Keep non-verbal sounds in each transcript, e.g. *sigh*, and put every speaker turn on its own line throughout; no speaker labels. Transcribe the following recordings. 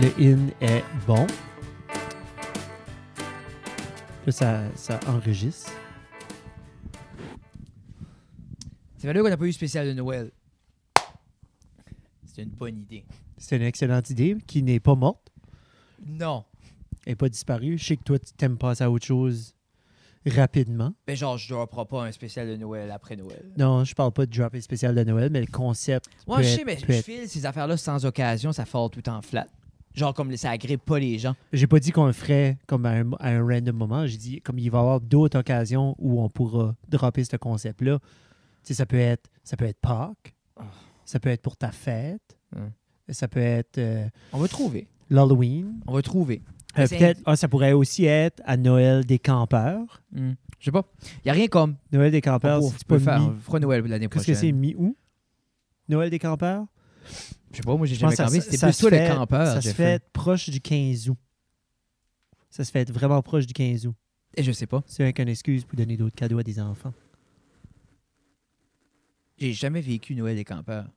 le in est bon. Là, ça, ça enregistre.
C'est valable qu'on n'a pas eu spécial de Noël. C'est une bonne idée.
C'est une excellente idée qui n'est pas morte,
Non.
elle n'est pas disparue. Je sais que toi, tu t'aimes passer à autre chose rapidement.
Mais genre, je leur prends pas un spécial de Noël après Noël.
Non, je parle pas de dropper spécial de Noël, mais le concept.
Moi,
peut
je
être-
sais, mais
peut
je
être-
file ces affaires-là sans occasion, ça fort tout en flat. Genre, comme ça agrippe pas les gens.
J'ai pas dit qu'on le ferait comme à un, à un random moment. J'ai dit comme il va y avoir d'autres occasions où on pourra dropper ce concept-là. Tu sais, ça peut être ça peut être Pâques, ça peut être pour ta fête,
Hum.
ça peut être euh,
On va trouver.
l'Halloween.
On va trouver.
Euh,
Mais c'est-
Peut-être ah, ça pourrait aussi être à Noël des campeurs.
Hmm. Je sais pas. Y a rien comme.
Noël des campeurs,
Oh, on
c'est
peut
pas
faire.
mi-
On fera Noël l'année
Qu'est-ce que c'est
prochaine.
mi-août? Noël des campeurs?
Je sais pas, moi j'ai
Je pense
jamais
que ça-
campé.
ça-
C'était
ça
plus
se
toi
fait-
le campeur.
Ça se
Jeffrey.
fait proche du 15 août. Ça se fait vraiment proche du 15 août.
Et je sais pas.
C'est avec une excuse pour donner d'autres cadeaux à des enfants.
J'ai jamais vécu Noël des campeurs.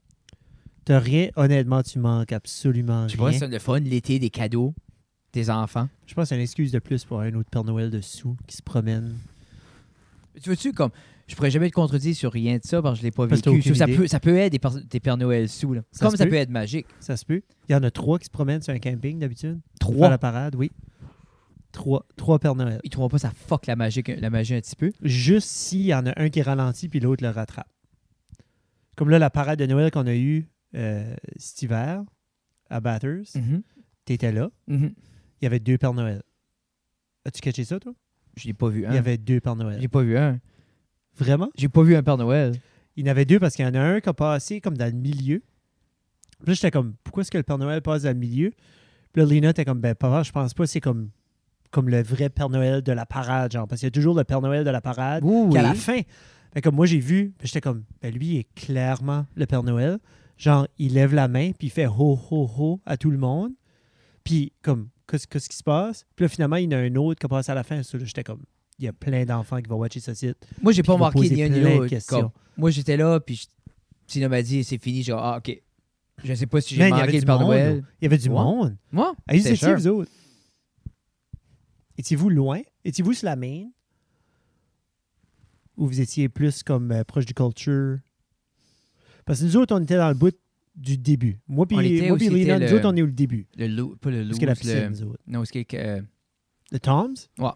T'as rien, honnêtement, tu manques absolument
Je sais pas,
rien.
c'est le fun, l'été, des cadeaux, des enfants.
Je pense que c'est une excuse de plus pour un autre Père Noël dessous qui se promène.
Tu vois-tu, comme, je pourrais jamais te contredire sur rien de ça parce que je l'ai pas
Parce que t'as
vécu.
aucune
Ça
idée.
peut, ça peut être des, pers- des Pères Noël sous, là.
Ça
Comme
se
ça
peut.
peut être magique.
Ça se peut. Il y en a trois qui se promènent sur un camping d'habitude. pour faire
Trois.
la parade, oui. Trois, trois Pères Noël.
Ils trouvent pas ça fuck la magie, la magie un petit peu.
Juste s'il y en a un qui ralentit puis l'autre le rattrape. Comme là, la parade de Noël qu'on a eue euh, cet hiver à Bathurst,
Mm.
t'étais là. Il y avait deux Pères Noël. As-tu catché ça, toi?
Je l'ai pas vu un.
Il y avait deux Pères Noël.
Hein? J'ai pas vu un.
Vraiment?
J'ai pas vu un Père Noël.
Il y en avait deux parce qu'il y en a un qui a passé comme dans le milieu. Puis là, j'étais comme, pourquoi est-ce que le Père Noël passe dans le milieu? Puis là, Lina était comme, ben, papa, je pense pas, c'est comme, comme le vrai Père Noël de la parade, genre, parce qu'il y a toujours le Père Noël de la parade
Oui.
qui à la fin. Fait comme moi, j'ai vu, puis j'étais comme, ben, lui, il est clairement le Père Noël. Genre, il lève la main, puis il fait ho, ho, ho à tout le monde. Puis, comme, qu'est-ce qu'est-ce qui se passe? Puis là, finalement, il y en a un autre qui passe à la fin. Ça, là, j'étais comme, il y a plein d'enfants qui vont watcher ce site.
Moi, j'ai
Puis
pas
il va
marqué
poser
ni un ni
plein de
l'autre.
questions.
Comme, Moi, j'étais là, puis je- Sina m'a dit, c'est fini. J'ai dit, ah, OK. Je sais pas si
Man,
j'ai
il y
manqué
avait
le
du
Père
monde.
Noël.
Il y avait du
Ouais.
monde.
Moi?
Ah, vous
C'est
étiez,
sûr.
vous autres? Étiez-vous loin? Étiez-vous sur la main? Ou vous étiez plus comme euh, proche du culture? Parce que nous autres, on était dans le bout du début. Moi puis
On était
moi
où
puis
c'était
Lina,
le-
nous autres, on est au début.
Le loup, pas le loup.
Parce que la piscine, nous autres.
Non, c'est que. euh,
Le Tom's?
Ouais.
Ouh,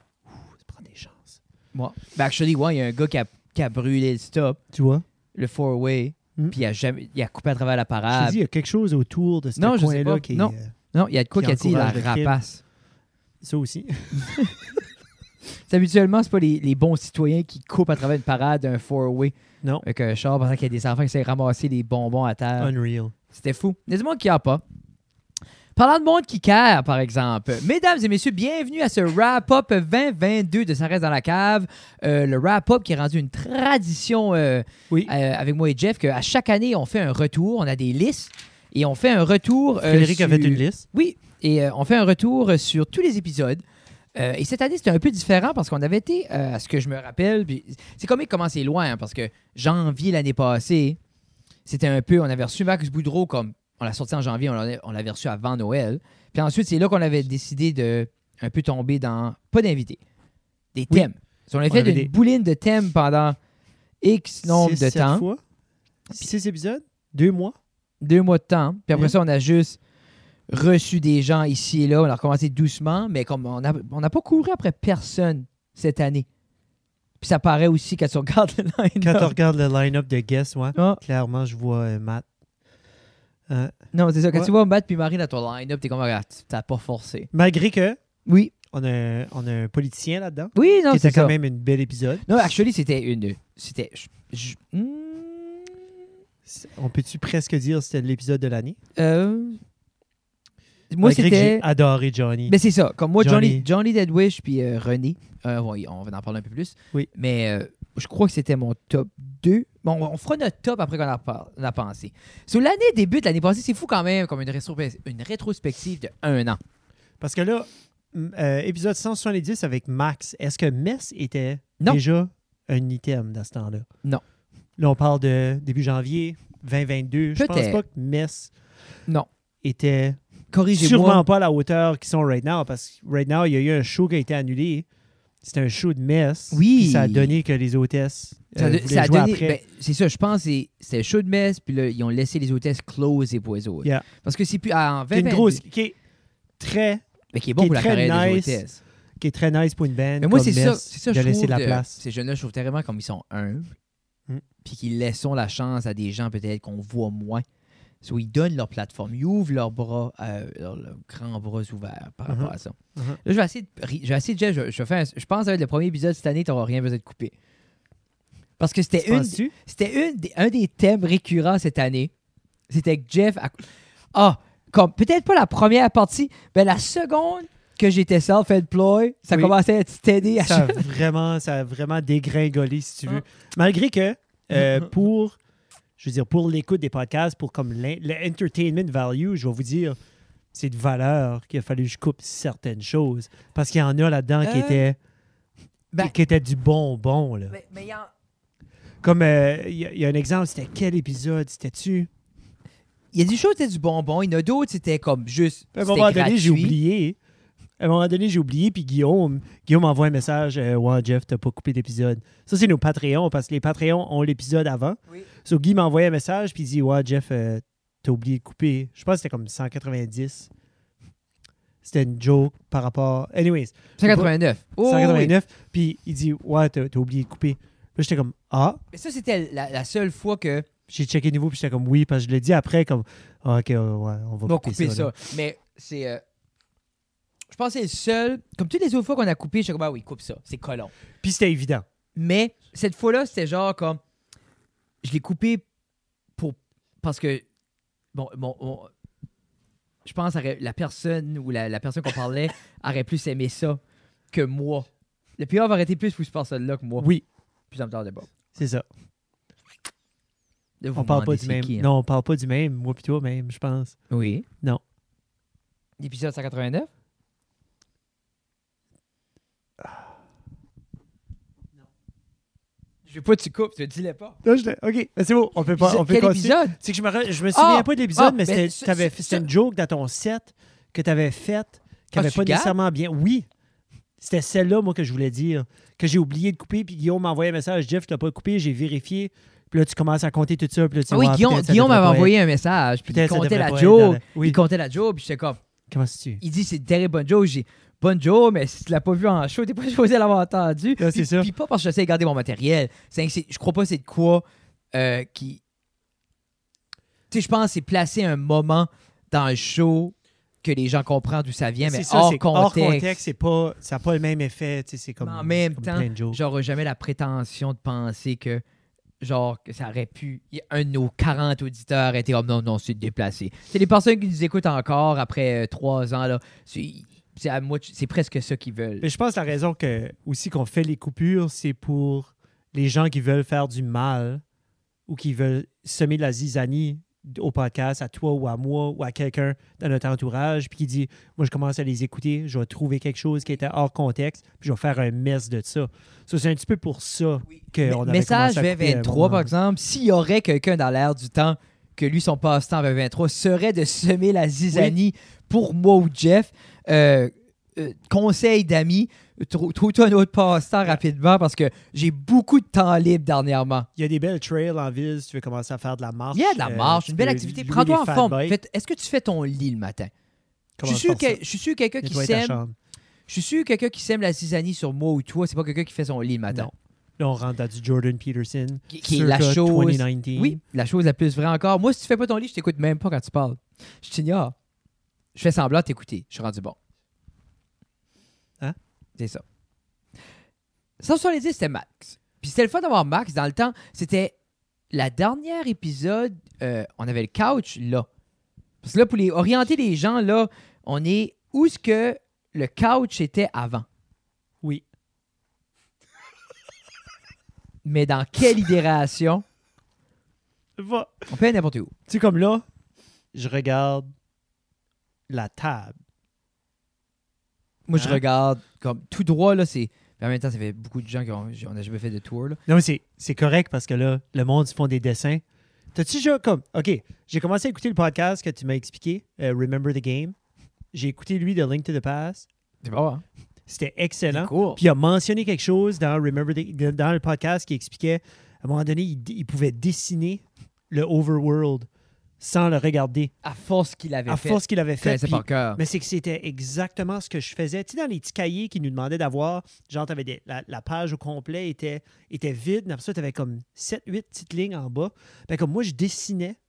ça prend des chances.
Moi. Ben, actually, ouais, il y a un gars qui a, qui a brûlé le stop,
Tu vois?
le four-way,
Mm.
puis il a, jamais, il a coupé à travers la
Je te
parade.
dis, il y a quelque chose autour de ce
Ah. Non, je sais
coin-là
pas.
qui est...
Non.
euh,
non, il y a de quoi
Qui
qui attire la
encourage le crime.
rapace.
ça aussi. *laughs*
C'est Habituellement, c'est pas les, les bons citoyens qui coupent à travers une parade, un four-way,
non.
avec un char, pendant qu'il y a des enfants qui essaient de ramasser des bonbons à terre.
Unreal.
C'était fou. Il y a du monde qui a pas. Parlant de monde qui care, par exemple. Mesdames et messieurs, bienvenue à ce wrap-up 2022 de Ça reste dans la cave. Euh, le wrap-up qui est rendu une tradition euh,
Oui.
euh, avec moi et Jeff qu'à chaque année, on fait un retour, on a des listes et on fait un retour. euh,
Frédéric a
sur-
fait une liste.
Oui, et euh, on fait un retour euh, sur tous les épisodes. Euh, et cette année, c'était un peu différent parce qu'on avait été, euh, à ce que je me rappelle, puis c'est comique comment c'est loin, hein, parce que janvier l'année passée, c'était un peu, on avait reçu Max Boudreau comme, on l'a sorti en janvier, on l'avait, on l'avait reçu avant Noël. Puis ensuite, c'est là qu'on avait décidé de un peu tomber dans, pas d'invités, des
Oui.
thèmes. So, on a
On
fait
avait
une
des-
bouline de thèmes pendant X nombre
Six,
de
sept
temps.
fois. Six épisodes? Deux mois?
deux mois de temps. Puis après
Yeah.
ça, on a juste reçu des gens ici et là. On a recommencé doucement, mais comme on n'a on n'a pas couru après personne cette année. Puis ça paraît aussi quand tu regardes le
Quand on
line-up.
regarde le line-up de Guess, ouais.
Ah,
Clairement, je vois euh, Matt. Hein?
non, c'est ça. Quand
Ouais.
tu vois Matt puis Marie dans ton line-up, t'es comme, ah, tu- t'as pas forcé.
Malgré que
Oui.
on a, on a un politicien là-dedans,
Oui, non,
qui
c'est
était
ça.
quand même une belle épisode.
Non, actually, c'était une. C'était. je- je- hmm,
C'est- On peut-tu presque dire que c'était l'épisode de l'année?
euh, moi,
Malgré que
c'était.
j'ai adoré Johnny.
Mais c'est ça. Comme moi, Johnny,
Johnny.
Johnny Deadwish puis euh, René. euh, ouais, on va en parler un peu plus.
Oui.
Mais euh, je crois que c'était mon top 2. Bon, on fera notre top après qu'on en parle- on a pensé. Sur l'année débute, l'année passée, c'est fou quand même, comme une, rétro- une rétrospective de un an.
Parce que là, m- euh, épisode 170 avec Max, est-ce que Mess était
Non.
déjà un item dans ce temps-là?
Non.
Là, on parle de début janvier 2022. Je pense
Peut-être.
pas que Mess
Non.
était
corrigez-moi.
sûrement pas à la hauteur qu'ils sont right now, parce que right now, il y a eu un show qui a été annulé. C'était un show de messe.
Oui.
Puis Ça a donné que les hôtesses. euh,
Ça a-
voulaient
ça a
jouer
donné-
après.
ben, c'est ça, je pense, c'est- c'était chaud de messe, puis là, ils ont laissé les hôtesses closes et pour les autres.
Yeah.
Parce que c'est plus. En
qui est une
20,
grosse. Qui est très.
Mais qui est bon
qui est
pour la
très
carrière
nice.
des hôtesses.
Qui est très nice pour une band.
Mais moi,
comme
c'est ça,
Mess,
c'est ça,
de
je trouve.
laisser de la
que
place.
Ces jeunes-là, je trouve vraiment comme ils sont humbles,
Mm.
puis qu'ils laissons la chance à des gens peut-être qu'on voit moins. So, ils donnent leur plateforme, ils ouvrent leurs bras, euh, leurs leurs grands bras ouverts par
Mhm.
rapport à ça.
Mhm.
Là, je vais essayer de. ri- Je, vais essayer de- je, je, vais faire un- je pense que ça va être le premier épisode cette année, tu n'auras rien besoin de couper. Parce que c'était une,
Penses-tu?
c'était une des- un des thèmes récurrents cette année. C'était que Jeff. a- Ah, comme peut-être pas la première partie, mais la seconde que j'étais self-employed, ça
Oui.
commençait à être steady à
ça a
chaque-
vraiment, ça a vraiment dégringolé, si tu veux.
Ah.
Malgré que,
*laughs*
euh, pour, je veux dire, pour l'écoute des podcasts, pour comme l'en- l'entertainment value, je vais vous dire, c'est de valeur qu'il a fallu que je coupe certaines choses. Parce qu'il y en a là-dedans qui
Euh,
étaient
ben-
qui- qui étaient du bonbon. Là.
Mais, mais il y en-
Comme euh, il y, a- il y a un exemple, c'était quel épisode? C'était-tu?
il y a des choses, c'était du bonbon. Il y en a d'autres, c'était comme juste.
À un
c'était
moment donné, j'ai
gratuit.
oublié. À un moment donné, j'ai oublié, puis Guillaume, Guillaume envoie un message euh, Ouais, Jeff, t'as pas coupé d'épisode. Ça, c'est nos Patreons, parce que les Patreons ont l'épisode avant.
Oui.
So, Guy m'a envoyé un message, puis il dit Ouais, Jeff, euh, t'as oublié de couper. Je pense que c'était comme 190. C'était une joke par rapport. Anyways,
189. Oh, oui.
189. Puis il dit Ouais, t'as t'as oublié de couper. Là, j'étais comme Ah.
Mais ça, c'était la, la seule fois que.
J'ai checké nouveau, puis j'étais comme Oui, parce que je l'ai dit après, comme Ah, Ok, ouais, on va
On va
couper,
couper
ça. là.
ça. Mais c'est. euh, je pense que c'est le seul. Comme toutes les autres fois qu'on a coupé, je suis comme, ah oui, coupe ça. C'est colon.
Puis c'était évident.
Mais cette fois-là, c'était genre comme. Je l'ai coupé pour. Parce que. Bon, bon, on- je pense que la personne ou la, la personne qu'on
*laughs*
parlait aurait plus aimé ça que moi. Le PR va arrêter plus pour cette personne-là que moi.
Oui,
Puis ça me tarde pas.
c'est ça.
Là, vous
On parle pas
demandez
du
c'est
même.
qui, hein.
Non, on parle pas du même. Moi pis toi même, je pense.
Oui.
Non.
L'épisode 189?
Ah.
Je veux pas que tu coupes, te dis-le pas.
Non, je l'ai- Ok, ben, c'est bon. On peut pas. On peut
Quel
continuer.
épisode?
C'est que je me, re- je me souviens
Ah!
pas de l'épisode,
Ah!
mais
Mais
c'était
ce-
t'avais-
ce-
c'était une joke dans ton set que t'avais faite, qui
Ah,
avait
tu
pas
gardes?
nécessairement bien. Oui. C'était celle-là, moi, que je voulais dire, que j'ai oublié de couper, puis Guillaume m'a envoyé un message. Jeff, tu l'as pas coupé, j'ai vérifié. Puis là, tu commences à compter tout ça. Puis là, tu
Ah oui,
vois,
Guillaume,
peut-être ça
Guillaume
devrait
m'avait
pas être-
envoyé un message, puis il
Peut-être ça
comptait
devrait
la
pas être dans
joke.
la- Oui.
Il comptait la joke, puis j'étais comme,
Comment c'est-tu?
il dit c'est une terrible bonne joke. J'ai bonne joke, mais si tu l'as pas vu en show, t'es pas *laughs* supposé l'avoir entendu.
Ah, c'est
Puis-
ça.
Puis pas parce que j'essaie de garder mon matériel. C'est que c'est- je crois pas c'est de quoi euh, qui. Tu sais, je pense que c'est placer un moment dans le show que les gens comprennent d'où ça vient, mais
C'est ça,
hors,
c'est
contexte,
hors contexte, c'est pas, ça n'a pas le même effet. tu sais, C'est comme,
Mais en même
comme
temps,
plein de jokes.
J'aurais jamais euh, la prétention de penser que genre que ça aurait pu il y a un de nos 40 auditeurs était oh non non c'est déplacé c'est les personnes qui nous écoutent encore après euh, trois ans là c'est c'est à moi c'est presque ça qu'ils veulent
Mais je pense que la raison que aussi qu'on fait les coupures, c'est pour les gens qui veulent faire du mal ou qui veulent semer de la zizanie au podcast, à toi ou à moi ou à quelqu'un dans notre entourage, puis qui dit Moi, je commence à les écouter, je vais trouver quelque chose qui était hors contexte, puis je vais faire un mess de ça. Ça, c'est un petit peu pour ça
Mais-
qu'on avait
message
commencé à couper euh, hein. à un
2023
moment.
par exemple s'il y aurait quelqu'un dans l'air du temps que lui son passe-temps 2023 serait de semer la zizanie pour moi ou Jeff euh, euh, conseil d'amis trou- trouve-toi un autre passe-temps rapidement parce que j'ai beaucoup de temps libre dernièrement
Il y a des belles trails en ville si tu veux commencer à faire de la marche.
Il y a de la
euh,
marche,
tu
une belle
peux
activité.
louer
Prends-toi
des
en
fan
forme.
bikes.
Faites- Est-ce que tu fais ton lit le matin? Je
Commence
suis, sûr
par ça.
que, je suis sûr que quelqu'un qui
Nettoyer ta
sème,
chambre.
je suis sûr que quelqu'un qui sème la cisanie sur moi ou toi, c'est pas quelqu'un qui fait son lit le matin.
Non. Là, on rentre dans du Jordan Peterson.
Qui, qui est la
Circa
chose,
2019.
oui, la chose la plus vraie encore. Moi, si tu fais pas ton lit, je t'écoute même pas quand tu parles. Je t'ignore. Je fais semblant de t'écouter. Je suis rendu bon.
Hein?
C'est ça. 170, c'était Max. Puis c'était le fun d'avoir Max. Dans le temps, c'était la dernière épisode. euh, on avait le couch là. Parce que là, pour les orienter les gens, là, on est où est-ce que le couch était avant?
Oui.
Mais dans
*laughs*
quelle idération?
Va.
On peut aller n'importe où.
Tu sais, comme là, je regarde la table.
Moi, je
Hein?
regarde comme tout droit, là, c'est. mais en même temps, ça fait beaucoup de gens qui ont. On n'a jamais fait de tour, là.
Non, mais c'est- c'est correct parce que là, le monde, ils font des dessins. T'as-tu déjà comme. OK, j'ai commencé à écouter le podcast que tu m'as expliqué, euh, Remember the Game. j'ai écouté lui de Link to the Past.
C'est bon, hein?
C'était
C'est
excellent.
court.
Puis il a mentionné quelque chose dans, Remember the- dans le podcast qui expliquait, à un moment donné, il, il pouvait dessiner le overworld sans le regarder,
à force qu'il avait
à
fait.
force qu'il avait fait.
c'est
Puis-
par cœur.
mais c'est que c'était exactement ce que je faisais. Tu sais, dans les petits cahiers qu'ils nous demandaient d'avoir, genre, t'avais des- la, la page au complet était, était vide, mais après ça, tu avais comme 7-8 petites lignes en bas. Ben, comme moi, je dessinais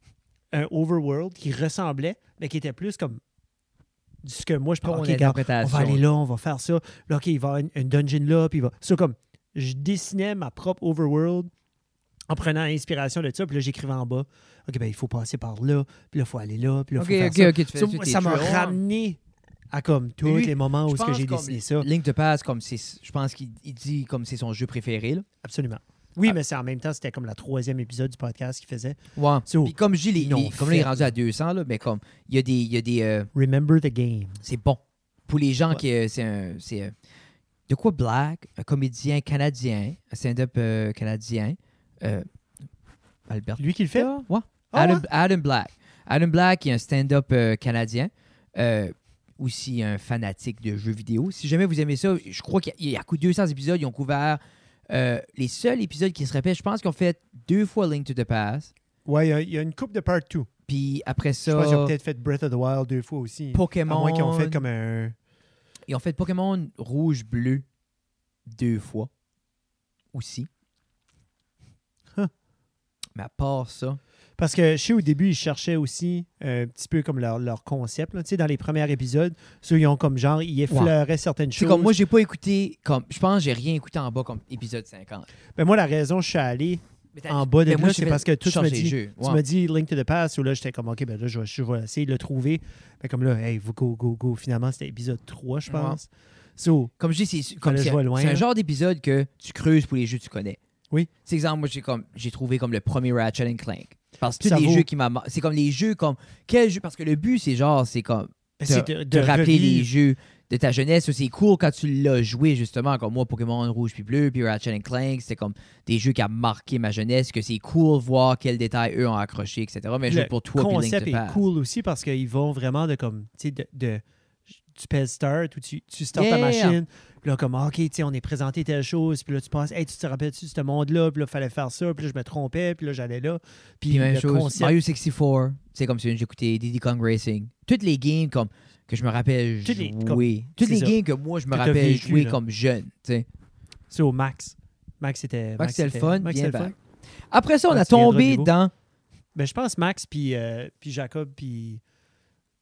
un overworld qui ressemblait, mais qui était plus comme du- ce que moi, je
Ton
pensais. OK, gars, on
interprétation.
va aller là, on va faire ça. Là, OK, il va y avoir une, une dungeon là, puis il va... Ça, comme, je dessinais ma propre overworld en prenant inspiration de ça, puis là, j'écrivais en bas. OK, ben il faut passer par là, puis là, il faut aller là, puis là, il
Ok,
faut faire
ok,
ça.
ok, tu fais
Ça,
tu
moi,
t'es
ça m'a
tué.
ramené à comme tous
lui,
les moments
je
où est-ce que
pense
j'ai
comme-
dessiné ça.
Link de passe, comme c'est, je pense qu'il il dit comme c'est son jeu préféré. Là.
Absolument. Oui,
Ah.
mais c'est en même temps, c'était comme la troisième épisode du podcast qu'il faisait.
Ouais.
So,
Puis comme je dis, les-
ils l'ont
les- comme là, il est
fait,
rendu à 200, là, mais comme il y a des, il y a des, euh,
Remember the Game.
c'est bon pour les gens qui, euh, c'est un, c'est euh, de quoi Black, un comédien canadien, un stand-up euh, canadien, euh, Albert.
Lui qui le fait?
Ah, ouais.
Ah,
Adam,
ouais?
Adam Black. Adam Black est un stand-up euh, canadien. euh, aussi un fanatique de jeux vidéo. Si jamais vous aimez ça, je crois qu'il y a- il y a à coup de 200 épisodes, ils ont couvert euh, les seuls épisodes qui se répètent. Je pense qu'ils ont fait deux fois Link to the Past.
Ouais, il y a- il y, a une coupe de part 2.
Puis après
Je
ça,
pense qu'ils ont peut-être fait Breath of the Wild deux fois aussi.
Pokémon.
À moins qu'ils ont fait comme un.
Ils ont fait Pokémon rouge, bleu deux fois aussi.
Huh.
Mais à part ça,
Parce que je sais, au début, ils cherchaient aussi euh, un petit peu comme leur, leur concept. là. Tu sais, dans les premiers épisodes, ceux, ils ont comme genre, ils effleuraient certaines
c'est
choses.
comme moi, j'ai pas écouté, comme je pense, que j'ai rien écouté en bas comme épisode 50.
Ben, moi, la raison, je suis allé
Mais t'as-
en bas de
mais Ben, moi,
là,
j'ai
c'est
fait-
parce que tout
je
tu
change
me
les
dis,
jeux.
Tu
Ouais.
m'as dit Link to the Past, où là, j'étais comme, OK, ben là, je vais, je vais essayer de le trouver. Mais comme là, hey, go, go, go. Finalement, c'était épisode 3, je pense. So,
Comme je dis, c'est comme
Fallait
c'est-
jouer loin,
c'est un
hein.
genre d'épisode que tu creuses pour les jeux que tu connais.
Oui.
C'est exemple, moi j'ai comme j'ai trouvé comme le premier Ratchet and Clank. Parce que
Puis
tous
ça
les
vaut-
jeux qui m'a mar- c'est comme les jeux comme quel jeu parce que le but c'est genre c'est comme
Ben, c'est
de, rappeler
revivre.
les jeux de ta jeunesse. C'est cool quand tu l'as joué, justement, comme moi, Pokémon Rouge puis Bleu, puis Ratchet and Clank. C'était comme des jeux qui ont marqué ma jeunesse, que c'est cool voir quels détails eux ont accroché, etc. Mais je
Le
joue pour toi, puis Link
concept
to
est
Past.
cool aussi parce qu'ils vont vraiment de comme, tu sais, de, de- tu pèses start ou tu, tu starts ta
Yeah.
machine. Puis là, comme, OK, tu sais, on est présenté telle chose. Puis là, tu penses, hey, tu te rappelles-tu de ce monde-là? Puis là, fallait faire ça. Puis là, je me trompais. Puis là, j'allais là. Puis,
Puis même
le
chose,
concept,
Mario 64, c'est comme celui que j'écoutais, Diddy Kong Racing. Toutes les games comme, que je me rappelle
Toutes les- comme-
jouer. Toutes
c'est
les
ça.
games que moi, je me
Que t'as
rappelle
vécu,
jouer
là.
comme jeune. tu sais.
c'est au max. Max, c'était.
Fait que C'était le fun.
Max,
bien
c'était le
back.
fun.
Après ça, on
Ouais,
a
tu viendras
tombé
niveau.
dans
Ben, je pense Max, puis, euh, puis Jacob, puis,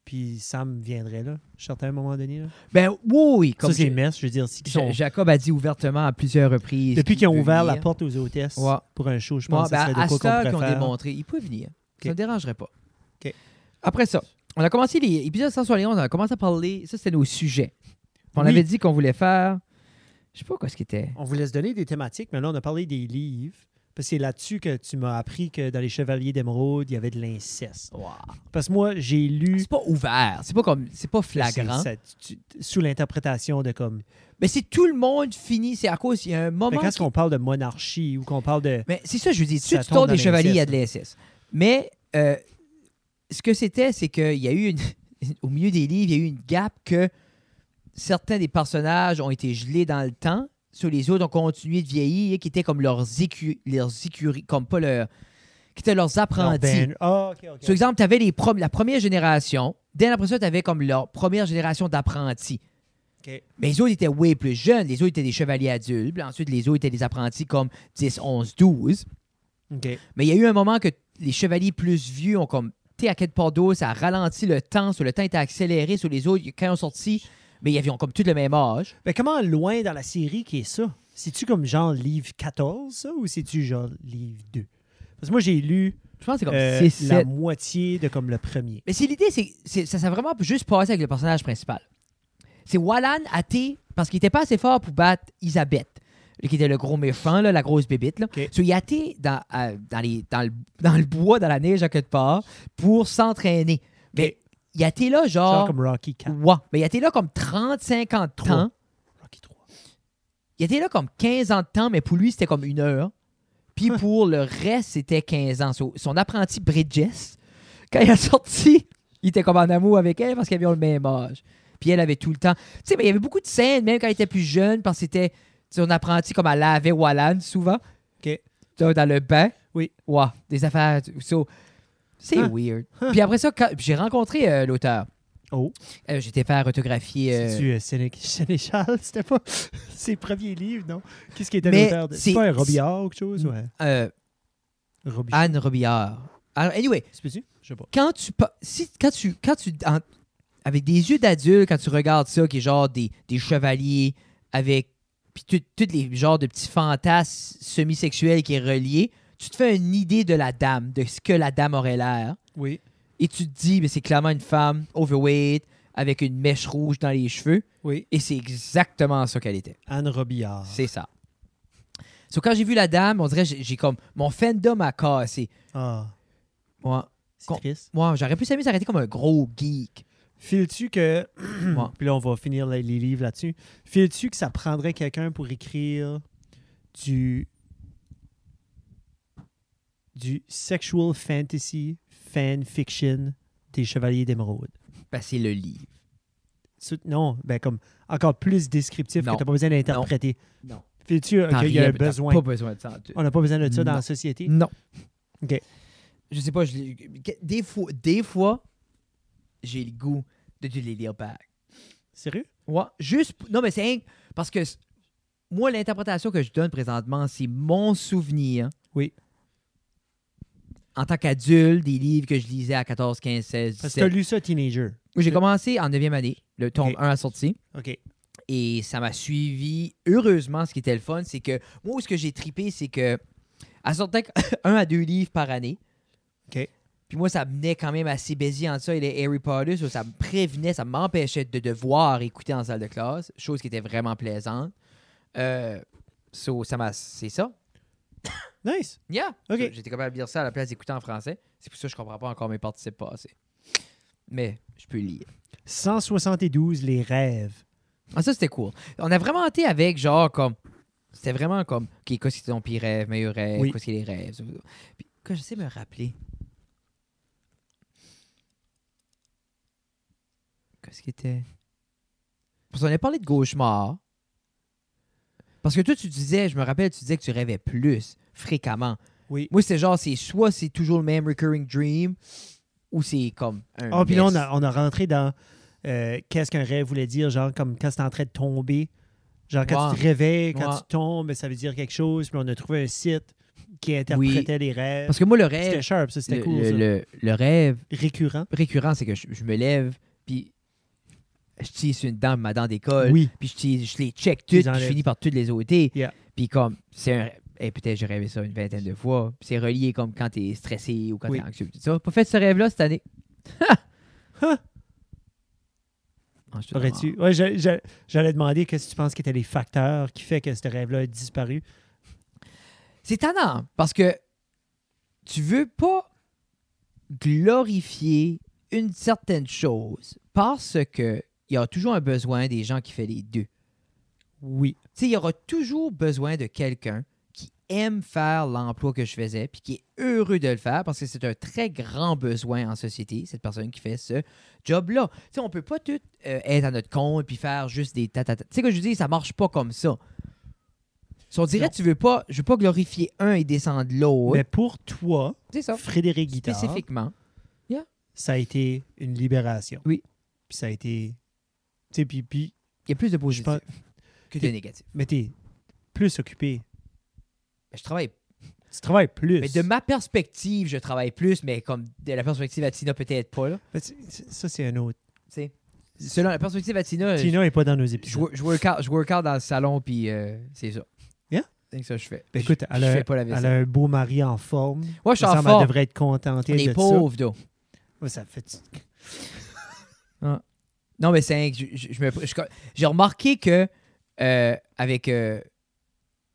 puis Sam viendraient, là. Je suis certain à un moment donné. Là.
Ben oui, oui, comme
ça, c'est
je-
mess, je veux dire. c'est qu'ils
Ja-
sont-
Jacob a dit ouvertement à plusieurs reprises.
Depuis qu'ils ont
veut
ouvert la
venir.
porte aux hôtesses
Ouais.
pour un show, je
Ouais,
pense que
ben,
ça serait
à
de quoi
cette heure
qu'on
qu'ils ont
pourrait faire.
démontré, il peut venir. Ça ne dérangerait pas.
Ok.
Après ça, on a commencé les épisodes 171, on a commencé à parler. Ça, c'était nos sujets. On
Oui.
avait dit qu'on voulait faire. Je sais pas quoi ce qu'il était.
On vous laisse donner des thématiques, mais là, on a parlé des livres. Parce que c'est là-dessus que tu m'as appris que dans Les Chevaliers d'Émeraude, il y avait de l'inceste.
Wow.
Parce que moi, j'ai lu...
C'est pas ouvert, c'est pas comme, c'est pas flagrant.
C'est- ça- tu- tu- sous l'interprétation de comme...
Mais c'est tout le monde fini, c'est à cause il y a un
Fait
moment.
que quand
qui-
on parle de monarchie ou qu'on parle de...
Mais c'est ça, je veux dire, tu,
Ça
tu
tombe
tournes des
dans
chevaliers, il y a de
l'inceste,
l'inceste. Mais euh, ce que c'était, c'est qu'il y a eu une. Au milieu des livres, il y a eu une gap que certains des personnages ont été gelés dans le temps, sur les autres ont continué de vieillir, qui étaient comme leurs écu, leurs écuries, comme pas leurs. qui étaient leurs apprentis.
Non, ben- Ah, OK, OK.
Par exemple, tu avais les prom- la première génération, dès après ça, tu avais comme leur première génération d'apprentis.
OK.
Mais les autres étaient way plus jeunes. Les autres étaient des chevaliers adultes. Puis Ensuite, les autres étaient des apprentis comme 10, 11, 12.
OK.
Mais il y a eu un moment que les chevaliers plus vieux ont comme, tu sais, à quelque part d'eau, ça a ralenti le temps. Sur le temps était accéléré. Sur les autres, quand ils ont sorti, mais ils avaient comme tous le même âge.
Mais Ben, comment loin dans la série qui est ça? C'est-tu comme genre livre 14, ça, ou c'est-tu genre livre 2? Parce que moi, j'ai lu
Je pense que c'est comme
euh,
6,
la
7.
moitié de comme le premier.
Mais c'est l'idée, c'est, c'est- ça s'est vraiment juste passé avec le personnage principal. C'est Wallan athée parce qu'il était pas assez fort pour battre Isabeth, qui était le gros méchant, là, la grosse bébite. Là.
Ok.
So, il est athée dans, euh, dans, les, dans, le, dans le bois, dans la neige, à quelque part, pour s'entraîner. Mais
Ok.
il est athée là, genre.
Genre comme Rocky 4,
Ouais. Mais il était là comme 35 ans de
Trois.
temps.
Rocky 3.
Il était là comme 15 ans de temps, mais pour lui, c'était comme une heure. Puis
Huh.
pour le reste, c'était 15 ans. So- Son apprenti Bridges, quand il a sorti il était comme en amour avec elle parce qu'elles avaient le même âge. Puis elle avait tout le temps. Tu sais, mais il y avait beaucoup de scènes, même quand elle était plus jeune, parce que c'était tu sais, un apprenti comme à laver Wallan souvent.
OK.
Dans, dans le bain.
Oui.
Ouais, des affaires. so, c'est
Hein.
weird.
Hein.
Puis après ça, quand- j'ai rencontré euh, l'auteur.
Oh.
Euh, J'étais faire autographier. euh,
C'est-tu euh, Séné- Sénéchal? *laughs* C'était pas ses premiers livres, non? Qu'est-ce qui était
Mais
l'auteur de...
c'est-
C'est pas un Robillard ou quelque chose? Ouais.
euh,
Robillard.
Anne Robillard. Alors, anyway,
C'est possible? Je sais pas.
quand tu pa- si quand tu quand tu en- avec des yeux d'adulte quand tu regardes ça qui est genre des, des chevaliers avec puis tout- tous les genres de petits fantasmes semi-sexuels qui est relié, tu te fais une idée de la dame, de ce que la dame aurait l'air
Oui.
et tu te dis mais c'est clairement une femme overweight avec une mèche rouge dans les cheveux
Oui.
et c'est exactement ça qu'elle était.
Anne Robillard.
C'est ça. So, quand j'ai vu la dame, on dirait j'ai j'ai comme mon fandom a cassé.
Ah,
Moi,
c'est
Con-
triste.
moi j'aurais pu s'amuser à arrêter comme un gros geek.
Files-tu que... *clears throat*
Ouais.
Puis là, on va finir les, les livres là-dessus. Files-tu que ça prendrait quelqu'un pour écrire du... du sexual fantasy fan fiction des Chevaliers d'Émeraude?
passer le livre.
Sou- Non, ben comme encore plus descriptif
Non.
que t'as pas besoin d'interpréter.
Non.
Files-tu euh, qu'il y a un besoin?
Pas besoin de ça.
On n'a pas besoin de ça dans
Non.
la société?
Non.
OK.
Je sais pas, je l'ai- que- des fois, des fois j'ai le goût de te les lire back.
Sérieux?
Ouais, juste p- non mais c'est inc- parce que c- moi l'interprétation que je donne présentement, c'est mon souvenir.
Oui.
En tant qu'adulte, des livres que je lisais à 14, 15, 16,
Parce que t'as
17.
lu ça, teenager.
Moi, J'ai commencé en 9e année, le tome
OK.
1 a sorti.
OK.
et ça m'a suivi. Heureusement, ce qui était le fun, c'est que moi, ce que j'ai tripé, c'est que elle sortait *laughs* un à deux livres par année.
OK.
Puis moi, ça venait quand même assez baisé en ça et les Harry Potter, so ça me prévenait, ça m'empêchait de devoir écouter en salle de classe, chose qui était vraiment plaisante. Euh, so, ça m'a, c'est ça.
Nice.
Yeah.
OK.
So, J'étais capable de lire ça à la place d'écouter en français. C'est pour ça que je comprends pas encore mes participes passés. Mais je peux lire.
172, les rêves.
Ah, ça, c'était cool. On a vraiment été avec, genre, comme. C'était vraiment comme. OK, qu'est-ce qui est ton pire rêve, meilleur rêve,
Oui.
qu'est-ce qui est les rêves. Puis, que je sais me rappeler. Qu'est-ce qui était. Parce qu'on a parlé de cauchemar. Parce que toi, tu disais, je me rappelle, tu disais que tu rêvais plus, fréquemment.
Oui.
Moi, c'était genre, c'est soit c'est toujours le même recurring dream, ou c'est comme. Un
Ah, puis là, on
mess.
a, on a rentré dans euh, qu'est-ce qu'un rêve voulait dire, genre comme quand t'es en train de tomber. Genre quand
Ouais.
tu te réveilles, quand
Ouais.
tu tombes, ça veut dire quelque chose. Puis on a trouvé un site qui interprétait les rêves.
Parce que moi, le
C'était
rêve.
sharp, ça, c'était
le-
cool.
le-
ça.
le- le rêve,
Récurrent.
récurrent, c'est que je, je me lève, puis je tire sur une dent, ma dent décolle,
Oui.
puis je, tire- je les check
Tu les
toutes, puis je
enlèves.
finis par toutes les ôter.
Yeah.
Puis comme, c'est un... Et peut-être j'ai rêvé ça une vingtaine de fois. Puis C'est relié comme quand t'es stressé ou quand
Oui.
t'es anxieux, tout ça. Pas fait ce rêve-là
*laughs*
cette année.
Ah!
Ah, je suis
Aurais-tu. Ouais, je- je- j'allais demander qu'est-ce que tu penses qui étaient les facteurs qui fait que ce rêve-là a disparu.
C'est étonnant parce que tu veux pas glorifier une certaine chose parce que il y a toujours un besoin des gens qui font les deux.
Oui.
Tu sais, il y aura toujours besoin de quelqu'un qui aime faire l'emploi que je faisais puis qui est heureux de le faire parce que c'est un très grand besoin en société, cette personne qui fait ce job-là. Tu sais, on peut pas tout euh, être à notre compte puis faire juste des tatata. Tu sais, que je dis, ça marche pas comme ça. Si on dirait,
Non.
tu veux pas, je veux pas glorifier un et descendre l'autre.
Mais pour toi,
C'est ça.
Frédéric Guitard,
Spécifiquement.
ça a été une libération.
Oui.
Puis ça a été. Tu sais, puis, puis,
Il y a plus de positif
pense-
que de négatif.
mais t'es plus occupé.
Mais Je travaille.
Tu travailles plus.
Mais de ma perspective, je travaille plus, mais comme de la perspective à Tina, peut-être pas. Là.
Mais c'est- c'est- Ça, c'est un autre.
Tu sais. Selon la perspective à Tina, je-
Tina n'est pas dans nos
je,
épisodes.
wor- je work out, je work out dans le salon, puis euh, c'est ça.
Yeah.
C'est que ça que je fais.
Ben, écoute,
je,
elle
je
a-
fais pas la
Elle
vaisselle.
a un beau mari en forme.
Moi, je suis
Ça
en
semble, elle
forme.
devrait être contentée
On est
de
pauvres, d'eau.
ça. Ouais, ça fait...
Non, mais c'est que je- je- je me- je- J'ai remarqué que euh, avec, euh,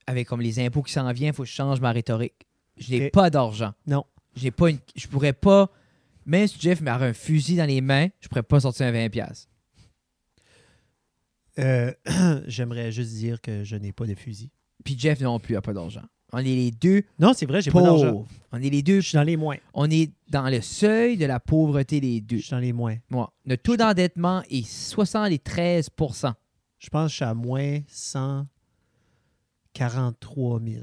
avec comme les impôts qui s'en viennent, il faut que je change ma rhétorique. Je n'ai
Ok.
pas d'argent.
Non.
J'ai pas une, je pourrais pas. Même si Jeff m'aurait un fusil dans les mains, je pourrais pas sortir un 20$.
Euh, *clears throat* J'aimerais juste dire que je n'ai pas de fusil.
Puis Jeff non plus a pas d'argent. On est les deux
Non, c'est vrai, j'ai pas d'argent.
pauvres. On est les deux.
Je suis dans les moins.
On est dans le seuil de la pauvreté, les
Je
deux.
suis dans les moins.
Moi, notre taux d'endettement est 73
Je pense que je suis à moins 143 000.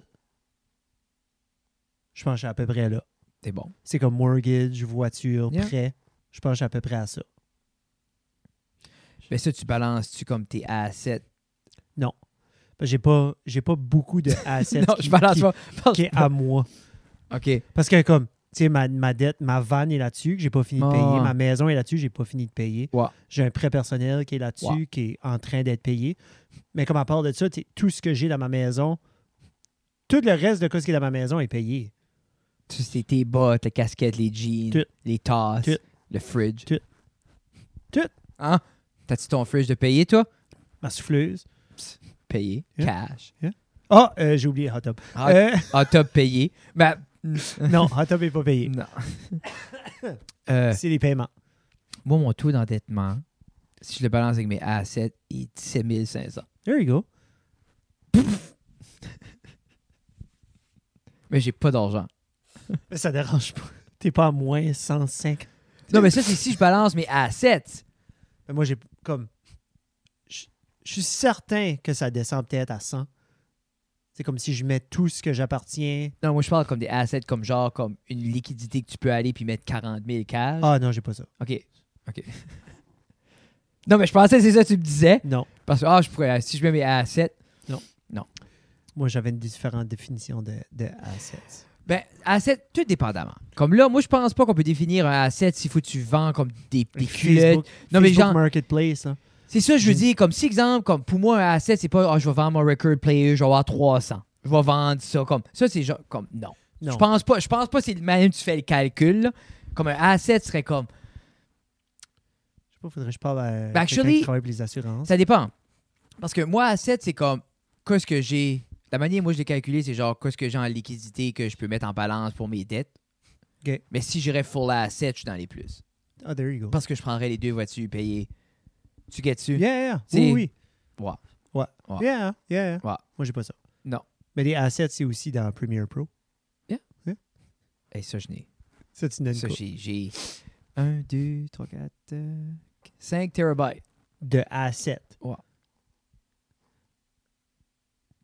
Je pense que je suis à peu près là.
C'est bon.
C'est comme mortgage, voiture,
Yeah.
prêt. Je pense que je suis à peu près à ça.
Mais ça, tu balances-tu comme tes assets?
Parce que J'ai pas, j'ai pas beaucoup
*laughs*
de assets
non,
qui,
je balance
qui-
pas. Je balance
qui est
pas.
à moi.
OK.
Parce que comme, tu sais, ma, ma dette, ma vanne est là-dessus, que j'ai pas fini de
Ouais.
payer. Ma maison est là-dessus, j'ai pas fini de payer.
Ouais.
J'ai un prêt personnel qui est là-dessus,
Ouais.
qui est en train d'être payé. Mais comme à part de ça, tu sais, tout ce que j'ai dans ma maison, tout le reste de ce qui est dans ma maison est payé.
Tu sais, tes bottes, la casquette, les jeans,
Tout.
les tasses,
Tout.
le fridge.
Tout. Tout.
Hein? T'as-tu ton fridge de payer, toi?
Ma souffleuse.
Payé.
Yeah.
Cash.
Ah, euh, j'ai oublié Hot Tub.
Ah,
Euh, *laughs*
ah, t'as payé. Ben,
non, Hot Tub n'est pas payé.
non. Euh,
C'est les paiements.
moi, mon taux d'endettement, si je le balance avec mes assets, il est 17 500.
There you go.
Mais j'ai pas d'argent.
Mais ça dérange pas. T'es pas à moins 105.
Non, mais ça, c'est si je balance mes assets.
Mais Ben, moi, j'ai comme. Je je suis certain que ça descend peut-être à 100. C'est comme si je mets tout ce que j'appartiens.
Non, moi, je parle comme des assets, comme genre, comme une liquidité que tu peux aller puis mettre 40 000 cash.
Ah non, j'ai pas ça.
OK. OK. *laughs* non, mais je pensais que c'est ça que tu me disais.
Non.
Parce que, ah, je pourrais, si je mets mes assets.
Moi, j'avais une différente définition de, de assets.
Ben, assets, tout dépendamment. Comme là, moi, je pense pas qu'on peut définir un asset s'il faut que tu vends comme des, des culottes.
Facebook,
Non, mais
Facebook
genre-
Marketplace. hein.
C'est ça, je veux
Mm.
dire, comme si, exemple, comme pour moi, un asset, c'est pas, ah, je vais vendre mon record player, je vais avoir 300. Je vais vendre ça. Comme, ça, c'est genre, comme, non.
Non.
Je pense pas, je pense pas, c'est le même, tu fais le calcul. là. Comme un asset serait comme,
Je sais pas, faudrait que je parle à
Ben,
quelqu'un
actually-
qui travaille pour les assurances.
Ça dépend. Parce que moi, asset, c'est comme, qu'est-ce que j'ai. La manière, moi, je l'ai calculé, c'est genre, qu'est-ce que j'ai en liquidité que je peux mettre en balance pour mes dettes.
OK.
Mais si j'irais full asset, je suis dans les plus.
Ah, there you go.
Parce que je prendrais les deux voitures payées. Tu gets-tu?
Yeah, yeah. Oui,
C'est-
oui.
Ouais.
Ouais.
Ouais.
Yeah, yeah. yeah.
Ouais.
Moi, j'ai pas ça.
Non.
Mais les assets, c'est aussi dans Premiere Pro.
Hey, ça, je n'ai.
Ça, tu n'as une
Ça,
coupe.
j'ai. j'ai 1, 2, 3, 4,
euh,
5 terabytes.
De assets.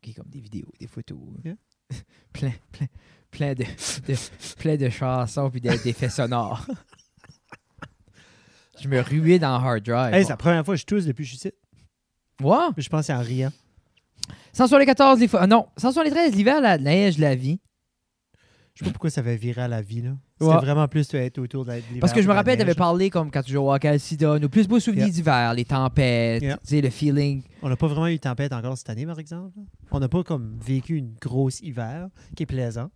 OK, comme des vidéos, des photos. hein.
Yeah.
*laughs* plein, plein, plein de, de- plein de chansons puis de- d'effets sonores. Je me ruais dans Hard Drive.
Hey,
moi.
c'est la première fois que je tousse depuis que je suis ici.
Ouais.
Je pense que c'est en riant.
174 les fois. ah non, 173 l'hiver, la neige, la vie.
Je sais pas pourquoi ça va virer à la vie, là. C'était
Ouais.
vraiment plus de être autour de la- de l'hiver
Parce que je me
ou de la
rappelle,
neige.
t'avais parlé comme quand tu jouais au hockey à Sida, nos plus beaux souvenirs
Yeah.
d'hiver, les tempêtes,
Yeah.
tu sais, le feeling.
On n'a pas vraiment eu de tempête encore cette année, par exemple. On n'a pas comme vécu une grosse hiver qui est plaisant.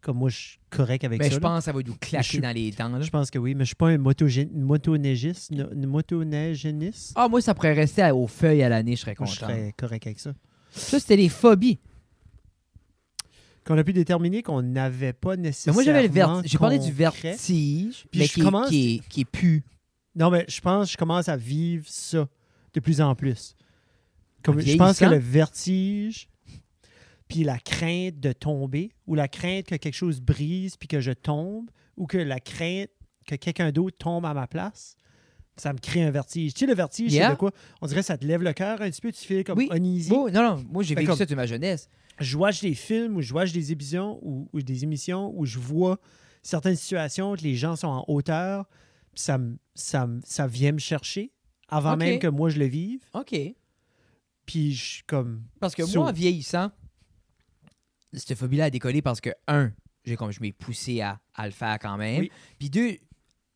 Comme moi, je suis correct avec
Mais
ça.
Ben, je
là.
pense que ça va nous claquer
suis-
dans les dents. là.
Je pense que oui, mais je suis pas un motogé- motoneigiste. no- une motoneigéniste.
Ah, moi, ça pourrait rester à- aux feuilles à l'année, je serais
Moi,
content.
je serais correct avec ça.
Ça, c'était les phobies.
Qu'on a pu déterminer qu'on n'avait pas
Mais
nécessairement.
Ben, moi, j'avais le vertige. J'ai parlé du
concret.
vertige,
Puis
mais
je
qui, est-
commence-
qui est, qui est pu.
Non, mais je pense que je commence à vivre ça de plus en plus. Comme,
En
je pense que
vieillissant?
le vertige, puis la crainte de tomber, ou la crainte que quelque chose brise puis que je tombe, ou que la crainte que quelqu'un d'autre tombe à ma place, ça me crée un vertige. Tu sais, le vertige,
Yeah.
c'est de quoi? On dirait que ça te lève le cœur un petit peu, tu fais comme
Oui.
uneasy.
Moi, non, non, moi, j'ai
Ben,
vécu
comme-
ça de ma jeunesse.
Je watch des films ou je watch des émissions ou, ou des émissions où je vois certaines situations que les gens sont en hauteur, puis ça, me- ça, me- ça vient me chercher avant
Ok.
même que moi je le vive.
OK.
Puis je suis comme.
Parce que
So-
moi, en vieillissant, cette phobie-là a décollé parce que, un, j'ai comme je m'ai poussé à, à le faire quand même.
Oui.
Puis deux,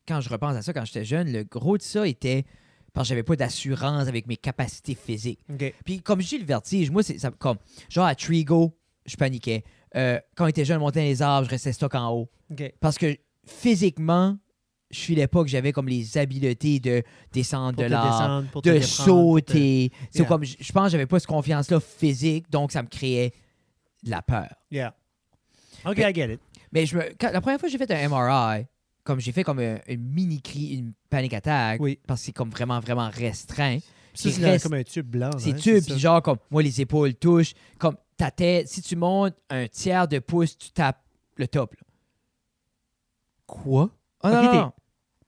quand je repense à ça, quand j'étais jeune, le gros de ça était parce que j'avais pas d'assurance avec mes capacités physiques. Puis comme je dis le vertige, moi, c'est ça, comme, genre à Trigo, je paniquais. Euh, quand j'étais jeune, je montais dans les arbres, je restais stock en haut.
OK.
Parce que physiquement, je filais pas que j'avais comme les habiletés de descendre
Pour
de
te
l'arbre,
descendre, pour te
de
déprendre, pour te-
sauter. C'est
Yeah.
comme, je je pense que j'avais pas cette confiance-là physique, donc ça me créait de la peur.
Yeah. OK,
Mais-
I get it.
Mais je me, quand- la première fois que j'ai fait un MRI, comme j'ai fait comme un- une mini cri, une panic attack,
Oui.
parce que c'est comme vraiment, vraiment restreint.
Ça,
qui
c'est
reste-
comme un tube blanc.
c'est
hein,
tube,
ça.
puis genre, comme, moi, les épaules touchent. Comme, ta tête, si tu montes un tiers de pouce, tu tapes le top. là.
Quoi?
Ah, non,
Ok,
non, non.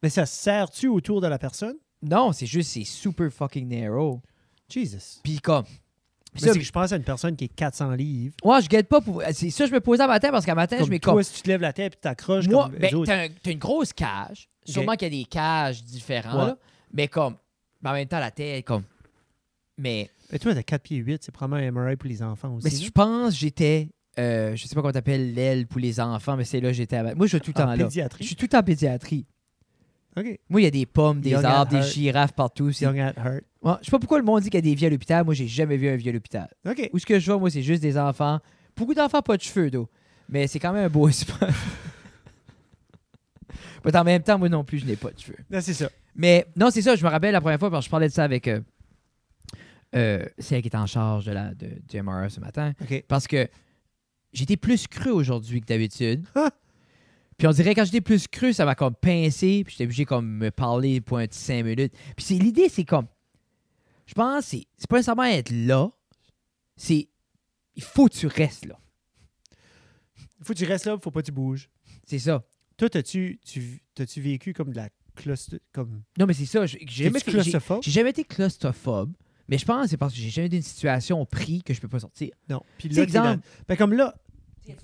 Mais ça serre-tu autour de la personne?
Non, c'est juste, c'est super fucking narrow.
Jesus.
Puis comme.
Mais
ça,
c'est que je pense à une personne qui est 400 livres.
moi, je guette pas pour. euh, C'est ça, je me posais à matin parce qu'à matin,
Comme
je m'écoute.
toi, si tu te lèves la tête et t'accroches
Moi,
comme les
ben,
autres.
t'as, un- t'as une grosse cage.
Ok.
Sûrement qu'il y a des cages différentes.
Ouais.
là. mais comme, mais en même temps, la tête, comme. Mais,
Mais toi, t'as 4 pieds 8, c'est probablement un MRI pour les enfants aussi.
mais si je pense, j'étais. euh, je sais pas comment t'appelles l'aile pour les enfants, mais c'est là que j'étais. à- Moi, je suis tout le temps
en
là. Je
pédiatrie.
suis tout le temps en pédiatrie.
OK.
Moi, il y a des pommes, des
Young at
arbres, des
heart.
girafes partout. C'est-
Young at heart.
Ouais, je sais pas pourquoi le monde dit qu'il y a des vieux à l'hôpital. Moi, j'ai jamais vu un vieux à l'hôpital.
OK.
Où ce que je vois, moi, c'est juste des enfants. Beaucoup d'enfants, pas de cheveux, d'eau. Mais c'est quand même un beau *laughs* espace. Mais en même temps, moi non plus, je n'ai pas de cheveux.
Non, Ben, c'est ça.
Mais non, c'est ça, je me rappelle la première fois parce que je parlais de ça avec euh, euh, celle qui est en charge de la, de, du MRE ce matin.
OK.
Parce que j'étais plus cru aujourd'hui que d'habitude.
Ah!
puis on dirait quand j'étais plus cru, ça m'a comme pincé, puis j'étais obligé comme me parler pour un petit cinq minutes. Puis c'est l'idée, c'est comme. Je pense c'est c'est pas nécessairement être là. C'est. Il faut que tu restes là.
Faut que tu restes là, faut pas que tu bouges.
C'est ça.
Toi, t'as-tu tu, t'as-tu vécu comme de la cluster... Comme...
Non, mais c'est ça. J'ai j'ai jamais,
T'es-tu
fait- j'ai-
claustrophobe?
j'ai jamais été claustrophobe, mais je pense que c'est parce que j'ai jamais été une situation pris que je peux pas sortir.
Non. Puis là,
C'est
t'es
exemple.
dans- Ben, comme là,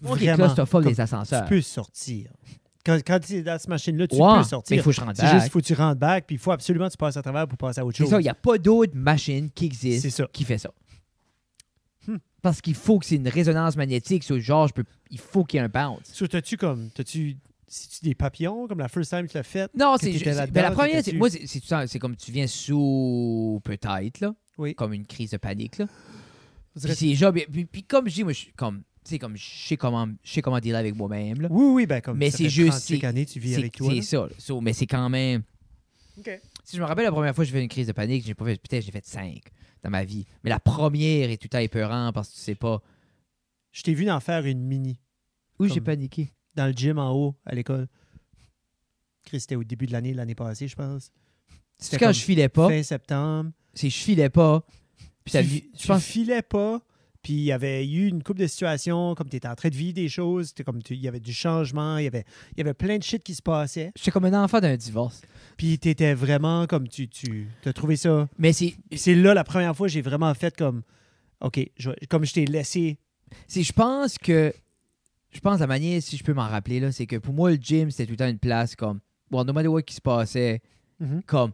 Moi, qui est
Vraiment.
claustrophobe
Comme
des ascenseurs.
tu peux sortir. Quand, quand tu es dans cette machine-là, tu
Ouais,
peux
Mais il
sortir.
faut que je rentre
C'est juste
back.
faut que tu rentres back, puis il faut absolument que tu passes à travers pour passer à autre
C'est
chose.
ça, il n'y a pas d'autre machine qui
C'est
existe
ça.
qui fait ça.
Hmm.
Parce qu'il faut que c'est une résonance magnétique, sur genre, je peux, il faut qu'il y ait un bounce.
So, t'as-tu comme. T'as-tu. Si tu des papillons, comme la first time que tu l'as fait,
Non,
Que
c'est
t'étais
juste.
là-dedans,
Mais la
que
première,
t'as-tu-
c'est, moi, c'est, c'est tout ça, c'est comme tu viens sous, peut-être, là.
Oui.
Comme une crise de panique, là.
on
Puis
dirait-
c'est genre, puis, puis- puis comme je dis, moi, je suis comme, tu sais, comme, je sais comment, je sais comment dealer avec moi-même, là.
Oui, oui, ben comme.
Mais
ça
c'est
fait
juste,
35
c'est-
années, tu vis
C'est,
avec toi.
c'est
là.
ça, là. So, mais c'est quand même.
OK.
Si je me rappelle la première fois que j'ai fait une crise de panique, j'ai pas fait. Peut-être j'ai fait cinq dans ma vie. Mais la première est tout le temps épeurante parce que tu sais pas
Je t'ai vu en faire une mini
où
j'ai
j'ai paniqué.
dans le gym en haut à l'école. Chris, c'était au début de l'année, l'année passée, je pense.
C'est
C'était
quand
comme
je filais pas.
Fin septembre.
C'est je filais pas. Puis ça,
tu,
vi- je
tu
pense.
filais pas, puis il y avait eu une coupe de situations, comme tu étais en train de vivre des choses, c'était comme tu- il y avait du changement, il y avait, il y avait plein de shit qui se passait,
J'étais comme un enfant d'un divorce.
puis tu étais vraiment comme tu, tu as trouvé ça.
Mais c'est,
Puis c'est là la première fois j'ai vraiment fait comme, OK, je- comme je t'ai laissé.
c'est, je pense que, je pense la manière, si je peux m'en rappeler là, c'est que pour moi le gym c'était tout le temps une place comme, bon, no matter what qui se passait,
Mhm.
comme,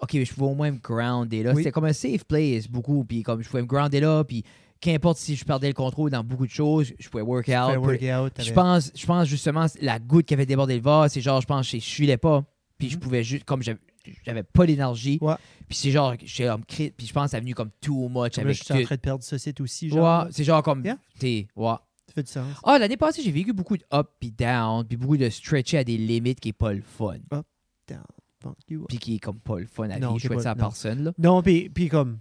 ok, je pouvais au moins me grounder là.
Oui.
C'était comme un safe place beaucoup, puis comme je pouvais me grounder là, puis qu'importe si je perdais le contrôle dans beaucoup de choses, je pouvais work out.
Fais
peu-
workout,
Je
t'avais-
pense, je pense justement, c'est la goutte qui avait débordé le vase, c'est genre, je pense, c'est- je filais pas. Puis je
Mhm.
pouvais juste, comme j'avais j'avais pas l'énergie.
Ouais.
Puis c'est genre, j'étais comme cri- puis je pense, que ça a venu comme too much
Comme là,
avec
je suis en
tout.
train de perdre ce site aussi, genre.
Ouais, c'est genre comme,
Yeah.
t'es, ouais.
Ça fait du sens.
Ah, l'année passée, j'ai vécu beaucoup de up puis down, puis beaucoup de stretcher à des limites qui est pas le fun.
Bon, you are.
Puis qui est comme pas le fun à
Non,
vivre.
c'est
Je souhaite
pas-
ça à
non.
personne, là.
Non, puis, puis comme,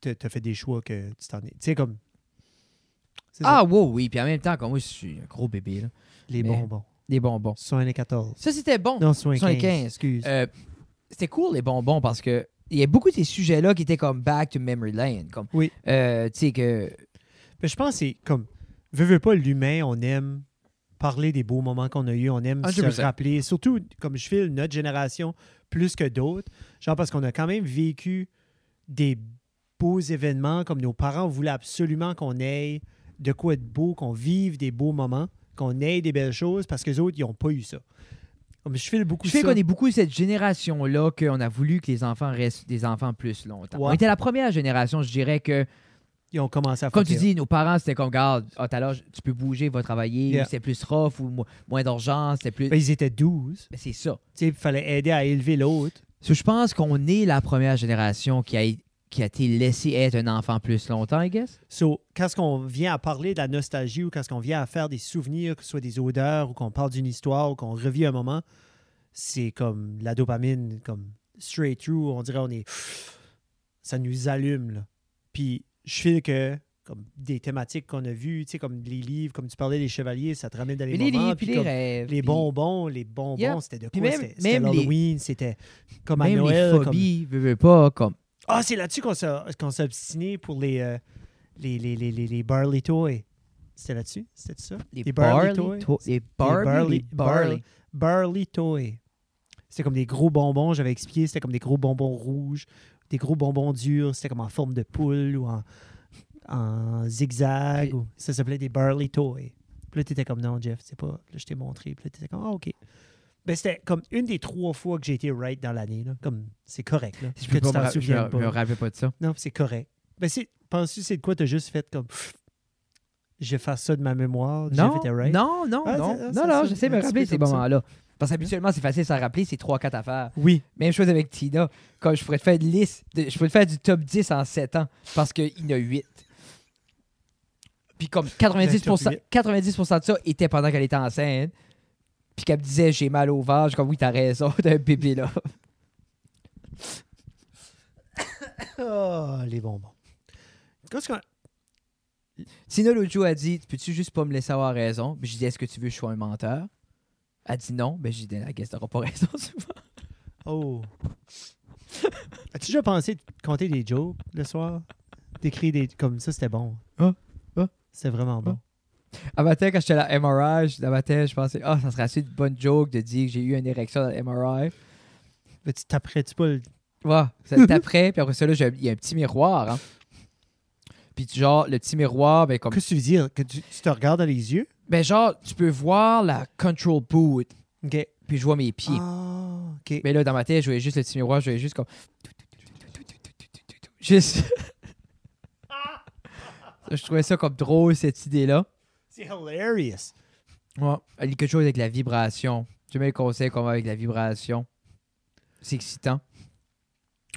t'as t'as fait des choix que tu t'en es. Tu sais, comme. c'est ça,
Ah, wow, oui. Puis en même temps, comme moi, je suis un gros bébé, là.
les
mais-
bonbons.
Des bonbons.
Soin les 14.
Ça, c'était bon.
Non, soin
Soin
15.
15.
Excuse.
Euh, c'était cool les bonbons parce que il y a beaucoup de ces sujets-là qui étaient comme back to memory lane. Comme,
Oui.
euh, tu sais que.
Mais je pense que c'est comme, veux, veux pas, l'humain, on aime parler des beaux moments qu'on a eus, on aime
100%.
se rappeler, surtout comme je file notre génération plus que d'autres, genre parce qu'on a quand même vécu des beaux événements, comme nos parents voulaient absolument qu'on ait de quoi être beau, qu'on vive des beaux moments, qu'on ait des belles choses, parce que les autres, ils n'ont pas eu ça. Comme je file beaucoup
Je sais
ça.
qu'on est beaucoup de cette génération-là qu'on a voulu que les enfants restent des enfants plus longtemps.
Ouais.
On était la première génération, je dirais que,
Ils ont commencé à
comme tu
fucker.
dis, nos parents, c'était comme, garde, à t'as l'âge, tu peux bouger, va travailler,
Yeah.
ou c'est plus rough, ou mo- moins d'argent, c'était plus.
Ben, ils étaient 12.
Ben, c'est ça.
Il fallait aider à élever l'autre.
So, je pense qu'on est la première génération qui a, qui a été laissée être un enfant plus longtemps, I guess.
So, quand on vient à parler de la nostalgie ou quand on vient à faire des souvenirs, que ce soit des odeurs ou qu'on parle d'une histoire ou qu'on revit un moment, c'est comme la dopamine, comme straight through, on dirait on est... Ça nous allume, là. Puis je file que, comme des thématiques qu'on a vues, tu sais, comme les livres, comme tu parlais des chevaliers, ça te ramène dans les
Mais les
moments.
livres,
puis
puis les
comme
rêves.
les
puis-
bonbons, les bonbons,
Yeah.
c'était de
Puis
quoi?
même-
C'était c'était
même les-
l'Halloween, c'était comme à
même
Noël.
les
comme-
phobies, veux, veux pas, comme
Ah, c'est là-dessus qu'on s'est qu'on s'est obstiné pour les, euh, les, les, les, les, les Barley Toy. C'était là-dessus? C'était ça?
Les
Des Barley
Barley
Toys.
Toys. Les
Les
Barbie, les
Barley-
Barley.
Barley. Barley Toy. C'était comme des gros bonbons, j'avais expliqué, c'était comme des gros bonbons rouges, des gros bonbons durs, c'était comme en forme de poule ou en, en zigzag.
Puis-
ou- ça s'appelait des Barley Toy. Puis là, t'étais comme non, Jeff, c'est pas. Puis là, je t'ai montré. Puis là, t'étais comme ah, OK. Ben, c'était comme une des trois fois que j'ai été right dans l'année. là. Comme c'est correct. Là,
Je
que
peux
tu
pas me
t'en
ra- je
souviennes
me- je me rappelle pas de ça.
non, c'est correct. Ben, c'est, penses-tu c'est de quoi t'as juste fait comme pff, je vais faire ça de ma mémoire,
Non,
Jeff était right?
non, non,
Ah,
non,
c'est- ah,
non,
c'est
non,
ça,
j'essaie de
un
me
petit
rappeler
peu
ces
comme ça.
moments-là. Parce qu'habituellement, c'est facile de s'en rappeler, c'est 3-4 affaires.
Oui.
Même chose avec Tina. Comme je pourrais te faire une liste, de- je pourrais te faire du top 10 en 7 ans parce qu'il y en a 8. Puis comme 90%,
Top huit.
90% de ça était pendant qu'elle était enceinte. Puis qu'elle me disait j'ai mal au ventre, je suis comme oui, t'as raison, *laughs* t'as un bébé là.
Oh, les bonbons. Qu'est-ce qu'on-
Tina l'autre jour a dit Peux-tu juste pas me laisser avoir raison Puis je dis Est-ce que tu veux que je sois un menteur Elle dit non, ben j'ai dit la guest t'auras pas raison *laughs* souvent.
Oh. As-tu déjà pensé de compter des jokes le soir? D'écrire des. Comme ça, c'était bon.
Ah, ah,
C'est vraiment bon.
Un matin, quand j'étais à la MRI, je- le matin, je pensais Ah, ça serait assez de bonne joke de dire que j'ai eu une érection à la MRI.
Mais tu taperais-tu pas le.
Ouais, ça t'apprête, puis après ça, là, j'ai- il y a un petit miroir. Hein. Puis tu- genre, le petit miroir, ben comme.
Qu'est-ce que tu veux dire? Que tu, tu te regardes dans les yeux?
Ben genre, tu peux voir la control boot,
OK.
puis je vois mes pieds.
Ah, OK.
Mais là, dans ma tête, je voyais juste le petit miroir, je voyais juste comme. Juste. je trouvais ça comme drôle, cette idée-là.
C'est hilarious.
Ouais. Il y a quelque chose avec la vibration. J'aime les conseils qu'on va avec la vibration. C'est excitant.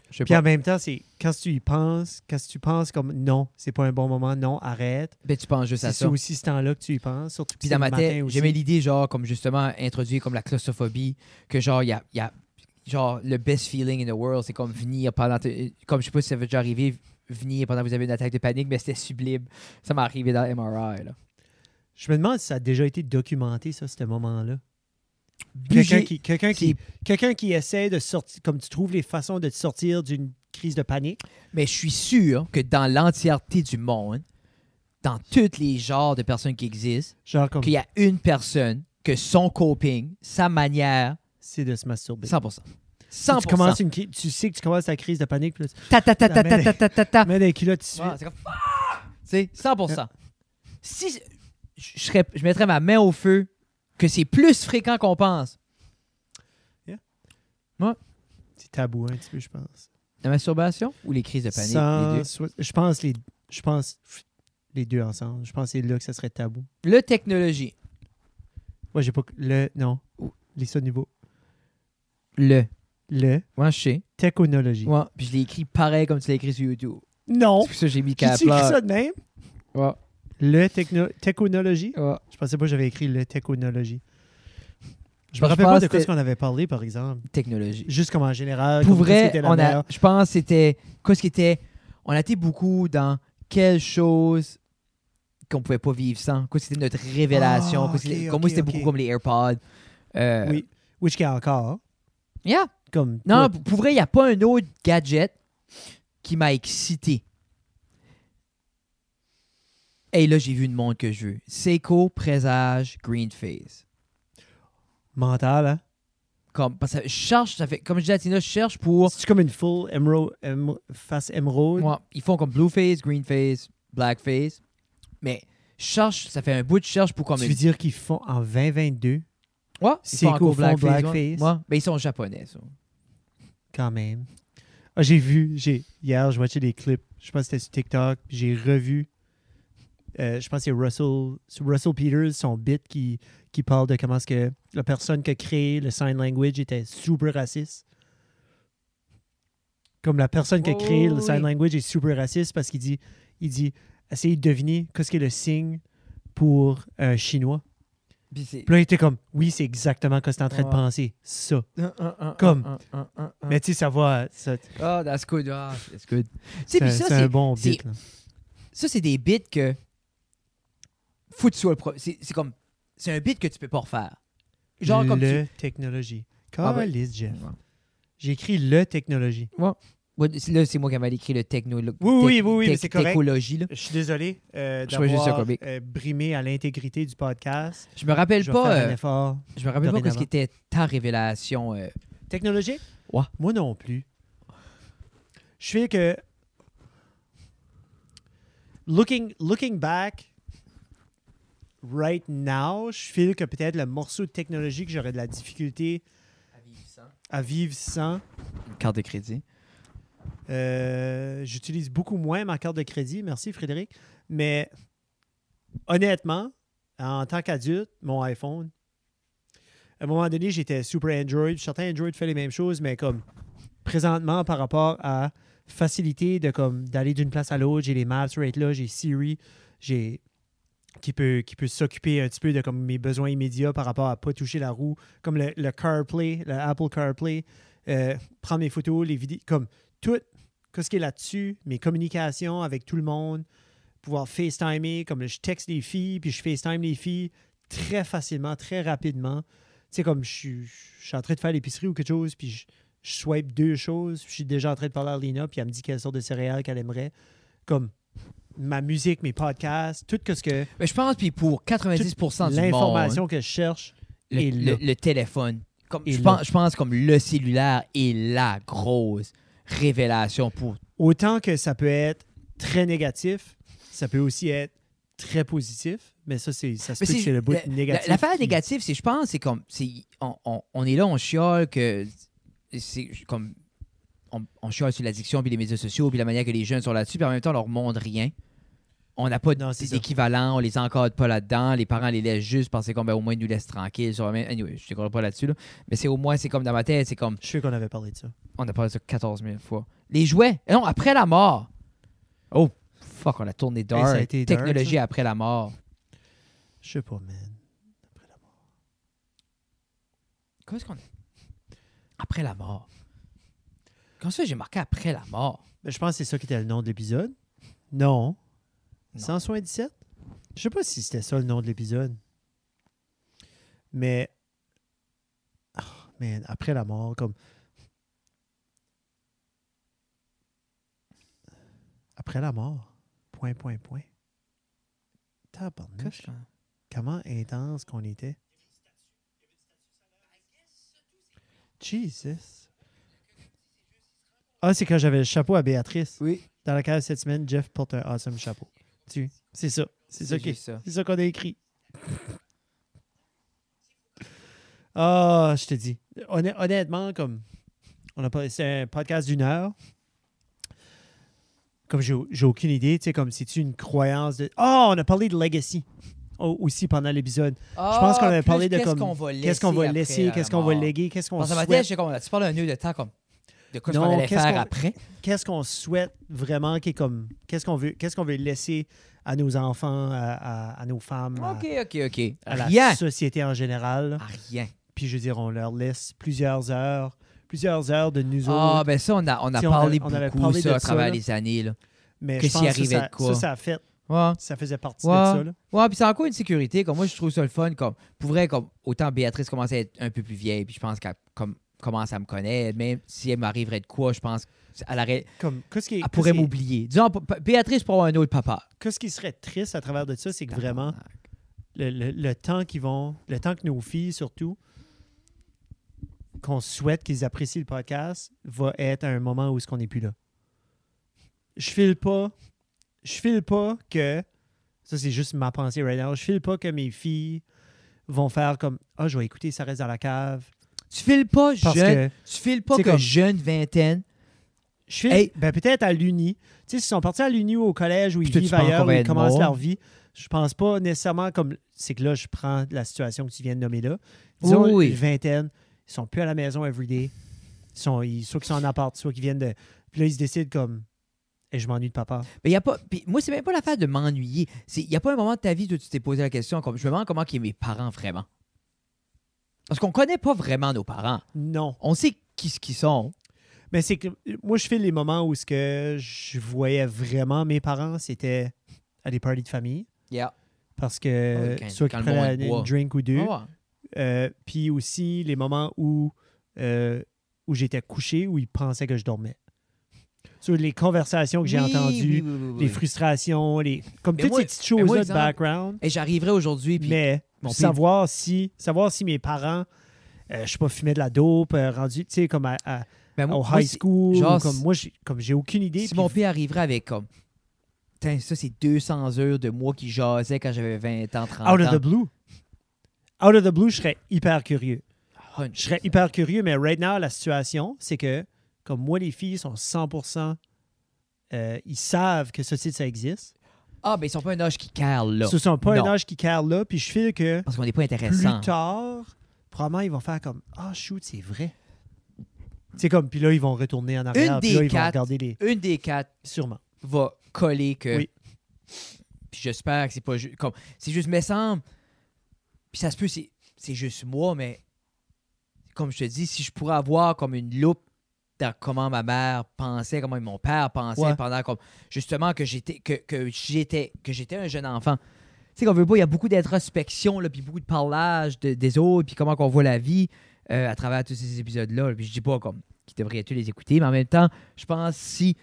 Je sais
Puis
pas.
en même temps, c'est quand tu y penses, quand tu penses comme non, c'est pas un bon moment, non, arrête.
Ben, tu penses juste à
C'est
ça.
sous- aussi ce temps-là que tu y penses, surtout que
Puis
c'est
dans ma
le matin
tête,
aussi.
j'aimais l'idée, genre, comme justement, introduire comme la claustrophobie, que genre, il y a, il y a- genre, le best feeling in the world, c'est comme venir pendant, t- comme je sais pas si ça va déjà arriver, venir pendant que vous avez une attaque de panique, mais c'était sublime. Ça m'est arrivé dans MRI, là.
Je me demande si ça a déjà été documenté, ça, ce moment-là. Quelqu'un
Bugé-
qui, quelqu'un
c'est-
qui, quelqu'un qui essaie de sortir, comme tu trouves les façons de te sortir d'une crise de panique.
Mais je suis sûr que dans l'entièreté du monde, dans tous les genres de personnes qui existent,
Genre comme,
qu'il y a une personne que son coping, sa manière,
c'est de se masturber.
100%.
Si
100%.
Tu, commences une, cri- tu sais que tu commences ta crise de panique, puis là, tu
Ta ta ta ta ta ta ta ta ta.
mets des culottes tout de suite.
Ah.
Euh,
Ouais, c'est comme Ah! Tu sais, 100%. Si je, je serais- je mettrais ma main au feu, que c'est plus fréquent qu'on pense.
C'est tabou hein, un petit peu, je pense.
La masturbation ou les crises de panique
Sans-
les deux?
soit- je pense les, je pense les deux ensemble. Je pense que c'est là que ça serait tabou.
Le technologie.
Moi, j'ai pas le non, les ça niveau
Le.
le
Moi, je sais.
technologie.
Ouais, puis je l'ai écrit pareil comme tu l'as écrit sur YouTube.
Non,
C'est pour ça que j'ai mis
Oh! j'ai
qu'à
écrit
plat.
ça de même.
Ouais,
Le techno, technologie.
ouais.
Je pensais pas que j'avais écrit le technologie. Je
Moi,
me
Ben, je
rappelle
pense
pas de quoi
que-
ce qu'on avait parlé, par exemple.
Technologie.
Juste comme en général. comme
Pour
tout
vrai,
était la
on a,
meilleure.
je pense que c'était. Quoi ce qui était. On a été beaucoup dans quelle chose qu'on pouvait pas vivre sans. Quoi c'était notre révélation.
Ah,
quoi, c'était-
ok,
comme
ok,
moi, c'était
ok.
beaucoup comme les AirPods. Euh,
Oui. Which qu'il y a encore.
Yeah.
Comme
Non,
toi,
pour- pour vrai, il n'y a pas un autre gadget qui m'a excité. Et là, j'ai vu une montre que je veux. Seiko Présage Greenface.
mental, hein?
Comme, parce que je cherche, ça fait, comme je disais à Tina, je cherche pour
C'est comme une full émeraude, émer- face émeraude.
Ouais, ils font comme Blueface, Greenface, Blackface. Mais je cherche, ça fait un bout de cherche pour comme.
tu
une-
veux dire qu'ils font en 2022
Ouais, ils
Seiko
font encore
font
ouais.
Blackface.
Ouais, mais ils sont japonais, ça.
quand même. Ah, j'ai vu, j'ai hier, je watchais des clips. Je pense que c'était sur TikTok. puis J'ai revu. euh, je pense que c'est Russell, c'est Russell Peters, son bit qui, qui parle de comment est-ce que la personne qui a créé le sign language était super raciste. Comme la personne qui a
Oh,
créé le
oui.
sign language est super raciste parce qu'il dit, il dit, essayez de deviner qu'est-ce que le signe pour un chinois.
Puis c'est.
Puis là, il était comme, oui, c'est exactement ce que tu en train de
Ouais.
penser. Ça.
Ah,
Comme.
Comme. Ah.
Mais tu sais, ça va, ça-
Oh, that's good. Ah, that's good. Tu sais,
c'est
puis
un-
ça,
c'est un
c'est-
bon
c'est-
bit. là.
ça, c'est des bits que. Faut que tu sois le pro- C'est c'est comme. C'est un bit que tu peux pas refaire. Genre comme
le technologie.
Ah ouais.
Caliste,
tu.
Jeff. J'ai écrit le technologie.
Ouais. Ouais, c'est- Là, c'est moi qui avais écrit le techno.
oui, oui, oui, mais c'est correct.
Technologie, là.
Je suis désolé euh,
Je choisis
d'avoir
Jacobi.
euh, brimé à l'intégrité du podcast.
Je me rappelle
Je vais
pas.
faire un
euh,
effort.
je me rappelle pas ce
dorénavant.
qui était ta révélation. euh,
Technologique?
Ouais.
Moi non plus. Je sais que... Looking, looking back right now, je feel que peut-être le morceau de technologie que j'aurais de la difficulté à vivre sans,
Une carte de crédit.
Euh, j'utilise beaucoup moins ma carte de crédit. Merci, Frédéric. Mais honnêtement, en tant qu'adulte, mon iPhone, à un moment donné, j'étais super Android. Certains Android fait les mêmes choses, mais comme présentement, par rapport à facilité de comme d'aller d'une place à l'autre, j'ai les maps right là, j'ai Siri, j'ai qui peut, qui peut s'occuper un petit peu de comme mes besoins immédiats par rapport à pas toucher la roue, comme le, le CarPlay, le Apple CarPlay, euh, prendre mes photos, les vidéos, comme tout qu'est-ce qui est là-dessus, mes communications avec tout le monde, pouvoir FaceTimer, comme je texte les filles, puis je FaceTime les filles très facilement, très rapidement. Tu sais, comme je suis, je suis en train de faire l'épicerie ou quelque chose, puis je, je swipe deux choses, puis je suis déjà en train de parler à Lina, puis elle me dit quelle sorte de céréales qu'elle aimerait. Comme ma musique, mes podcasts, tout que ce que
Mais Ben, je pense, puis pour 90% du monde,
l'information que je cherche
le,
est
le-
là.
le téléphone. Comme,
Et
je,
là.
pense, je pense comme le cellulaire est la grosse révélation pour
Autant que ça peut être très négatif, ça peut aussi être très positif, mais ça, c'est, ça se
Mais
peut que
c'est-
c'est le bout
la-
négatif.
la- L'affaire
qui-
négative, c'est, je pense, c'est comme, c'est, on, on- on est là, on chiale que, c'est comme, on, on chiale sur l'addiction, puis les médias sociaux, puis la manière que les jeunes sont là-dessus, puis en même temps, on leur montre rien. On n'a pas
Non, c'est ça.
d'équivalent, on les encadre pas là-dedans, les parents les laissent juste parce que comme, ben, au moins, ils nous laissent tranquilles. Sur la même- anyway, je ne pas là-dessus, là. mais c'est au moins, c'est comme dans ma tête, c'est comme,
Je sais qu'on avait parlé de ça.
on a parlé de ça 14 000 fois. Les jouets, Eh non, après la mort. Oh, fuck, on a tourné
ça a
dark.
été dark,
Technologie après la mort.
Je sais pas, man. Après la mort.
Comment est-ce qu'on Après la mort. Comment ça, j'ai marqué après la mort?
Ben, je pense que c'est ça qui était le nom de l'épisode. Non.
Non.
177? Je sais pas si c'était ça le nom de l'épisode. Mais. Ah, man, après la mort, comme. Après la mort. Point, point, point. Tabarnouche. Comment intense qu'on était. Jesus. Ah, c'est quand j'avais le chapeau à Béatrice.
Oui,
Dans la case cette semaine, Jeff porte un awesome chapeau. Tu, c'est ça. C'est ça, qui-
juste ça.
c'est ça qu'on a écrit. Ah, je te dis. Honn- honnêtement, comme on a pas, c'est un podcast d'une heure. Comme j'ai, j'ai aucune idée, tu sais, comme c'est une croyance de. Oh, on a parlé de legacy au- aussi pendant l'épisode. je pense qu'on avait parlé de
Ah, qu'est-ce
comme-
Qu'on va laisser
Qu'est-ce qu'on va
après
laisser,
la
qu'est-ce qu'on va
mort.
léguer, qu'est-ce qu'on
Dans ma
souhaite-
tête, j'ai comme, tu parles un nœud de temps, comme, de quoi
Non,
qu'on allait
qu'est-ce
faire
qu'on-
après.
qu'est-ce qu'on souhaite vraiment qui est comme qu'est-ce qu'on veut qu'est-ce qu'on veut laisser à nos enfants à, à- à nos femmes à-
OK, OK, OK.
à, Ah. la
Rien.
société en général
Ah, Rien.
puis je veux dire on leur laisse plusieurs heures plusieurs heures de nous
Ah,
autres
ben ça, on a, on a
Si on
parlé
a- on avait
beaucoup,
parlé de
ça, à
ça,
travers
là.
les années, là.
mais
que
je pense
s'y
que ça,
arrivait de quoi?
ça ça a fait
Ouais.
ça faisait partie
Ouais.
de ça là.
Ouais, puis c'est encore une sécurité. Comme moi, je trouve ça le fun. Comme, pour vrai, comme, autant Béatrice commence à être un peu plus vieille, puis je pense qu'elle comme, commence à me connaître. Même si elle m'arriverait de quoi, je pense qu'elle aurait-
comme qu'est-ce qui
elle
qu'est-ce
pourrait
qui-
m'oublier. Disons, p- p- Béatrice pour avoir un autre papa.
qu'est-ce qui serait triste à travers de ça c'est que vraiment le, le- le temps qu'ils vont le temps que nos filles surtout qu'on souhaite qu'ils apprécient le podcast va être à un moment où ce qu'on n'est plus là. Je file pas je file pas que ça c'est juste ma pensée right now. Je file pas que mes filles vont faire comme ah je vais écouter ça reste dans la cave
Tu files pas
parce
jeune.
que
Tu files pas
c'est
que
comme-
jeune vingtaine.
je file
Hey.
ben peut-être à l'uni. Tu sais s'ils sont partis à l'uni ou au collège où ils
Puis toi, tu
vivent
penses qu'on
ailleurs, où
va
ils
être
commencent
mort.
leur vie, je pense pas nécessairement comme c'est que là je prends la situation que tu viens de nommer là. Disons
Oui, oui.
une vingtaine, ils sont plus à la maison everyday. Ils sont ils, soit qui sont en appart, soit qui viennent de puis là ils se décident comme et je m'ennuie de papa.
Mais y a pas. puis moi, c'est même pas l'affaire de m'ennuyer. Il y a pas un moment de ta vie où tu t'es posé la question comme je me demande comment qui mes parents vraiment. Parce qu'on connaît pas vraiment nos parents.
Non.
On sait qui ce qu'ils sont.
Mais c'est que moi, je fais les moments où ce que je voyais vraiment mes parents, c'était à des parties de famille.
Yeah.
Parce que
Ouais, quand-
soit
quand
qu'ils
le monde
prenaient une
boit.
drink ou deux.
On va voir.
Euh, puis aussi les moments où, euh, où j'étais couché, où ils pensaient que je dormais. sur les conversations que j'ai
Oui,
entendues,
oui, oui, oui, oui.
les frustrations, les comme
Mais
toutes
moi-
ces petites
mais moi,
choses-là de
exemple,
background.
Et j'arriverai aujourd'hui, puis
mais
mon pire-
savoir si savoir si mes parents, euh, je sais pas, fumaient de la dope, euh, rendu, tu sais, comme à, à-
ben, moi-
au
moi,
high
si-
school,
genre,
ou comme
si-
moi, j'ai- comme j'ai aucune idée.
Si
puis-
mon père arriverait avec comme. Putain, ça, c'est 200 heures de moi qui jasais quand j'avais 20 ans, 30
out of
ans.
the blue. Out of the blue, je serais hyper curieux.
Hunch.
Je serais hyper curieux, mais right now, la situation, c'est que, comme moi, les filles sont 100%, euh, ils savent que ce site, ça existe.
Ah, ben, ils sont pas un âge qui carle, là.
Ce sont pas
Non.
un âge qui carre là, puis je file que
Parce qu'on n'est pas
plus
intéressant.
tard, probablement, ils vont faire comme « Ah, shoot, c'est vrai. » C'est comme, puis là, ils vont retourner en arrière,
Une
puis
des
là, ils vont
quatre-
regarder les...
Une des quatre
Sûrement.
va coller que.
Oui.
Puis j'espère que c'est pas juste. Comme... C'est juste, me semble. Puis ça se peut, c'est c'est juste moi, mais. Comme je te dis, si je pourrais avoir comme une loupe dans comment ma mère pensait, comment mon père pensait
Ouais.
pendant comme. Justement, que j'étais que, que j'étais que j'étais un jeune enfant. Tu sais qu'on veut pas, il y a beaucoup d'introspection, là, puis beaucoup de parlage de- des autres, puis comment qu'on voit la vie euh, à travers tous ces épisodes-là. Puis je dis pas comme qu'ils devraient tous les écouter, mais en même temps, je pense si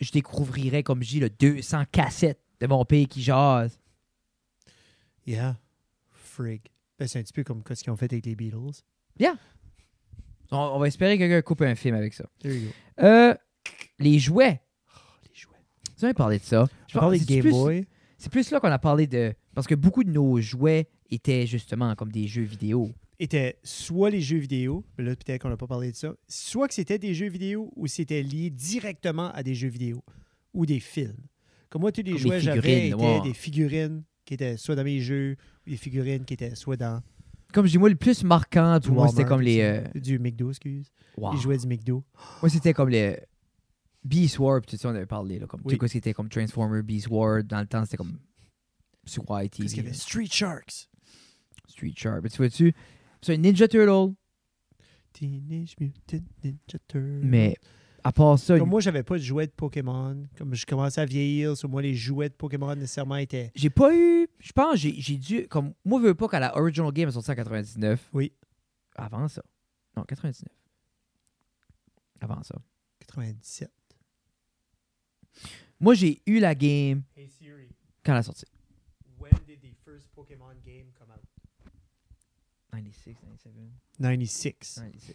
je découvrirais, comme je dis, le 200 cassettes de mon pays qui jase.
Yeah. Frig. Ben, c'est un petit peu comme ce qu'ils ont fait avec les Beatles.
On, on va espérer que quelqu'un coupe un film avec ça.
There you go.
Euh, les jouets.
Oh, les jouets.
Tu as parlé de ça.
Je parle des
c'est
Game
plus-
Boy.
C'est plus là qu'on a parlé de. Parce que beaucoup de nos jouets étaient justement comme des jeux vidéo.
étaient soit les jeux vidéo, mais là peut-être qu'on n'a pas parlé de ça, soit que c'était des jeux vidéo ou c'était lié directement à des jeux vidéo ou des films. Comme moi, tous les
Comme les
jouets que j'avais
figurines,
étaient
ouais.
des figurines qui étaient soit dans mes jeux ou des figurines qui étaient soit dans
Comme je dis, moi, le plus marquant,
du
pour moi, c'était
Walmart
comme
aussi.
les. euh,
Du McDo, excuse.
wow.
Les jouets du McDo.
Moi, c'était comme les. euh, Beast Ward, tout ça, on avait parlé. Là, comme,
Oui.
Tout quoi, c'était comme Transformer, Beast Ward. Dans le temps, c'était comme. Sur YTV.
Parce qu'il y avait
là.
Street Sharks.
Street Shark. Mais tu vois-tu? C'est un Ninja Turtle.
Teenage Mutant Ninja Turtles.
Mais à part ça,
Comme moi, j'avais pas de jouets de Pokémon. Comme je commençais à vieillir, sur moi, les jouets de Pokémon nécessairement étaient
j'ai pas eu. Je pense, j'ai j'ai dû. Comme, moi, je veux pas qu'à la Original Game, elle sortait en 99.
Oui.
Avant ça. Non, 99. Avant ça.
97.
Moi, j'ai eu la game
Hey Siri,
quand elle a sorti.
when did the first Pokémon game come out?
96, 97.
96.
96,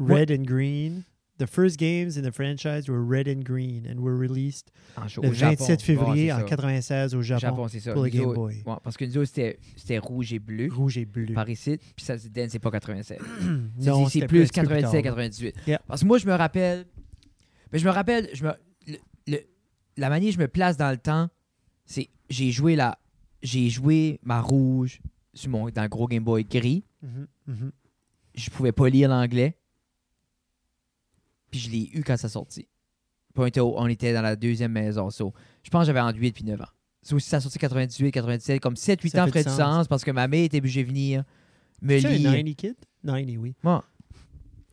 ouais.
Red and Green. The first games in the franchise were Red and Green and were released
En Japon.
le 27 février
Ouais,
en
c'est ça.
96 au Japon,
Japon, c'est ça.
pour le
Nous
Game
autres-
Boy.
ouais, parce que nous autres, c'était c'était rouge et bleu.
Rouge et bleu.
Par ici, puis ça, c'est Dan, c'est pas 96. C'est-
Non, c'était
c'est- c'est plus
un petit peu plus
97,
tard.
98.
Yeah.
Parce que moi, je me rappelle. Mais je me rappelle, je me, le- le- la manière que je me place dans le temps, c'est j'ai joué la, j'ai joué ma rouge sur mon, dans le gros Game Boy gris.
Mhm, mhm.
Je pouvais pas lire l'anglais. Puis je l'ai eu quand ça sortit. Puis on était, au- on était dans la deuxième maison. so, je pense que j'avais entre 8 puis 9 ans. C'est aussi ça sortit 98, 97, comme 7-8
Ça
ans
fait
ferait
du
du
sens.
sens parce que ma mère était obligée de venir me
C'est un
lire.
90 Kid? 90, oui.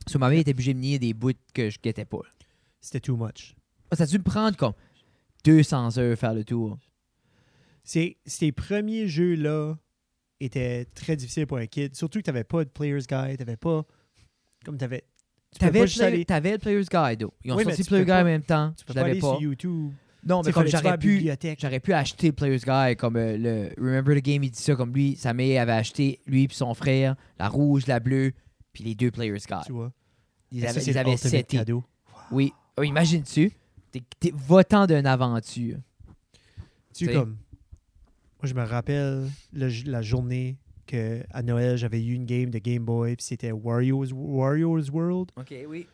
So, ma mère était obligée de venir des bouts que je guettais pas.
C'était too much.
Ah, Ça a dû me prendre comme 200 heures faire le tour.
C'est- Ces premiers jeux-là étaient très difficiles pour un kid, surtout que tu n'avais pas de Player's Guide, tu n'avais pas... Comme t'avais, tu
T'avais
avais...
le, play- t'avais le Player's Guide, though. Ils ont
Oui, mais
sorti
tu
Player's
peux
Guide
pas-
en même temps.
Tu peux
je
pas
l'avais
aller
pas.
sur YouTube.
Non,
Tu
mais
sais,
comme
fallait-tu vas à la
j'aurais pu,
bibliothèque?
j'aurais pu acheter Player's Guide, comme euh, le Remember the Game, il dit ça, comme lui, sa mère avait acheté, lui puis son frère, la rouge, la bleue, puis les deux Player's
Tu
Guide.
vois.
Ils
Ça,
avaient,
c'est
ils
le
avaient
ultimate
seté.
cadeau.
Oui. Oh, Imagine-tu, t'es, t'es votant d'une aventure.
Tu sais,
T'sais.
comme. Moi, je me rappelle le j- la journée que à Noël, j'avais eu une game de Game Boy, puis c'était Wario's, Wario's World,
OK, oui.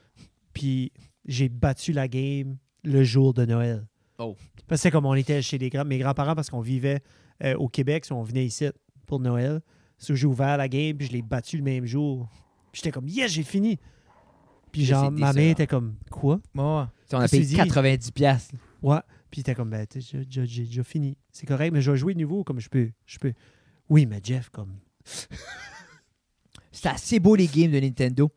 puis j'ai battu la game le jour de Noël.
Oh.
Parce que c'est comme on était chez les grands, mes grands-parents, parce qu'on vivait euh, au Québec, so on venait ici pour Noël. So, j'ai ouvert la game, puis je l'ai battu le même jour. Puis j'étais comme, yes, j'ai fini! Puis
Là,
genre,
c'est
ma
décevant.
mère était comme, quoi?
Moi, on a
Qu'est-ce que
payé
tu dis?
90$. piastres.
Ouais. Puis t'es comme, ben, t'es- j'ai déjà- j'ai déjà fini. C'est correct, mais je vais jouer de nouveau comme je peux. Je peux. Oui, mais Jeff, comme.
C'était assez beau les games de Nintendo.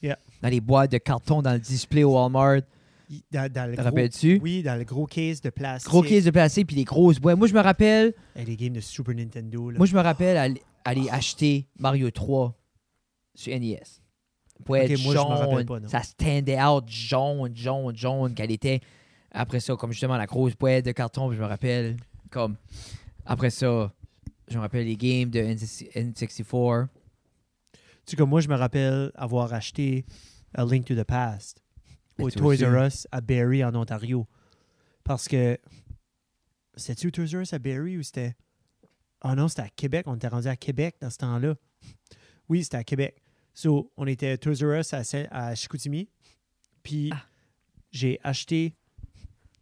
Yeah.
Dans les boîtes de carton, dans le display au Walmart.
il- Dans, dans le
Te
gros-
rappelles-tu?
Oui, dans le gros case de plastique.
Gros caisse de plastique puis les grosses boîtes. Moi, je me rappelle,
Et les games de Super Nintendo. Là.
E moi, je me rappelle aller, aller acheter Mario 3 sur NES. poète
Ok, moi, je m'en rappelle
jaune.
pas, non.
ça standait out jaune, jaune, jaune qu'elle était. Après ça, comme justement la grosse poète de carton, je me rappelle. Comme après ça, je me rappelle les games de N64.
Tu sais, comme moi, je me rappelle avoir acheté A Link to the Past
Mais
au
Ben, toi
Toys
aussi.
R Us à Barrie, en Ontario. Parce que. C'était-tu au Toys R Us à Barrie ou c'était. Ah non, c'était à Québec. On était rendu à Québec dans ce temps-là. Oui, c'était à Québec. So, on était à Toys R Us à, Saint- à Chicoutimi. Puis,
Ah.
j'ai acheté.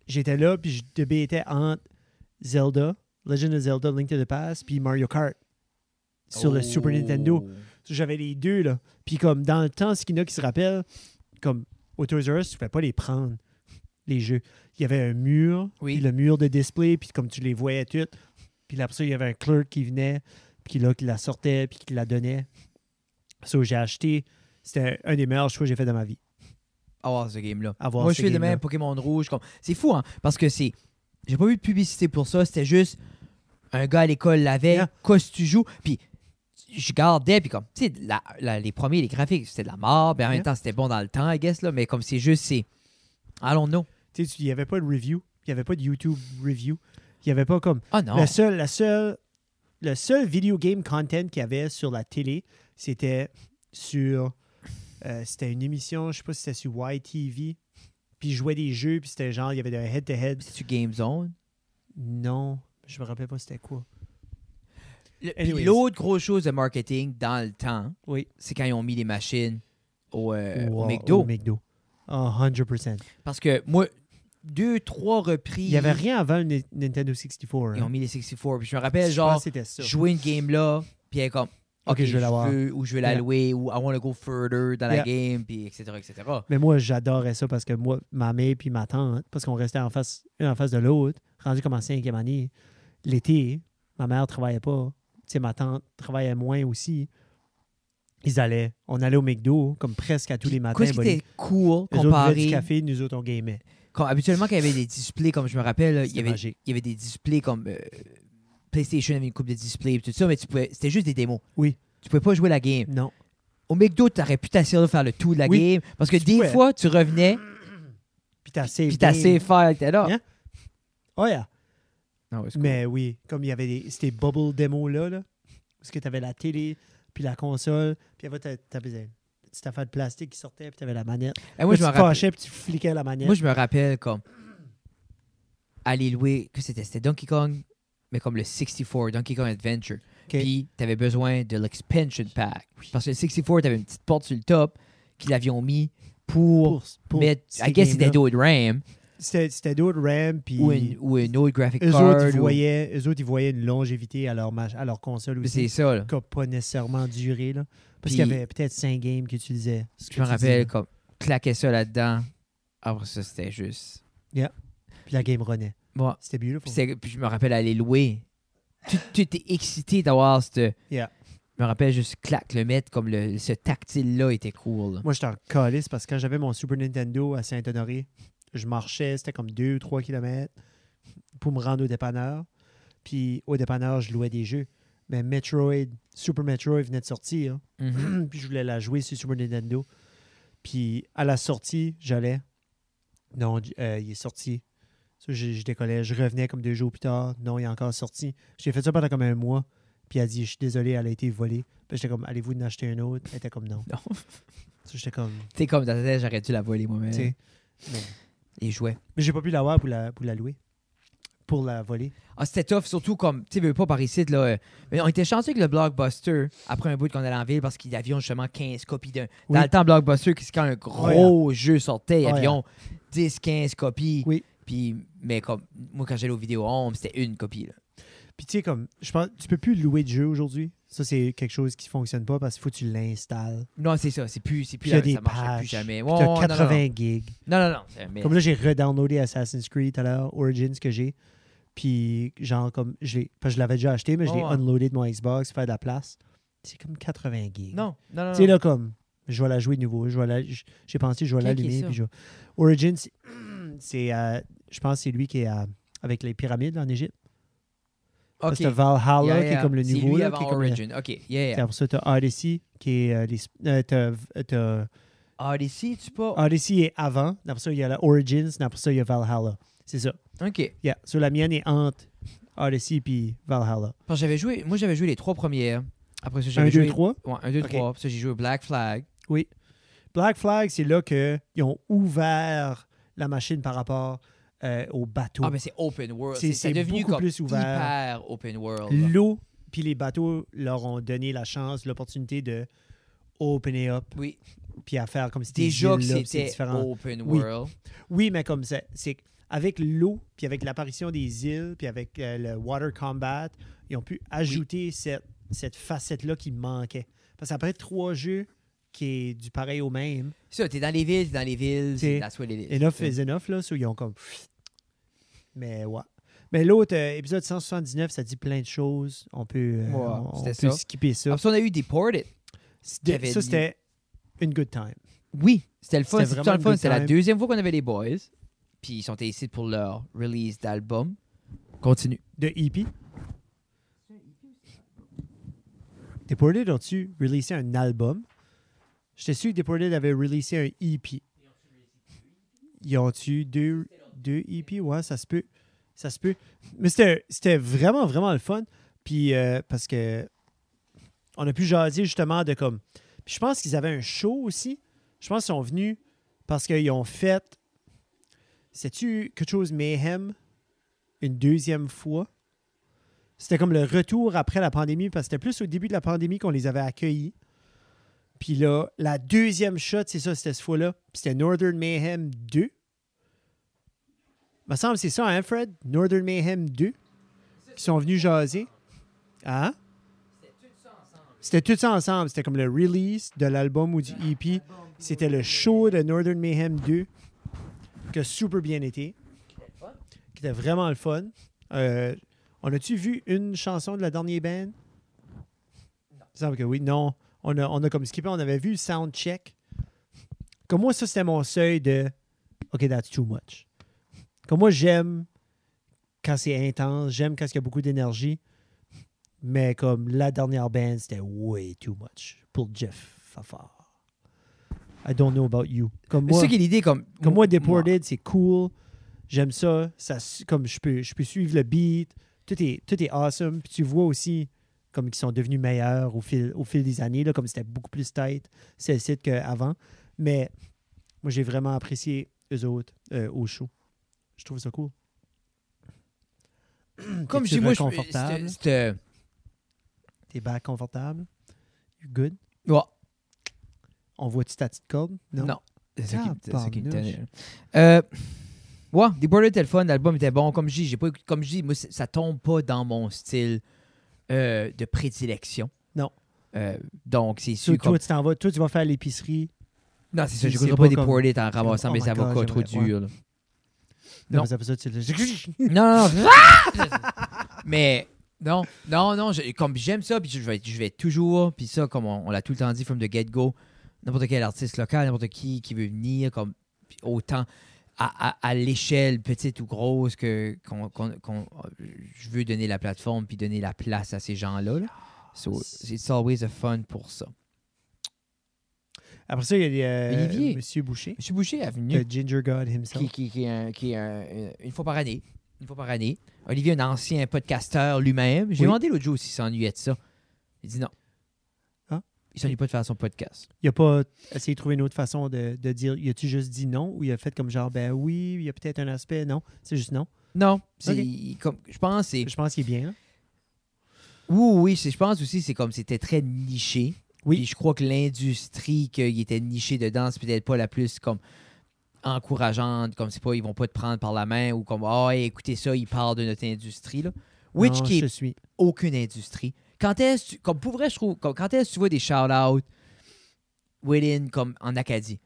J'étais là, puis je débattais entre Zelda, Legend of Zelda, Link to the Past, puis Mario Kart sur le
Oh.
Super Nintendo. J'avais les deux, là. Puis comme dans le temps, ce qu'il y en a qui se rappellent, comme au Toys R Us, tu ne pouvais pas les prendre, les jeux. Il y avait un mur,
Oui.
puis le mur de display, puis comme tu les voyais toutes. Puis là, après ça, il y avait un clerk qui venait, puis là, qui la sortait, puis qui la donnait. So, j'ai acheté. C'était un des meilleurs choix que j'ai fait dans ma vie.
avoir ce game-là.
Avoir
Moi,
ce
je suis de
game-là.
même Pokémon Rouge. Comme... C'est fou, hein? Parce que c'est. J'ai pas eu de publicité pour ça. C'était juste un gars à l'école l'avait.
Yeah.
Qu'est-ce que tu joues? Puis je gardais. Puis comme, tu sais, la- la- les premiers, les graphiques, c'était de la mort. Mais en même
Yeah.
temps, c'était bon dans le temps, I guess. Là, mais comme c'est juste, c'est. Allons-nous.
Tu sais, tu- il n'y avait pas de review. Il n'y avait pas de YouTube review. Il n'y avait pas comme.
Ah non.
Le seul, la seule, le seul video game content qu'il y avait sur la télé, c'était sur. euh, c'était une émission, je sais pas si c'était sur YTV. Puis je jouais des jeux, puis c'était genre, il y avait un head-to-head.
C'est-tu Game Zone?
Non, je me rappelle pas c'était quoi.
Le- puis
Anyways.
L'autre grosse chose de marketing dans le temps,
Oui.
c'est quand ils ont mis les machines au, euh, au
Wow,
McDo.
au McDo. Ah, 100%.
Parce que moi, deux, trois
Il
reprises,
n'y avait rien avant le Ni- Nintendo 64.
ils ont
hein.
mis les 64. Puis je me
Je
rappelle,
pense
genre,
que c'était ça.
jouer une game là, puis elle est comme, ok,
Ok, je vais
je,
l'avoir.
veux, ou je veux la
Yeah.
louer, ou I want to go further dans la
Yeah.
game, puis etc., etc.
Mais moi, j'adorais ça parce que moi, ma mère puis ma tante, parce qu'on restait en face, une en face de l'autre, rendu comme en cinquième année, l'été, ma mère travaillait pas. Tu sais, ma tante travaillait moins aussi. Ils allaient, on allait au McDo comme presque à tous
Puis,
les matins.
Qu'est-ce qui
Bonnie.
était cool
Eux autres buvaient du
comparé.
café, nous autres, on gamait.
Comme, habituellement, quand il y avait des displays, comme je me rappelle, là, Euh, il y
C'était
avait,
magique.
il y avait des displays comme euh, PlayStation avait une coupe de displays, puis tout ça, mais tu pouvais, c'était juste des démos.
Oui.
Tu pouvais pas jouer la game.
Non.
Au McDo, t'aurais pu t'assurer de faire le tout de la
Oui.
game, parce que
Tu
des
pouvais.
fois, tu revenais,
Puis t'as
puis t'as assez faire, t'es là.
Yeah. Oh, yeah.
Non, c'est cool.
Mais oui, comme il y avait des, ces bubble démos-là, là, parce que tu avais la télé, puis la console, puis avant, tu avais une petite affaire de plastique qui sortait, puis tu avais la manette.
Eh,
Là,
moi, je me
tu te
rappelle-
fâchais, puis tu fliquais la manette.
Moi, je me rappelle comme aller louer, que c'était c'était Donkey Kong, mais comme le 64, Donkey Kong Adventure.
OK.
Puis, tu avais besoin de l'expansion pack. Parce que le 64, tu avais une petite porte sur le top qu'ils l'avions mis pour,
pour, pour
mettre,
ces
I guess,
games-là.
c'était d'autres RAM
C'était c'était d'autres RAM, puis
ou une, ou une autre graphic
eux,
card.
autres, ils
ou-
voyaient, eux autres, ils voyaient une longévité à leur, mach- à leur console
Mais C'est
aussi,
ça, là.
qui n'a pas nécessairement duré. Là, parce
Puis-
qu'il y avait peut-être 5 games qu'ils utilisaient. ce que
Je me
tu
rappelle,
dis,
comme, claquer ça là-dedans. Après ça, c'était juste.
là. Puis la game renaît.
Moi,
C'était beautiful.
Puis, c'est- puis je me rappelle aller louer. Tu tu étais excité d'avoir ce.
Yeah.
Je me rappelle juste clac le mettre comme le, ce tactile-là était cool. là.
Moi, j'étais en calice parce que quand j'avais mon Super Nintendo à Saint-Honoré, je marchais, c'était comme 2 ou 3 km pour me rendre au dépanneur. Puis au dépanneur, je louais des jeux. Mais Metroid, Super Metroid venait de sortir.
Mhm.
*clears throat* puis je voulais la jouer sur Super Nintendo. Puis à la sortie, j'allais. Non, j- euh, il est sorti. Ça, je, je décollais. Je revenais comme deux jours plus tard. Non, il est encore sorti. J'ai fait ça pendant comme un mois. Puis elle a dit Je suis désolé, elle a été volée. Puis j'étais comme Allez-vous en acheter un autre Elle était comme Non.
Non.
Ça, J'étais
*laughs*
comme
Tu sais, comme dans ta tête, j'aurais dû la voler moi-même.
Tu sais. Mais,
Les jouets.
mais j'ai pas pu l'avoir pour la, pour la louer. Pour la voler.
Ah, c'était tough, surtout comme, tu sais, veux pas par ici, là. euh, mais on était chanceux avec le Blockbuster après un bout qu'on allait en ville parce qu'il y avait justement 15 copies d'un. Dans
Oui.
le temps, Blockbuster, c'est quand un gros jeu sortait, il y
Oh,
avait
yeah.
10, 15 copies.
Oui.
Puis, mais comme, moi, quand j'allais au vidéo home, c'était une copie, là.
Puis tu sais, comme, je pense, tu peux plus louer de jeu aujourd'hui. Ça, c'est quelque chose qui fonctionne pas parce qu'il faut que tu l'installes.
Non, c'est ça, c'est plus, c'est
Puis
plus,
il y a
la-
des
ça marchait plus
patchs.
jamais.
Puis
Ouais,
t'as
ouais, non, non,
80 gigs.
Non, non, non. non, c'est- mais-
Comme là, j'ai redownloadé Assassin's Creed tout à l'heure, Origins que j'ai. Puis, genre, comme, je l'ai- parce que je l'avais déjà acheté, mais je l'ai
Oh, Ouais, ouais.
unloadé de mon Xbox, faire de la place. C'est comme 80 gigs.
Non, non, non.
Tu sais,
non.
là, comme, je vais la jouer de nouveau. Je vais la- j- J'ai pensé, je vais
Qui est qui,
l'allumer.
ça?
Puis je... vais- Origins, *clears throat* c'est- c'est, euh, je pense, que c'est lui qui est euh, avec les pyramides en Égypte. Parce que t'as
OK.
Valhalla,
Yeah,
qui est
yeah.
comme le
C'est
nouveau.
lui
là,
avant
qui est comme-
Origin. OK, yeah,
Puis
yeah.
après ça, t'as Odyssey, qui est... euh, les sp- euh, t'as- euh, t'as-
Odyssey, tu pas?
Odyssey est avant. Puis Après ça, il y a la Origins. Puis Après ça, il y a Valhalla. C'est ça.
OK.
Yeah. So, la mienne est entre Odyssey puis Valhalla.
Parce que j'avais joué... Moi, j'avais joué les trois premières. Après ça,
1,
j'avais joué...
2, 3.
Ouais, un, deux,
OK.
trois. Puis ça, j'ai joué Black Flag.
Black Flag, c'est là qu'ils ont ouvert la machine par rapport euh, au bateau.
Ah, mais c'est open world.
C'est-
C'est c'est
c'est
devenu
beaucoup
comme
plus ouvert.
hyper open world. là.
L'eau puis les bateaux leur ont donné la chance, l'opportunité de open it up
Oui,
puis à faire comme si c'était
déjà que
c'est
c'était
différent.
open
Oui.
world.
Oui, mais comme ça, c'est avec l'eau puis avec l'apparition des îles puis avec euh, le water combat, ils ont pu ajouter cette, cette facette-là qui manquait. Parce qu'après trois jeux qui est du pareil au même,
Ça, t'es dans les villes, t'es dans les villes,
C'est-
c'est that's what it is.
Enough
C'est-
is enough, là. So, ils ont comme. *sniffs* Mais ouais. Mais l'autre, euh, épisode 179, ça dit plein de choses. On peut, euh,
Ouais,
on- on peut
c'était ça. Ah,
skipper ça.
Après ça, on a eu Deported.
C'était-
J'avais
Ça,
dit-
c'était une good time.
Oui, c'était le fun.
C'était
C'est tout le
vraiment
temps
une
le fun.
good
C'était la
time.
deuxième fois qu'on avait les boys. Puis ils sont ici pour leur release d'album. Continue.
De E EP. Deported ont-tu releasé un album? J'étais sûr que Deported avait releasé un EP. Ils ont-tu deux, deux EP? Ouais, ça se peut. Ça se peut. Mais c'était c'était vraiment, vraiment le fun. Puis euh, parce que on a pu jaser justement de comme. Puis je pense qu'ils avaient un show aussi. Je pense qu'ils sont venus parce qu'ils ont fait. Sais-tu quelque chose Mayhem une deuxième fois? C'était comme le retour après la pandémie parce que c'était plus au début de la pandémie qu'on les avait accueillis. Puis là, la deuxième shot, c'est ça, c'était ce fois-là. Puis c'était Northern Mayhem 2. Me semble que c'est ça, hein, Fred? Northern Mayhem 2. Qui sont venus jaser. Hein? C'était tout ça ensemble. C'était comme le release de l'album ou du EP. C'était le show de Northern Mayhem 2 qui a super bien été. Qui était vraiment le fun. Euh, on a-tu vu une chanson de la dernière band? Il semble que oui. Non. On a, on a comme skippé, on avait vu Soundcheck. Comme moi, ça, c'était mon seuil de OK, that's too much. Comme moi, j'aime quand c'est intense, j'aime quand il y a beaucoup d'énergie. Mais comme la dernière band, c'était way too much pour Jeff Fafard. I don't know about you. Comme
Mais
moi,
C'est ça qui est l'idée comme.
comme moi,
moi.
Deported, c'est cool. J'aime ça. ça. su- Comme je peux, je peux suivre le beat. Tout est, tout est awesome. Puis tu vois aussi comme ils sont devenus meilleurs au fil, au fil des années, là, comme c'était beaucoup plus tight, c'est le site qu'avant. Mais moi, j'ai vraiment apprécié eux autres euh, au show. Je trouve ça cool.
Comme
T'es-tu
je dis, moi, je
reconfortable?
c'était- c'était-
T'es back confortable. You good.
Ouais.
On voit-tu ta petite corde?
Non. C'est ça qui- c'est ça qui me
Tabarnouche.
tenait. Euh, ouais, Deported était le fun, l'album était bon. Comme je dis, j'ai pas écouté- comme je dis, moi, c'est- ça tombe pas dans mon style euh, de prédilection.
Non.
Euh, donc, c'est
Toi,
sûr.
toi, tu t'en vas, toi, tu vas faire l'épicerie.
Non, c'est
c'est-
ça, j'écouterai
c'est
pas
pas comme-
Deported en ramassant
Oh
mes
my God,
avocats trop
j'aimerais- ouais.
durs. là.
Non.
Non.
mais après ça, tu le-
Non, non, non. Mais non, non, non. je- comme j'aime ça, puis je vais, je vais toujours, puis ça, comme on, on l'a tout le temps dit, from the get-go, n'importe quel artiste local, n'importe qui qui veut venir, comme puis autant à, à- à l'échelle petite ou grosse que qu'on, qu'on- qu'on- je veux donner la plateforme puis donner la place à ces gens-là. là. So, it's always a fun pour ça.
Après ça, il y a euh,
Olivier.
Monsieur Boucher.
Monsieur Boucher est venu.
Le Ginger God himself.
qui, qui, qui est, un- qui est un- euh, une fois par année. Une fois par année. Olivier, un ancien podcasteur lui-même. J'ai
Oui.
demandé l'autre jour s'il s'ennuyait de ça. Il dit non.
Ah.
Il s'ennuie pas de faire son podcast.
Il a pas essayé de trouver une autre façon de, de dire. Il a-tu juste dit non ou il a fait comme genre, ben oui, il y a peut-être un aspect, non. C'est juste non.
Non. c'est-
Ok.
il- comme, je pense c'est.
Je pense qu'il est bien. hein. là.
Oui, oui, c'est- je pense aussi c'est comme c'était très niché.
Oui.
Puis je crois que l'industrie qu'il était niché dedans, c'est peut-être pas la plus comme encourageante, comme c'est pas ils vont pas te prendre par la main ou comme ah écoutez ça, ils parlent de notre industrie là. Which
Non,
qui est
je te suis.
aucune industrie. Quand est-ce tu- comme pour vrai, je trouve, comme- quand est-ce que tu vois des shout-outs within comme en Acadie?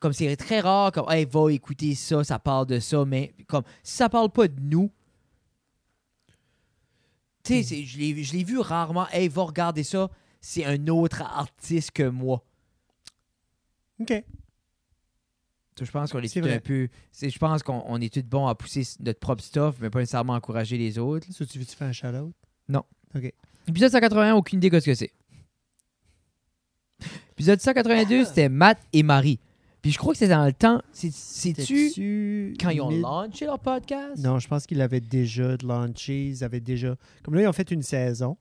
Comme c'est très rare, comme Hey, va écouter ça, ça parle de ça, mais comme si ça parle pas de nous. Tu sais, c'est- je l'ai- je l'ai vu rarement, hey, va regarder ça, c'est un autre artiste que moi.
OK.
Tu sais, Je pense qu'on est,
C'est
tous
vrai.
un peu. c'est- Je pense qu'on on est tous bons à pousser notre propre stuff, mais pas nécessairement encourager les autres.
Ça, tu veux-tu faire un shout-out?
Non.
OK.
Épisode 181, aucune idée de ce que c'est. Épisode 182, c'était Matt et Marie. Puis je crois que c'était dans le temps. c'est- C'est-tu
T'es-tu
quand ils ont
mid-
lancé leur podcast?
Non, je pense qu'ils l'avaient déjà launché. Ils avaient déjà. Comme là, ils ont fait une saison.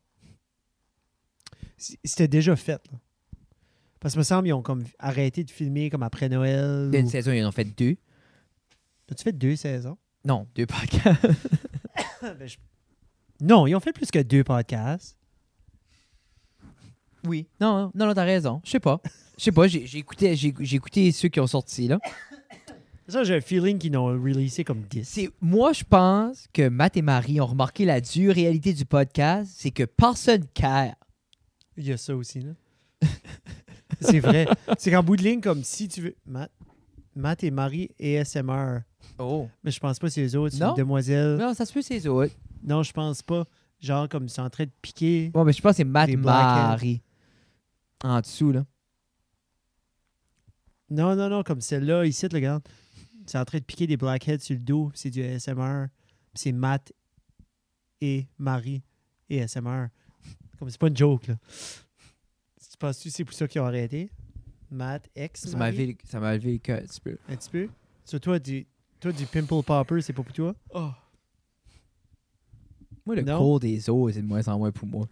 C- C'était déjà fait. là. Parce que me semble, ils ont comme arrêté de filmer comme après Noël.
Il y a
ou-
Une saison, ils en ont fait deux.
As-tu fait deux saisons?
Non, deux podcasts.
Ben, je- Non, ils ont fait plus que deux podcasts.
Oui. Non, non, non, non, t'as raison. Je sais pas. Je sais pas, j'ai j'ai écouté, j'ai j'ai écouté ceux qui ont sorti, là.
Ça, j'ai un feeling qu'ils n'ont releasé comme 10.
C'est moi, je pense que Matt et Marie ont remarqué la dure réalité du podcast, c'est que personne care.
Il y a ça aussi, là. *laughs* c'est vrai. C'est qu'en bout de ligne, comme si tu veux. Matt, Matt et Marie ASMR.
Oh.
Mais je pense pas que c'est les autres. C'est
Non.
une demoiselle.
Non, ça se peut, c'est les autres.
Non, je pense pas. Genre, comme ils sont en train de piquer.
Bon, mais je pense que c'est hein. Matt
Des
et
blackheads.
Marie. En dessous, là.
Non, non, non, comme celle-là, ici, le regarde. C'est en train de piquer des blackheads sur le dos. C'est du ASMR. Puis C'est Matt et Marie et ASMR. Comme c'est pas une joke, là. Tu penses-tu que c'est pour ça qu'ils ont arrêté? Matt, ex,
Ça m'a
Marie,
levé, le- ça m'a levé le cœur un petit peu.
un petit peu. Sur toi, du, toi, du pimple popper, c'est pas pour toi?
Ah, Moi, le
Non.
cours des eaux, c'est de moins en moins pour moi.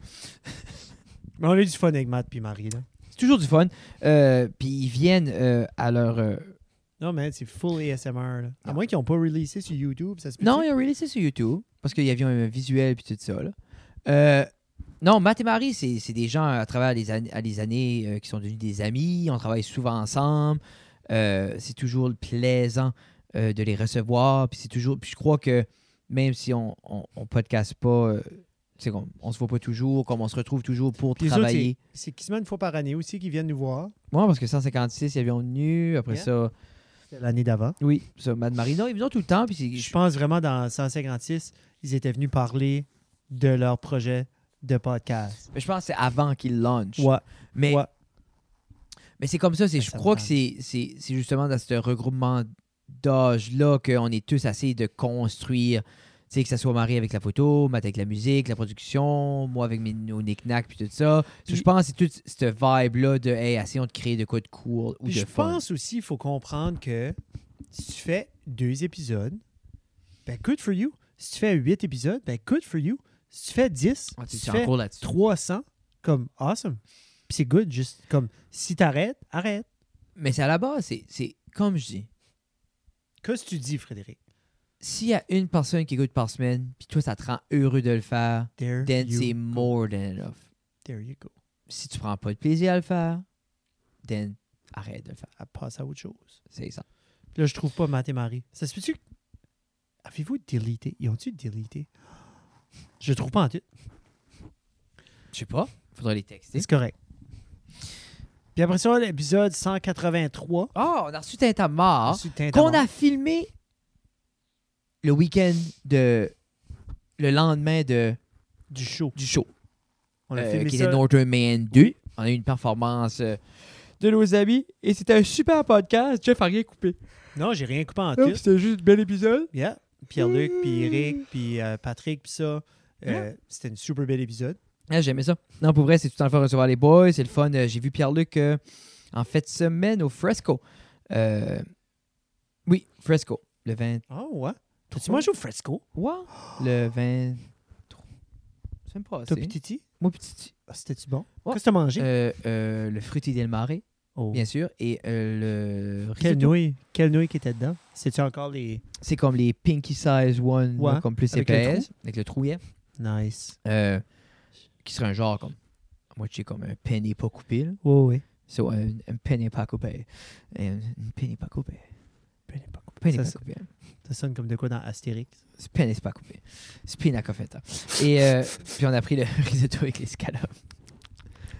Mais on a eu du fun avec Matt puis Marie, là.
C'est toujours du fun. Euh, Puis ils viennent euh, à leur. euh,
Non, man, c'est full ASMR, là. À
Ah.
moins qu'ils n'ont pas releasé sur YouTube, ça se peut
Non, ils ont releasé sur YouTube parce qu'il y avait un visuel puis tout ça. là. Euh, non, Matt et Marie, c'est c'est des gens à travers les, an- à les années euh, qui sont devenus des amis. On travaille souvent ensemble. Euh, c'est toujours plaisant euh, de les recevoir. Puis c'est toujours. Puis je crois que même si on on, on podcast pas, euh, tu sais, on, on se voit pas toujours, comme on se retrouve toujours pour
Puis les autres,
travailler.
C'est quasiment une fois par année aussi qu'ils viennent nous voir.
Moi, parce que 156, ils avaient venu. Après
Yeah.
ça,
C'était l'année d'avant.
oui, ça, Matt et Marie. Non, ils venaient tout le temps. Puis c'est-
Je pense vraiment dans 156, ils étaient venus parler de leur projet de podcast.
je pense que c'est avant qu'ils lancent.
Ouais.
Mais
Ouais.
Mais c'est comme ça, c'est,
Ben,
je
ça me
crois que
tente.
c'est, c'est, c'est justement dans ce regroupement d'âge-là qu'on est tous assez de construire, tu sais, que ça soit Marie avec la photo, Matt avec la musique, la production, moi avec mes, nos knick-knacks, puis tout ça. So, je
Puis-
pense que c'est toute cette vibe-là de, hey, essayons de créer de quoi de cool ou
Puis
de
je
fun.
pense aussi qu'il faut comprendre que si tu fais deux épisodes, ben good for you. Si tu fais huit épisodes, ben good for you. Si tu fais dix,
Ah, tu
si
tu
tu
es
fais
en cours là-dessus.
300, comme awesome. Puis c'est good, juste comme si t'arrêtes, arrête.
Mais c'est à la base, c'est, c'est comme je dis,
Qu'est-ce que tu dis, Frédéric?
s'il y a une personne qui écoute par semaine, puis toi, ça te rend heureux de le faire,
There
then
you
c'est
go.
more than enough.
There you go.
Si tu prends pas de plaisir à le faire, then arrête de le faire.
À passer à autre chose.
C'est ça.
Là, je trouve pas Matt et Marie. Ça se peut-tu que- Avez-vous délité? Ils ont-tu délité? Je le trouve pas en tout.
Je sais pas. Faudrait les texter.
C'est correct. Puis après ça, l'épisode 183.
Oh, on a reçu Tintamarre.
sur Tintamarre.
Ah. Qu'on a filmé le week-end de. Le lendemain de,
du show.
du show.
On a
euh,
filmé
qui
ça.
était Northern Man 2. On a eu une performance euh, de nos amis. Et c'était un super podcast. Jeff a rien coupé.
Non, j'ai rien coupé en
Oh,
tout.
C'était juste un bel épisode.
Yeah. Pierre-Luc, puis Eric, puis euh, Patrick, puis ça. Euh,
Mmh. Yeah.
C'était une super belle épisode.
Ah, J'aimais ça. Non, pour vrai, c'est tout le temps le fun de recevoir les boys. C'est le fun. Euh, J'ai vu Pierre-Luc euh, en fait de semaine au Fresco. Euh, oui, Fresco. Le 20.
Oh, ouais. T'as-tu
Trois.
mangé au fresco?
Ouais. Le 23. C'est me
Toi,
passé.
puis Titi?
Moi, petit.
Ah, C'était-tu bon?
Ah, Ouais.
Qu'est-ce que t'as mangé?
Euh, euh, le fruité del mare,
Oh.
bien sûr. Et euh, le
Quelle
risotto.
nouille? Quelle nouille qui était dedans? C'est-tu encore les.
C'est comme les pinky size one,
Ouais,
là, comme plus
avec le
épaisse, avec le trou, yeah.
Nice.
Euh, qui serait un genre comme. Moi, tu sais, comme un penny pas coupé. Là.
Oui, oui.
So, un, un penny pas coupé. Un, un penny pas coupé.
Ben, pas coupé.
Penny
Ça,
pas
ça-
coupé.
ça sonne comme de quoi dans Astérix.
C'est Penny pas coupé. Spina coffetta. Et
*laughs*
euh, puis, on a pris le *laughs* risotto avec les scallops.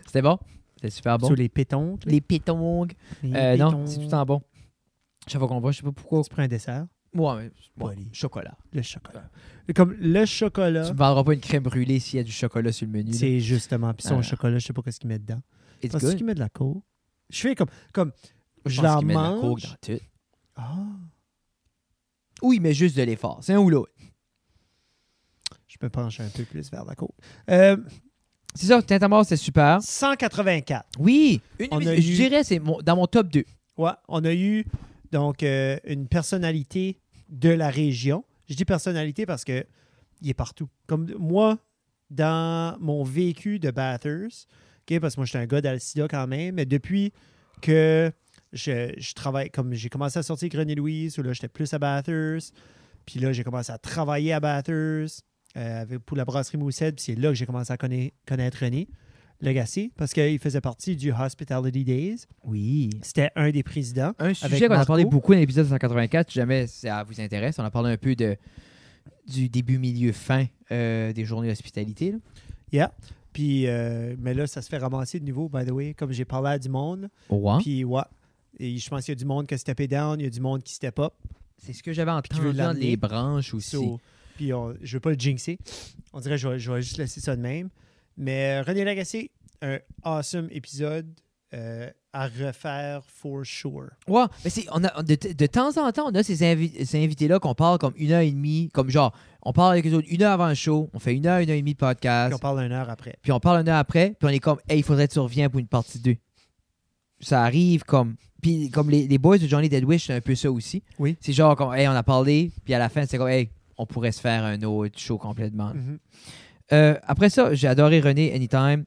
C'était bon? C'était super bon.
Sur les pétonques.
Les pétongues.
les
Euh, non,
pétonques.
c'est tout le temps bon. Chaque fois qu'on voit, je sais pas pourquoi.
Tu prends un dessert.
Ouais, mais bon,
Poli.
chocolat.
Le chocolat. Comme le
Tu
chocolat,
me vendras pas une crème brûlée s'il y a du chocolat sur le menu. là.
Ah. c'est justement. Puis son
Ah.
chocolat, je sais pas qu'est-ce qu'il met dedans.
It's
Parce
good.
qu'il met de la coke. Je fais comme. comme
Moi,
je
pense
la
qu'ils mettent de la coke
mange.
dans tout.
ah,
Ou il met juste de l'effort. C'est un ou l'autre.
je Je me penche un peu plus vers la côte. Euh,
C'est ça, Tintamar, c'est super.
184.
Oui, une
On
émission-
a eu-
je dirais c'est mon- dans mon top 2.
Ouais, on a eu donc euh, une personnalité de la région. Je dis personnalité parce que il est partout. Comme moi, dans mon vécu de Bathurst, ok, parce que moi j'étais un gars d'Alcida quand même, mais depuis que je, je travaille, comme j'ai commencé à sortir Grenier Louise, où là j'étais plus à Bathurst, puis là j'ai commencé à travailler à Bathurst euh, avec- pour la brasserie Moussette, puis c'est là que j'ai commencé à conna- connaître René Lagacé, parce qu'il faisait partie du Hospitality Days.
Oui.
C'était un des présidents.
Un
Avec
sujet qu'on a parlé
Marco.
beaucoup dans l'épisode 184, si jamais ça vous intéresse, on a parlé un peu de du début, milieu, fin euh, des journées d'hospitalité. là.
Yeah. Puis, euh, mais là, ça se fait ramasser de nouveau, by the way, comme j'ai parlé à du monde.
Hein?
Puis, ouais. Et je pense qu'il y a du monde qui stepé down, il y a du monde qui step up.
C'est ce que j'avais
tu
entendu
veux
dans
l'amener.
les branches aussi.
So, puis, on- je veux pas le jinxer. On dirait que je vais, je vais juste laisser ça de même. Mais euh, René Lagacé, un awesome épisode euh, à refaire for sure.
Ouais, mais c'est, on a, de, de temps en temps, on a ces, invi- ces invités-là qu'on parle comme une heure et demie, comme genre, on parle avec les autres une heure avant le show, on fait une heure, une heure et demie de podcast,
Puis, on parle une heure après.
puis on parle une heure après, puis on est comme, hey, il faudrait que tu reviennes pour une partie 2. Ça arrive comme. Puis comme les, les boys de Johnny Deadwish, c'est un peu ça aussi.
Oui.
C'est genre, comme, hey, on a parlé, puis à la fin, c'est comme, hey, on pourrait se faire un autre show complètement.
Mhm.
Euh, après ça, j'ai adoré René Anytime.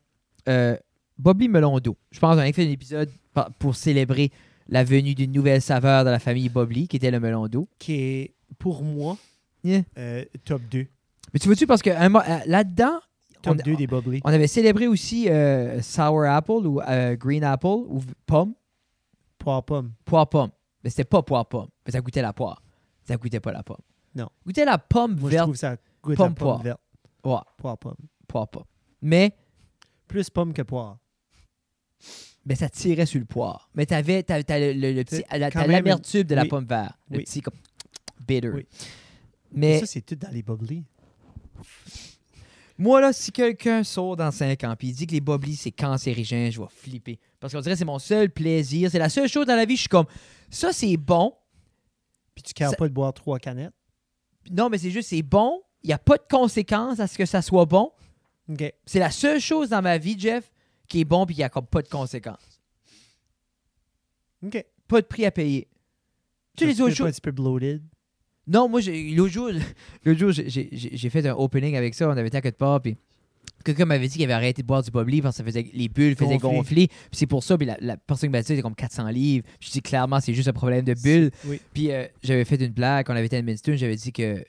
Euh, Bobby Melondo. Je pense qu'on a fait un épisode par- pour célébrer la venue d'une nouvelle saveur de la famille Bobby, qui était le Melondo.
Qui est, pour moi,
Yeah.
euh, top 2.
Mais tu vois-tu, parce que un mo- euh, là-dedans, on,
Top 2 des Bubbly.
on avait célébré aussi euh, Sour Apple ou euh, Green Apple ou v- Pomme,
Poire pomme.
Poire Pomme. Mais c'était pas Poire Pomme, mais ça goûtait la poire. Ça goûtait pas la pomme.
Non.
Goûtait la pomme
Moi, je
verte.
trouve ça goûte
Pomme
à
poire.
pomme verte.
Ouais,
Poire pomme.
poire pomme. Mais
Plus pomme que poire.
Ben, ça tirait sur le poire. Mais t'avais, t'avais, t'as le, le- le petit,
C'est
la-
quand
t'as
même
l'amertume de la
oui.
pomme verte. Le
Oui.
petit comme bitter.
Oui.
Mais
Ça, c'est tout dans les Bubbly.
moi, là, si quelqu'un sort dans 5 ans et il dit que les boblis, c'est cancérigène, je vais flipper. Parce qu'on dirait que c'est mon seul plaisir. C'est la seule chose dans la vie, je suis comme, ça, c'est bon.
Puis tu ne
Ça-
pas de boire trois canettes.
Non, mais c'est juste, c'est bon. Il n'y a pas de conséquences à ce que ça soit bon.
OK.
C'est la seule chose dans ma vie, Jeff, qui est bon puis qui a comme pas de conséquences.
OK.
Pas de prix à payer. Toutes les autres
C'est pas
choses.
un petit peu bloated.
Non, moi, j'ai- l'autre jour, *laughs* l'autre jour j'ai- j'ai j'ai fait un opening avec ça. On avait été à quelque part, puis quelqu'un m'avait dit qu'il avait arrêté de boire du bubbly parce que ça faisait, les bulles faisaient
Gonfler.
gonfler. Puis c'est pour ça, puis la, la personne qui m'a dit ça, c'est comme 400 livres. Puis je dis clairement, c'est juste un problème de bulles.
Oui.
Puis euh, j'avais fait une blague, on avait été à Edmundston, j'avais dit que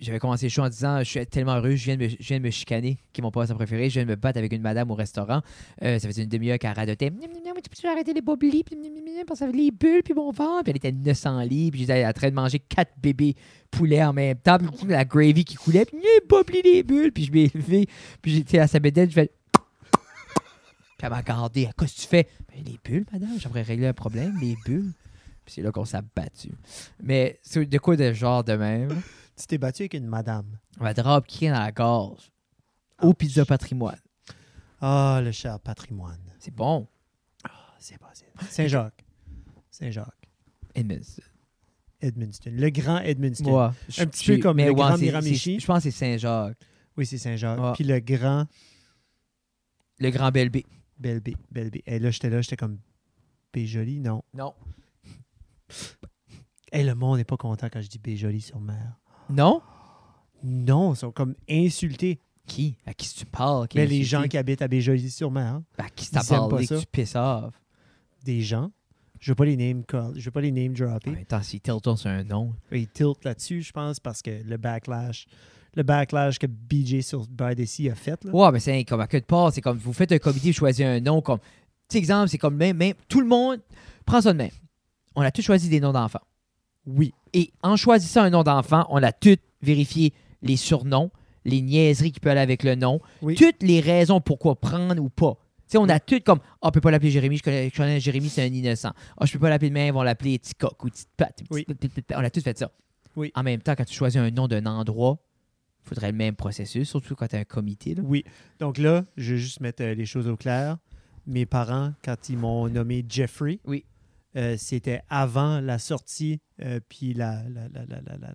j'avais commencé le show en disant Je suis tellement heureux, je viens de me, je viens de me chicaner, qui est mon poisson préféré, je viens de me battre avec une madame au restaurant. Euh, ça faisait une demi-heure qu'elle radotait Miam, miam, miam, Tu peux arrêter les boblis, puis miam, miam, miam, parce que ça fait les bulles, puis mon ventre. Puis elle était 900 livres, puis j'étais en train de manger quatre bébés poulets en même temps, puis la gravy qui coulait, puis les boblis, les bulles. Puis je m'ai levé, puis j'étais à sa bédaine, je fais Puis elle m'a regardé, Ah, qu'est-ce que tu fais Ben, Les bulles, madame, j'aimerais régler un problème, les bulles. Puis c'est là qu'on s'est battu. Mais c'est de quoi de genre de même?
Tu t'es battu avec une madame.
On va drop qui est dans la gorge. Au pizza patrimoine.
Ah, le cher patrimoine.
C'est bon.
Ah, c'est possible. Saint-Jacques. Saint-Jacques.
Edmunds.
Edmundston. Le grand Edmundston.
Moi, je-
Un petit peu
j'ai-
comme
mais
le grand
c'est-
Miramichi.
c'est- Je pense que c'est Saint-Jacques.
Oui, c'est Saint-Jacques.
Ouais.
Puis le grand
Le grand Belbé.
Belbé. Belbé. Et là, j'étais là, j'étais comme. Béjoli, non. *laughs*
Non.
Et le monde n'est pas content quand je dis Béjoli sur mer.
Non?
Non, ils sont comme insultés.
Qui? À qui tu parles? Qui
Mais
est
les gens
insulté?
qui habitent à Béjoli sur mer, hein.
À qui t'as
Ils aiment
parlé
pas
que
ça.
tu pisses off?
des gens. Je veux pas les name call, je veux pas les name dropper.
En même temps, si Tilton, c'est un nom.
Il tilt là-dessus, je pense, parce que le backlash, le backlash que BJ sur By the Sea a fait, là.
Ouais, mais c'est comme à quelque part, c'est comme vous faites un comité, vous choisissez un nom comme. Tu sais, exemple, c'est comme même, même. Tout le monde prend ça de même. On a tous choisi des noms d'enfants.
Oui.
Et en choisissant un nom d'enfant, on a toutes vérifié les surnoms, les niaiseries qui peuvent aller avec le nom,
Oui.
toutes les raisons pourquoi prendre ou pas. Tu sais, on a toutes comme Ah, on peut pas l'appeler Jérémy, je connais, je connais Jérémy, c'est un innocent. Ah, je peux pas l'appeler de même, ils vont l'appeler petit coq ou petite patte.
Oui.
Petite- petite- petite- On a tous fait ça.
Oui.
En même temps, quand tu choisis un nom d'un endroit, il faudrait le même processus, surtout quand tu as un comité. là.
Oui. Donc là, je vais juste mettre euh, les choses au clair. Mes parents, quand ils m'ont nommé Jeffrey,
Oui.
euh, c'était avant la sortie, euh, puis la, la, la, la, la, la, la-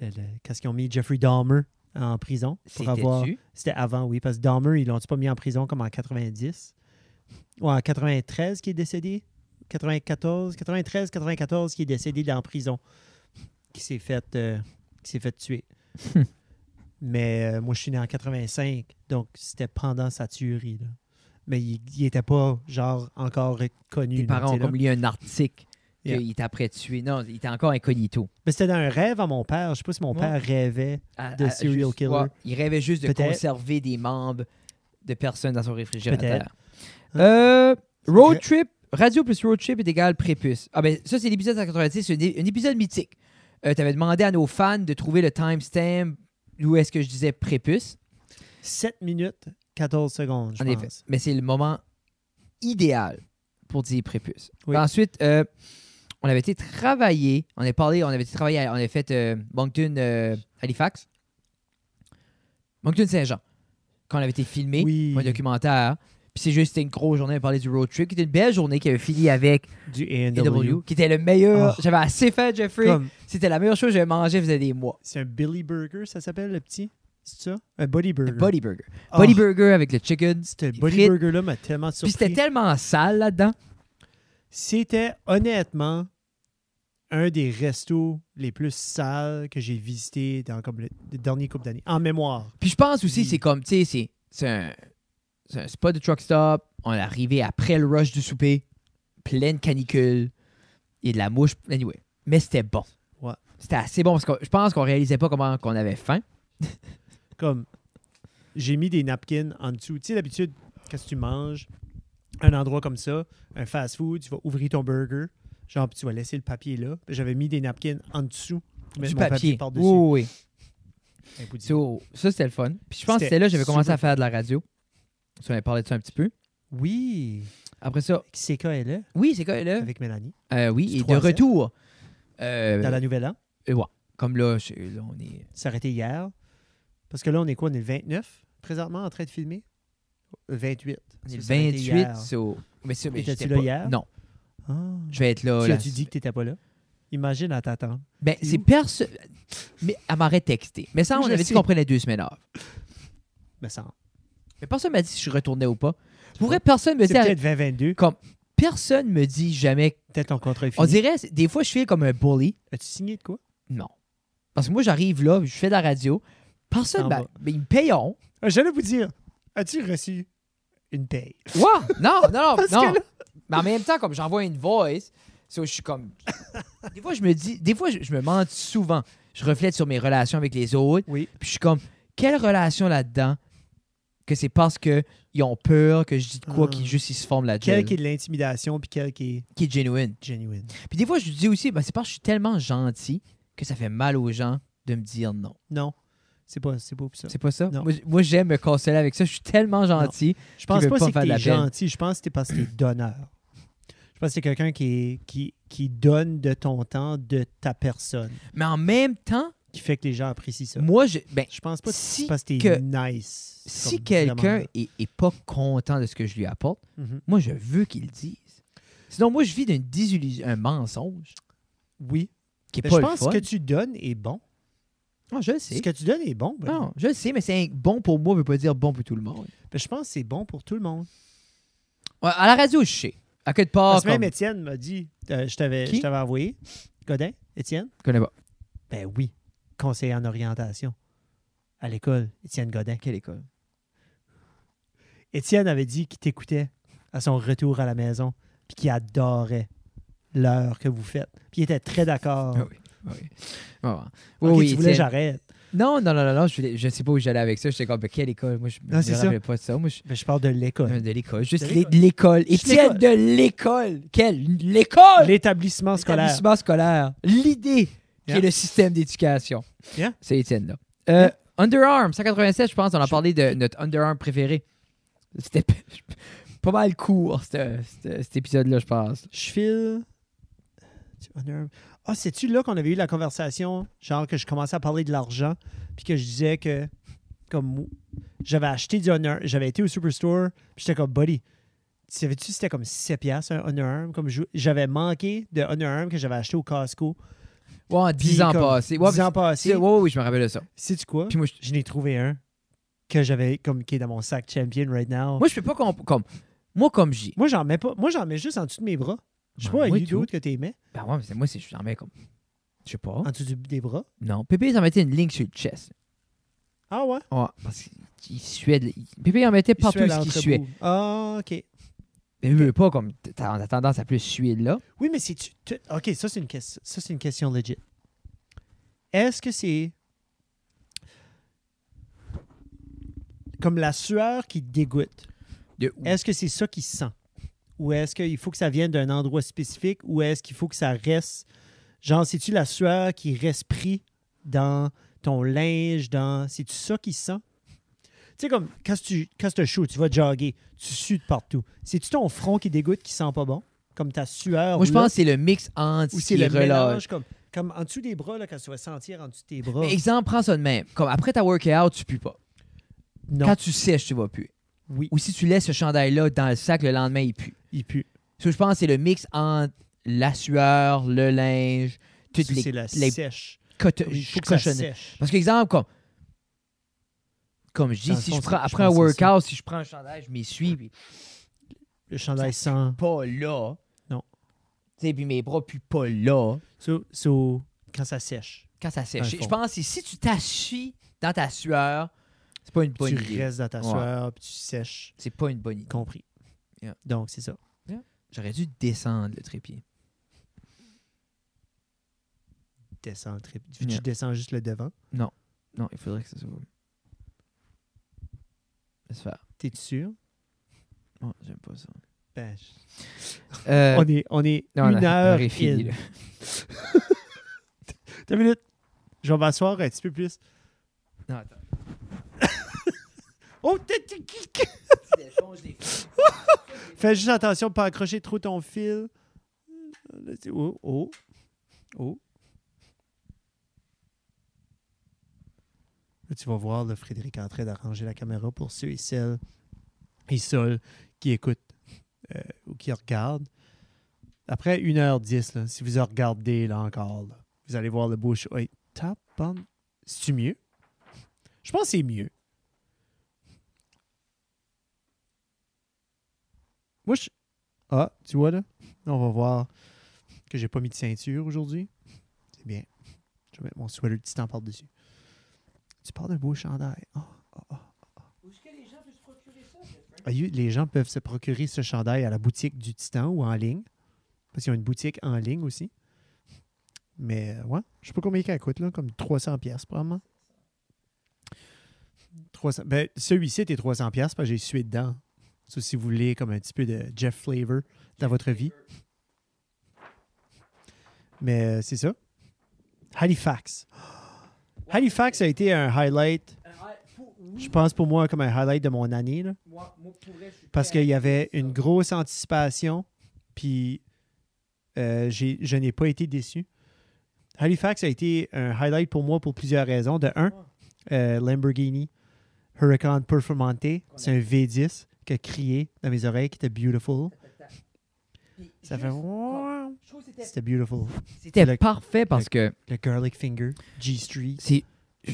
la- la- Qu'est-ce qu'ils ont mis Jeffrey Dahmer en prison pour
C'était
avoir.
dessus.
C'était avant, oui, parce que Dahmer, ils l'ont pas mis en prison comme en 90 ou en 93 qui est décédé 94, 93, 94 qui est décédé dans la prison, qui s'est fait, euh, qui s'est fait
*laughs*
tuer. Mais euh, moi, je suis né en 85, donc c'était pendant sa tuerie. là. Mais il n'était pas, genre, encore connu. là,
Tes
tu
parents
sais,
ont
là.
comme lu un article
Yeah.
qu'il était après tuer. Non, il était encore incognito.
Mais c'était dans un rêve à mon père. Je sais pas si mon
Ouais.
père rêvait.
À-
De
à-
serial
juste-
killer.
ouais, il rêvait juste de
Peut-être.
conserver des membres de personnes dans son réfrigérateur.
Peut-être. Hein?
Euh, road
Je-
trip, radio plus road trip est égal prépuce. Ah ben ça c'est l'épisode 186, c'est un, é- un épisode mythique. Euh, T'avais demandé à nos fans de trouver le timestamp où est-ce que je disais prépuce.
7 minutes, 14 secondes, je
En effet.
pense.
Mais c'est le moment idéal pour dire prépuce.
Oui.
Ensuite, euh, on avait été travailler, on avait parlé, on avait été travailler, à- on avait fait euh, Moncton, euh, Halifax. Moncton Saint-Jean. Quand on avait été filmé
Oui.
pour un documentaire. Puis c'est juste, c'était une grosse journée, on parlait du road trip, qui était une belle journée qui avait fini avec
Du
AW,
A&W.
qui était le meilleur.
Oh.
J'avais assez fait, Jeffrey.
Comme-
C'était la meilleure chose que j'avais mangé, faisait des mois.
C'est un Billy Burger, ça s'appelle, le petit? C'est ça? Un Buddy Burger.
Le Buddy Burger.
Oh,
Buddy Burger avec le chicken.
Ce
les
Buddy
frites.
Burger-là m'a tellement
Puis
surpris.
c'était tellement sale là-dedans.
C'était honnêtement un des restos les plus sales que j'ai visité dans comme le, les derniers couple d'années. En mémoire.
Puis je pense aussi,
Oui.
c'est comme, tu sais, c'est- c'est un, c'est un spot de truck stop. On est arrivé après le rush du souper. Pleine canicule. Il y a de la mouche. Anyway. Mais c'était bon.
Ouais.
C'était assez bon parce que je pense qu'on réalisait pas comment qu'on avait faim.
Comme, j'ai mis des napkins en dessous. Tu sais, d'habitude, quand tu manges, un endroit comme ça, un fast-food, tu vas ouvrir ton burger, genre, puis tu vas laisser le papier là. J'avais mis des napkins en dessous. pour mettre
du
mon
papier.
par-dessus.
oui, oui, oui.
Un bout de-
So, ça, c'était le fun. Puis je pense
C'était
que c'était là que j'avais commencé
super
à faire de la radio. Ça, on avait parlé de ça un petit peu.
Oui.
Après ça,
CK est là,
oui, c'est quoi, là?
avec Mélanie,
Euh,
du
oui, et de
troisième.
retour. Euh,
dans la nouvelle an.
euh, ouais. Comme là, je- là, on est...
s'arrêter hier. Parce que là, on est quoi? On est le 29 présentement en train de filmer? Le 28.
on est le
Ça, ça a été
28,
hier.
so- Mais ça, mais
Étais-tu
j'étais
là
pas-
hier?
Non,
Ah.
je vais être Oh là.
Tu
là.
as-tu dit que t'étais pas là? Imagine à t'attendre.
Ben,
C'est
c'est
où?
perso... Mais elle m'aurait texté. Mais ça,
Je
on avait
sais.
dit qu'on prenait deux semaines off.
Me semble.
Mais personne m'a dit si je retournais ou pas. Pour vrai, personne me
C'est
dit...
peut-être 2022.
Personne me dit jamais...
Peut-être ton contrat est
On
fini.
dirait, c'est- des fois, je file comme un bully.
As-tu signé de quoi?
Non. Parce que moi, j'arrive là, je fais de la radio. Personne...
T'en
Ben,
vas.
ben, ils me payeront.
Ah, J'allais vous dire, as-tu reçu une paye?
Ouais! Non, non, non,
Parce
non.
que là-
Mais en même temps, comme j'envoie une voice, so, je
*laughs*
suis comme... des fois, je me dis... Des fois, je, je me mens souvent. Je reflète sur mes relations avec les autres.
Oui.
Puis je suis comme, quelle relation là-dedans que c'est parce que ils ont peur que je dis de quoi
Ah.
qu'ils juste ils se forment la
Quel
gueule,
qui est de l'intimidation puis quel qui est
qui est genuine.
genuine?
Puis des fois, je dis aussi, ben, c'est parce que je suis tellement gentil que ça fait mal aux gens de me dire non.
Non. C'est pas, c'est pas ça.
C'est pas ça?
Non.
Moi, j- moi, j'aime me consoler avec ça. Je suis tellement gentil.
Je pense
veut
pas,
pas
c'est que
faire de
t'es
la peine.
gentil. Je pense que c'est parce que
*clears throat*
t'es donneur. Je pense que c'est quelqu'un qui, est- qui, qui donne de ton temps, de ta personne.
Mais en même temps,
qui fait que les gens apprécient ça.
moi, je, ben,
Je pense pas que
si
c'est parce que t'es
que-
nice.
si
comme
quelqu'un
vraiment.
est, est pas content de ce que je lui apporte,
Mhm.
moi, je veux qu'il le dise. Sinon, moi, je vis d'une désillusion, un mensonge
Oui.
qui est
Ben,
pas
je
le
pense
fun.
que tu donnes est bon.
Ah, je le sais.
Ce que tu donnes est bon. ben, Brad.
Non, je le sais, mais c'est un- bon pour moi, veut pas dire bon pour tout le monde.
Ben, je pense que c'est bon pour tout le monde.
Ouais, à la radio, je sais. À quelque part,
parce que même
Ah, comme-
Étienne m'a dit, euh, je t'avais
Qui?
je t'avais envoyé, Godin, Étienne.
Je connais pas.
Ben oui, conseiller en orientation à l'école, Étienne Godin.
Quelle école?
Étienne avait dit qu'il t'écoutait à son retour à la maison, puis qu'il adorait l'heure que vous faites. Puis il était très d'accord.
Ah oui. ah oui. Ouais, ouais. Oui,
Ok,
oui,
tu voulais
Étienne.
j'arrête.
Non, non, non, non, non, je, voulais- je sais pas où j'allais avec ça. J'étais comme, ben, quelle école? Moi, je
Non, c'est
me
ça.
rappelais pas de ça. Moi, je...
Ben, je parle de l'école.
euh, de l'école. Juste
De
l'é- de l'école.
Juste
Étienne
l'école.
de l'école. Quelle? L'école!
L'établissement scolaire.
Euh, L'établissement scolaire. L'idée qui
Yeah.
est le système d'éducation.
Yeah.
C'est Étienne, là. Euh,
Yeah.
Underarm, 187, je pense, on a parlé de notre Underarm préféré. C'était *laughs* p- pas mal court, c'était- c'était- cet épisode-là, je pense.
Je file. Tu- Underarm. Ah, c'est-tu là qu'on avait eu la conversation, genre que je commençais à parler de l'argent, puis que je disais que, comme, j'avais acheté du Honor, j'avais été au Superstore, puis j'étais comme, buddy, tu savais-tu c'était comme 7 piastres un Honor Arm? Comme je- j'avais manqué de Honor Arm que j'avais acheté au Costco,
Ouais, en
Puis
10 ans
comme
passés. Ouais,
10 ans passés.
c'est- ouais, ouais, ouais, je me rappelle de ça.
Sais-tu quoi?
Puis moi, je,
Je n'ai trouvé un que j'avais comme qui est dans mon sac champion right now.
moi, je peux pas comp- comme Moi, comme j'ai.
Moi, j'en mets pas. Moi, j'en mets juste en dessous de mes bras. Je sais
Ben,
pas,
moi,
lui
tout.
d'autre que t'es mets.
Ben ouais, mais c'est- moi, c'est j'en mets comme. Je sais pas.
En dessous du- des bras.
Non. Pépé, il en mettait une ligne sur le chest.
Ah ouais?
Ouais, parce qu'il suait. de- il- Pépé, il en mettait partout
Suel
ce qu'il
entre
suait.
bout. Ah, OK.
Mais il veut pas, comme. T'as t'as tendance à plus suer de là.
Oui, mais c'est. tu- tu- OK, ça, c'est une, question- ça, c'est une question legit. Est-ce que c'est. Comme la sueur qui te dégoûte,
De-
est-ce que c'est ça qui se sent? Ou est-ce qu'il faut que ça vienne d'un endroit spécifique? Ou est-ce qu'il faut que ça reste. Genre, c'est-tu la sueur qui reste pris dans ton linge? dans C'est-tu ça qui se sent? Tu sais, comme quand tu quand t'as chaud, tu vas jogger, tu sues de partout. C'est-tu ton front qui dégoûte qui sent pas bon? Comme ta sueur.
Moi, je
Ah, là?
pense que c'est le mix entre
Ou
ce qui
c'est le
relâche.
mélange, comme, comme en dessous des bras, là, quand tu vas sentir en dessous de tes bras.
Mais exemple, prends ça de même. Comme après ta workout, tu pues pas.
non,
Quand tu sèches, tu vas puer.
oui,
Ou si tu laisses ce chandail-là dans le sac, le lendemain, il pue.
il pue.
Ça, je pense que c'est le mix entre la sueur, le linge, toutes
Ça,
les,
c'est la
les
sèche.
cote-
Comme, il faut que ça
cochonneries.
sèche.
Parce que, exemple, comme, comme je dis,
Dans le
si
fond,
je prends,
c'est- je
après un
pense que c'est
workout, si je prends un chandail, je m'essuie, puis
Le chandail sent.
pas là.
Non.
Tu sais, puis mes bras puent pas là.
So, so, quand ça sèche,
Quand ça
Dans
sèche.
le
Je
fond.
pense que si tu t'assuies dans ta sueur, c'est pas une bonne
tu
idée.
restes dans ta
Ouais.
sueur, puis tu sèches.
C'est pas une bonne idée.
Compris.
Yeah.
Donc, c'est ça.
J'aurais dû descendre le trépied.
Descends le trip. Tu
Yeah.
descends juste le devant.
Non, il faudrait que ça soit. Laisse faire.
T'es-tu sûr?
Non, j'aime pas ça.
Ben, je-
*laughs* Euh,
on est, on est une heure.
est fini,
*laughs* in.
là.
Deux minutes. Je vais m'asseoir un petit peu plus.
Non, attends.
Oh, t'es- t'es-
Tu défonces des-
Fais juste attention de pas accrocher trop ton fil. Oh, oh. Oh. Là, tu vas voir le Frédéric en train d'arranger la caméra pour ceux et celles et seuls qui écoutent euh, ou qui regardent. Après 1h10, là, si vous regardez là encore, là, vous allez voir le beau show. Hey, tap, bam. C'est-tu mieux? Je pense que c'est mieux. Moi, je... Ah, tu vois là? On va voir que j'ai pas mis de ceinture aujourd'hui. C'est bien. Je vais mettre mon sweater de titan par-dessus. Tu parles d'un beau chandail. Ah, ah, ah, ah. Ah, you- les gens peuvent se procurer ce chandail à la boutique du titan ou en ligne. Parce qu'ils ont une boutique en ligne aussi. Mais euh, ouais, je sais pas combien qu'elle coûte, là, comme 300 pièces probablement. 300. Ben, celui-ci était 300 pièces parce que j'ai sué dedans. Ça, si vous voulez, comme un petit peu de Jeff Flavor dans votre vie. Mais euh, c'est ça. Halifax. Halifax a été un highlight, je pense pour moi, comme un highlight de mon année. là. parce qu'il y avait une grosse anticipation, puis euh, j'ai- je n'ai pas été déçu. Halifax a été un highlight pour moi pour plusieurs raisons. De un, euh, Lamborghini Huracan Performante, c'est un V10 qui a crié dans mes oreilles, qui était beautiful. Ça fait Wouah! C'était beautiful.
C'était
Le-
parfait parce que
Le garlic finger, G Street.
c'est.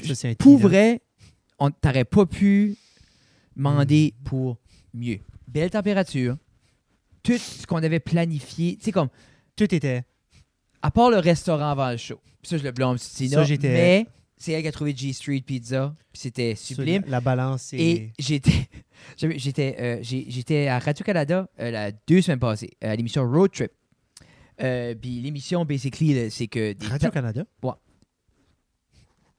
Ça, c'est un
Pour
teaser.
vrai, on t'aurais pas pu demander
Mm.
pour mieux. Belle température. Tout ce qu'on avait planifié. Tu sais, comme.
Tout était.
À part le restaurant avant le show. Puis ça, je le blâme, Tina.
Ça, j'étais-
Mais c'est elle qui a trouvé G Street Pizza. Puis c'était sublime.
sur La, la balance
Et
et.
j'étais, *laughs* j'avais- j'étais, euh, j'ai- j'étais à Radio Canada euh, la deux semaines passées à l'émission Road Trip. Euh, puis l'émission basically là, c'est que des
Radio Canada.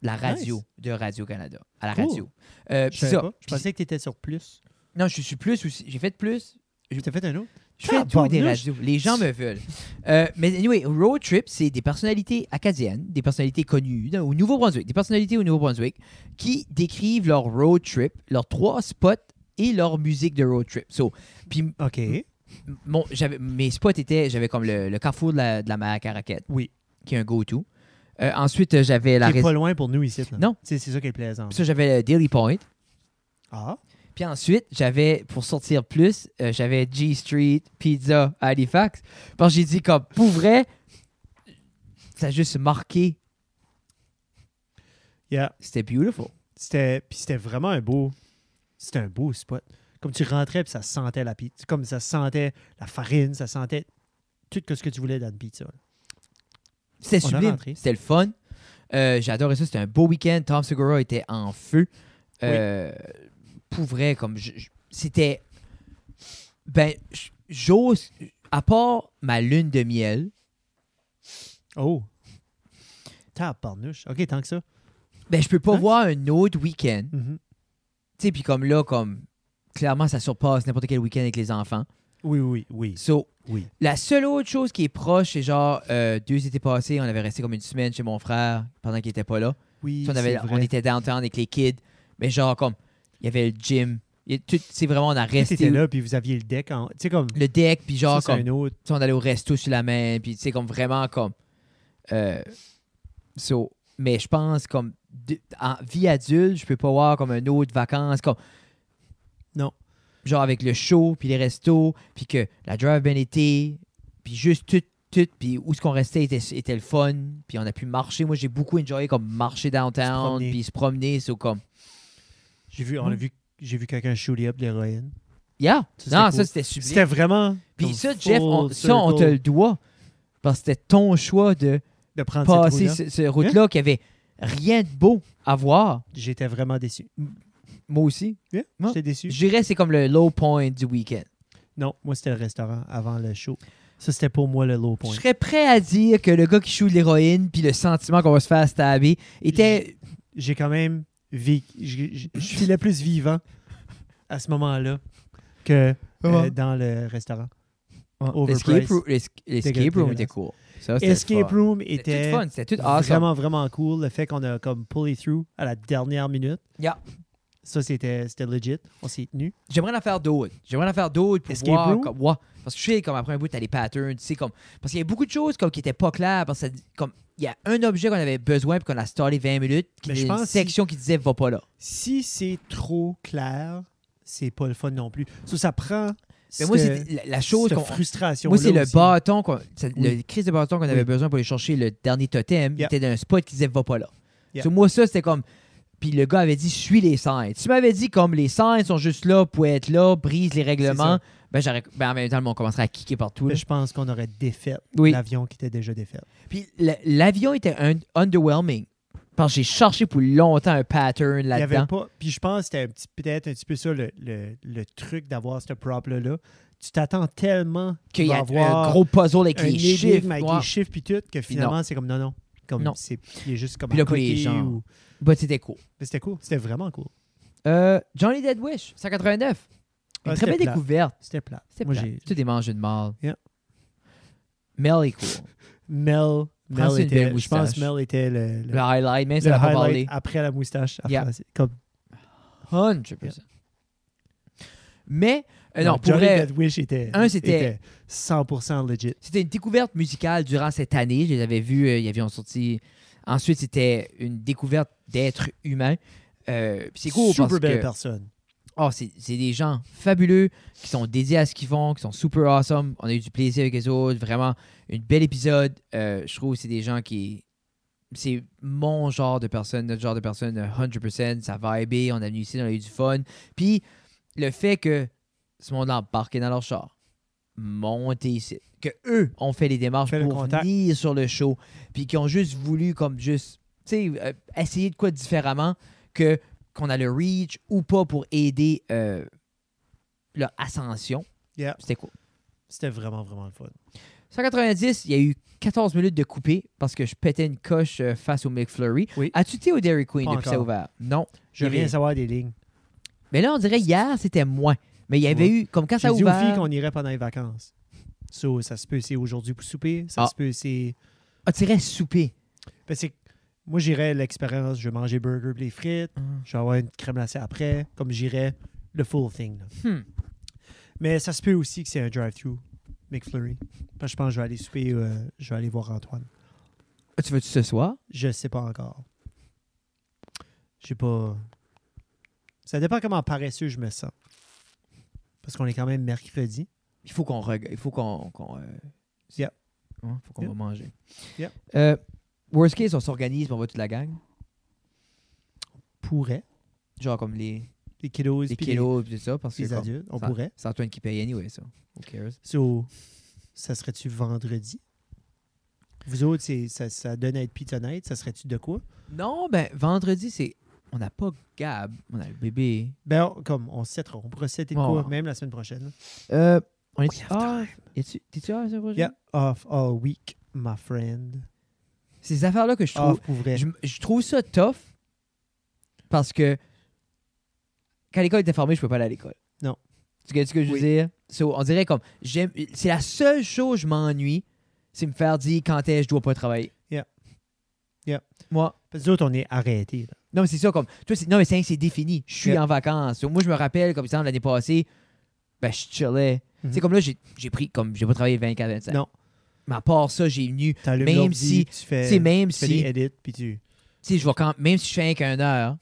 la radio
Nice.
de Radio Canada à la
Cool.
radio. Euh,
Je
puis
savais
ça.
pas. Je
Puis
pensais que tu étais sur plus.
c'est- non, je suis plus aussi. J'ai fait plus.
Tu as fait un autre.
Je fais tout des
Tabarnouche.
radios. Les gens me veulent. Euh, mais anyway, Road Trip, c'est des personnalités acadiennes, des personnalités connues dans- au Nouveau-Brunswick, des personnalités au Nouveau-Brunswick qui décrivent leur road trip, leurs trois spots et leur musique de road trip. So, puis
OK.
Mon- j'avais, mes spots étaient, j'avais comme le, le carrefour de la, de la mer à Caraquette,
Oui.
qui est un go-to. Euh, ensuite, euh, j'avais la
Qui est
res-
pas loin pour nous ici. là.
Non.
C'est c'est ça qui est plaisant.
ça, j'avais le Daily Point.
Ah.
Puis ensuite, j'avais, pour sortir plus, euh, j'avais G Street, Pizza, à Halifax. Parce que j'ai dit, comme, pour vrai, ça a juste marqué.
Yeah.
C'était beautiful.
C'était, puis c'était vraiment un beau, c'était un beau spot. Comme tu rentrais, puis ça sentait la pizza. Comme ça sentait la farine, ça sentait tout que ce que tu voulais dans une pizza. là.
C'était
On a
sublime.
rentré.
C'était le fun. Euh, J'ai adoré ça. C'était un beau week-end. Tom Segura était en feu. Euh, Pour vrai, comme je- je- c'était. Ben, j- j'ose. À part ma lune de miel,
Oh! Tabarnouche. OK, tant que ça.
ben, je peux pas
Nice.
voir un autre week-end.
Mhm.
Tu sais, puis comme là, comme. Clairement, ça surpasse n'importe quel week-end avec les enfants.
Oui, oui, oui.
So,
Oui.
La seule autre chose qui est proche, c'est genre euh, deux étés passés, on avait resté comme une semaine chez mon frère pendant qu'il était pas là.
Oui,
Puis on, avait,
c'est vrai.
on était downtown avec les kids, mais genre comme il y avait le gym, il y a tout- c'est vraiment on a
Puis
resté
t'étais là, puis vous aviez le deck en... Tu sais, comme...
le deck, puis genre
ça, c'est
comme
un autre...
tu sais, on allait au resto sur la main, puis tu sais comme vraiment comme euh, so, mais je pense comme de- en vie adulte, je peux pas voir comme un autre vacances comme
Non.
genre avec le show, puis les restos, puis que la drive bien été, puis juste tout, tout, puis où ce qu'on restait était, était le fun, puis on a pu marcher. Moi, j'ai beaucoup enjoyé comme marcher downtown,
promener.
puis se promener, c'est comme,
J'ai vu... On a
Ouais.
vu... J'ai vu quelqu'un shooter up de l'héroïne.
yeah,
c'était
non,
cool.
ça c'était sublime.
C'était vraiment...
Puis
comme
ça,
full
Jeff, on- ça, on te
circle
le doit, parce que c'était ton choix de
De prendre cette
passer
route-là.
ce, ce route-là qui avait rien de beau à voir.
J'étais vraiment déçu.
Moi aussi. Ouais.
J'étais déçu.
Je dirais c'est comme le low point du week-end.
Non, moi, c'était le restaurant avant le show. Ça, c'était pour moi le low point.
Je serais prêt à dire que le gars qui joue de l'héroïne puis le sentiment qu'on va se faire stabber était
J'ai quand même... vi- Je je- je filais plus vivant à ce moment-là que euh,
Ouais.
dans le restaurant.
L'escape
Overpriced.
room, l'es- l'escape
Dégueu-
room était cool. Ça, c'était
Escape
fun.
Room
C'était
était...
tout fun, c'était tout awesome.
Vraiment, vraiment cool. Le fait qu'on a comme pullé through à la dernière minute.
Yeah.
Ça, c'était c'était legit. On s'est tenu.
J'aimerais en faire d'autres. J'aimerais en faire d'autres pour
Escape
voir
room?
comme- ouais. parce que je sais comme après un bout t'as les patterns, tu sais comme parce qu'il y a beaucoup de choses comme qui étaient pas claires parce que ça- comme il y a un objet qu'on avait besoin puis qu'on a starté 20 minutes, qui
Mais je
était une
pense
section qui disait va pas là.
Si c'est trop clair, c'est pas le fun non plus. Ça, ça prend.
Mais moi
cette-
c'est la, la chose
cette
qu'on
frustration.
Moi, c'est le bâton, qu'on- c'est
Oui.
le crise de bâton qu'on avait
Oui.
besoin pour aller chercher le dernier totem.
Yeah.
Il était dans un spot qui disait va pas là.
Yeah.
So, moi, ça, c'était comme. Puis le gars avait dit suis les signes. Tu m'avais dit comme les signes sont juste là pour être là, brise les règlements. Ben, j'aurais- ben, en même temps, le monde commencerait à kicker partout. là.
je pense qu'on aurait défait
Oui.
l'avion qui était déjà défait.
Puis le- l'avion était un, underwhelming. Parce que j'ai cherché pour longtemps un pattern
Il y
là-dedans.
avait pas. Puis je pense que c'était un petit- peut-être un petit peu ça le, le- le truc d'avoir ce prop-là. Tu t'attends tellement
Qu'il y a
tu vas avoir
un gros puzzle avec
un
les
énigme
chiffres.
avec
ouais.
les chiffres puis tout, que finalement, c'est comme non, non. Comme
Non.
c'est il est juste comme
Puis là,
à
pour les
côté
gens.
ou-
Bah, c'était cool.
Mais c'était cool. C'était vraiment cool.
Euh, Johnny Deadwish, 189. Une
Ah, c'était
très belle
plat.
découverte.
C'était plat.
C'est
Moi,
plate.
j'ai...
Tout est mangé de mal.
Yeah.
Mel est cool.
Mel, Mel
Prends-tu une
était...
belle
Je pense
moustache?
que Mel était le, le-
Le highlight, même si
le
elle a pas parlé.
highlight après la moustache. Après,
Yeah.
c'est Comme,
100%. Mais, euh, non, pour
Johnny
vrai,
Deadwish était,
un, c'était-
était 100% legit.
c'était une découverte musicale durant cette année. Je les avais vus, euh, ils avaient sorti. Ensuite, c'était une découverte d'êtres humains. Euh, puis c'est cool
Super
parce
belle
que
personne.
oh, c'est c'est des gens fabuleux qui sont dédiés à ce qu'ils font, qui sont super awesome. On a eu du plaisir avec les autres. Vraiment, une belle épisode. Euh, je trouve que c'est des gens qui. C'est mon genre de personne, notre genre de personne, 100%. Ça vibe, on a venu ici, on a eu du fun. Puis le fait que ce monde-là embarqué dans leur char, monté ici, que eux ont fait les démarches
Fait le
pour
contact.
venir sur le show, puis qui ont juste voulu comme juste, tu sais, euh, essayer de quoi différemment que qu'on a le reach ou pas pour aider euh, leur ascension.
Yeah.
C'était cool.
C'était vraiment, vraiment le fun.
190, il y a eu 14 minutes de coupé parce que je pétais une coche euh, face au McFlurry.
Oui.
As-tu été au Dairy Queen
Pas
depuis que ça a
encore.
ouvert? Non.
Je veux
Il y
rien
avait-
savoir des lignes.
Mais là, on dirait hier, c'était moins. Mais il y avait
Ouais.
eu, comme quand ça
J'ai
a
dit aux filles
ouvert.
qu'on irait pendant les vacances. So, ça se peut, c'est aujourd'hui pour souper. Ça
Ah.
se peut, c'est...
on dirait Ah, souper.
Ben, c'est- Moi, j'irais à l'expérience. Je vais manger burger pis les frites.
Ah.
Je vais avoir une crème glacée après. Comme j'irais le full thing. là.
Hmm.
Mais ça se peut aussi que c'est un drive-thru, McFlurry. Parce que je pense que je vais aller souper, euh, je vais aller voir Antoine.
Ah, Tu veux-tu ce soir?
Je sais pas encore. Je sais pas. Ça dépend comment paresseux je me sens. Parce qu'on est quand même mercredi.
Il faut qu'on reg- il faut qu'on qu'on, euh,
Yeah.
Ouais, faut qu'on
Yeah.
va manger.
Yeah.
Euh, worst case, on s'organise puis on va toute la gang.
Pourrait.
Genre comme les,
Les kiddos,
les
puis
kilos et tout ça. Parce que
les
comme-
adultes, on
ça-
pourrait.
C'est Antoine qui paye anyway, ça. Who cares?
So, ça serait-tu vendredi? Vous autres, c'est, ça, ça donne à être pizza night, ça serait-tu de quoi?
Non, ben, vendredi, c'est. On n'a pas Gab, on a le bébé.
Ben, on- comme, on sait trop, on pourrait s'éteindre de
Ouais,
quoi,
ouais.
même la semaine prochaine.
Euh, on est.
have
Ah, es-tu- t'es-tu à la semaine prochaine?
Yeah, off all week, my friend.
C'est ces affaires-là que je trouve.
Off pour vrai.
je, je trouve ça tough parce que quand l'école était fermée, je pouvais pas aller à l'école.
Non.
Tu sais ce que je veux
Oui.
dire? So, on dirait comme, j'aime, c'est la seule chose que je m'ennuie, c'est me faire dire quand est-ce que je dois pas travailler.
Yeah. Yeah.
Moi,
Parce que nous autres, on est arrêtés. là.
non, mais c'est ça, comme, toi, c'est, non, mais c'est, c'est défini. Je suis
Yeah.
en vacances. So, moi, je me rappelle, comme exemple, l'année passée, ben, je chillais.
Mhm.
C'est comme là, j'ai, j'ai pris, comme, j'ai pas travaillé 24-25.
Non.
Mais à part ça, j'ai venu,
T'allumes
Même
l'ordi,
si-
puis tu fais,
tu sais, même
Euh, tu fais
si,
des edits, puis tu...
tu sais, je vais quand, même si je fais rien qu'un heure,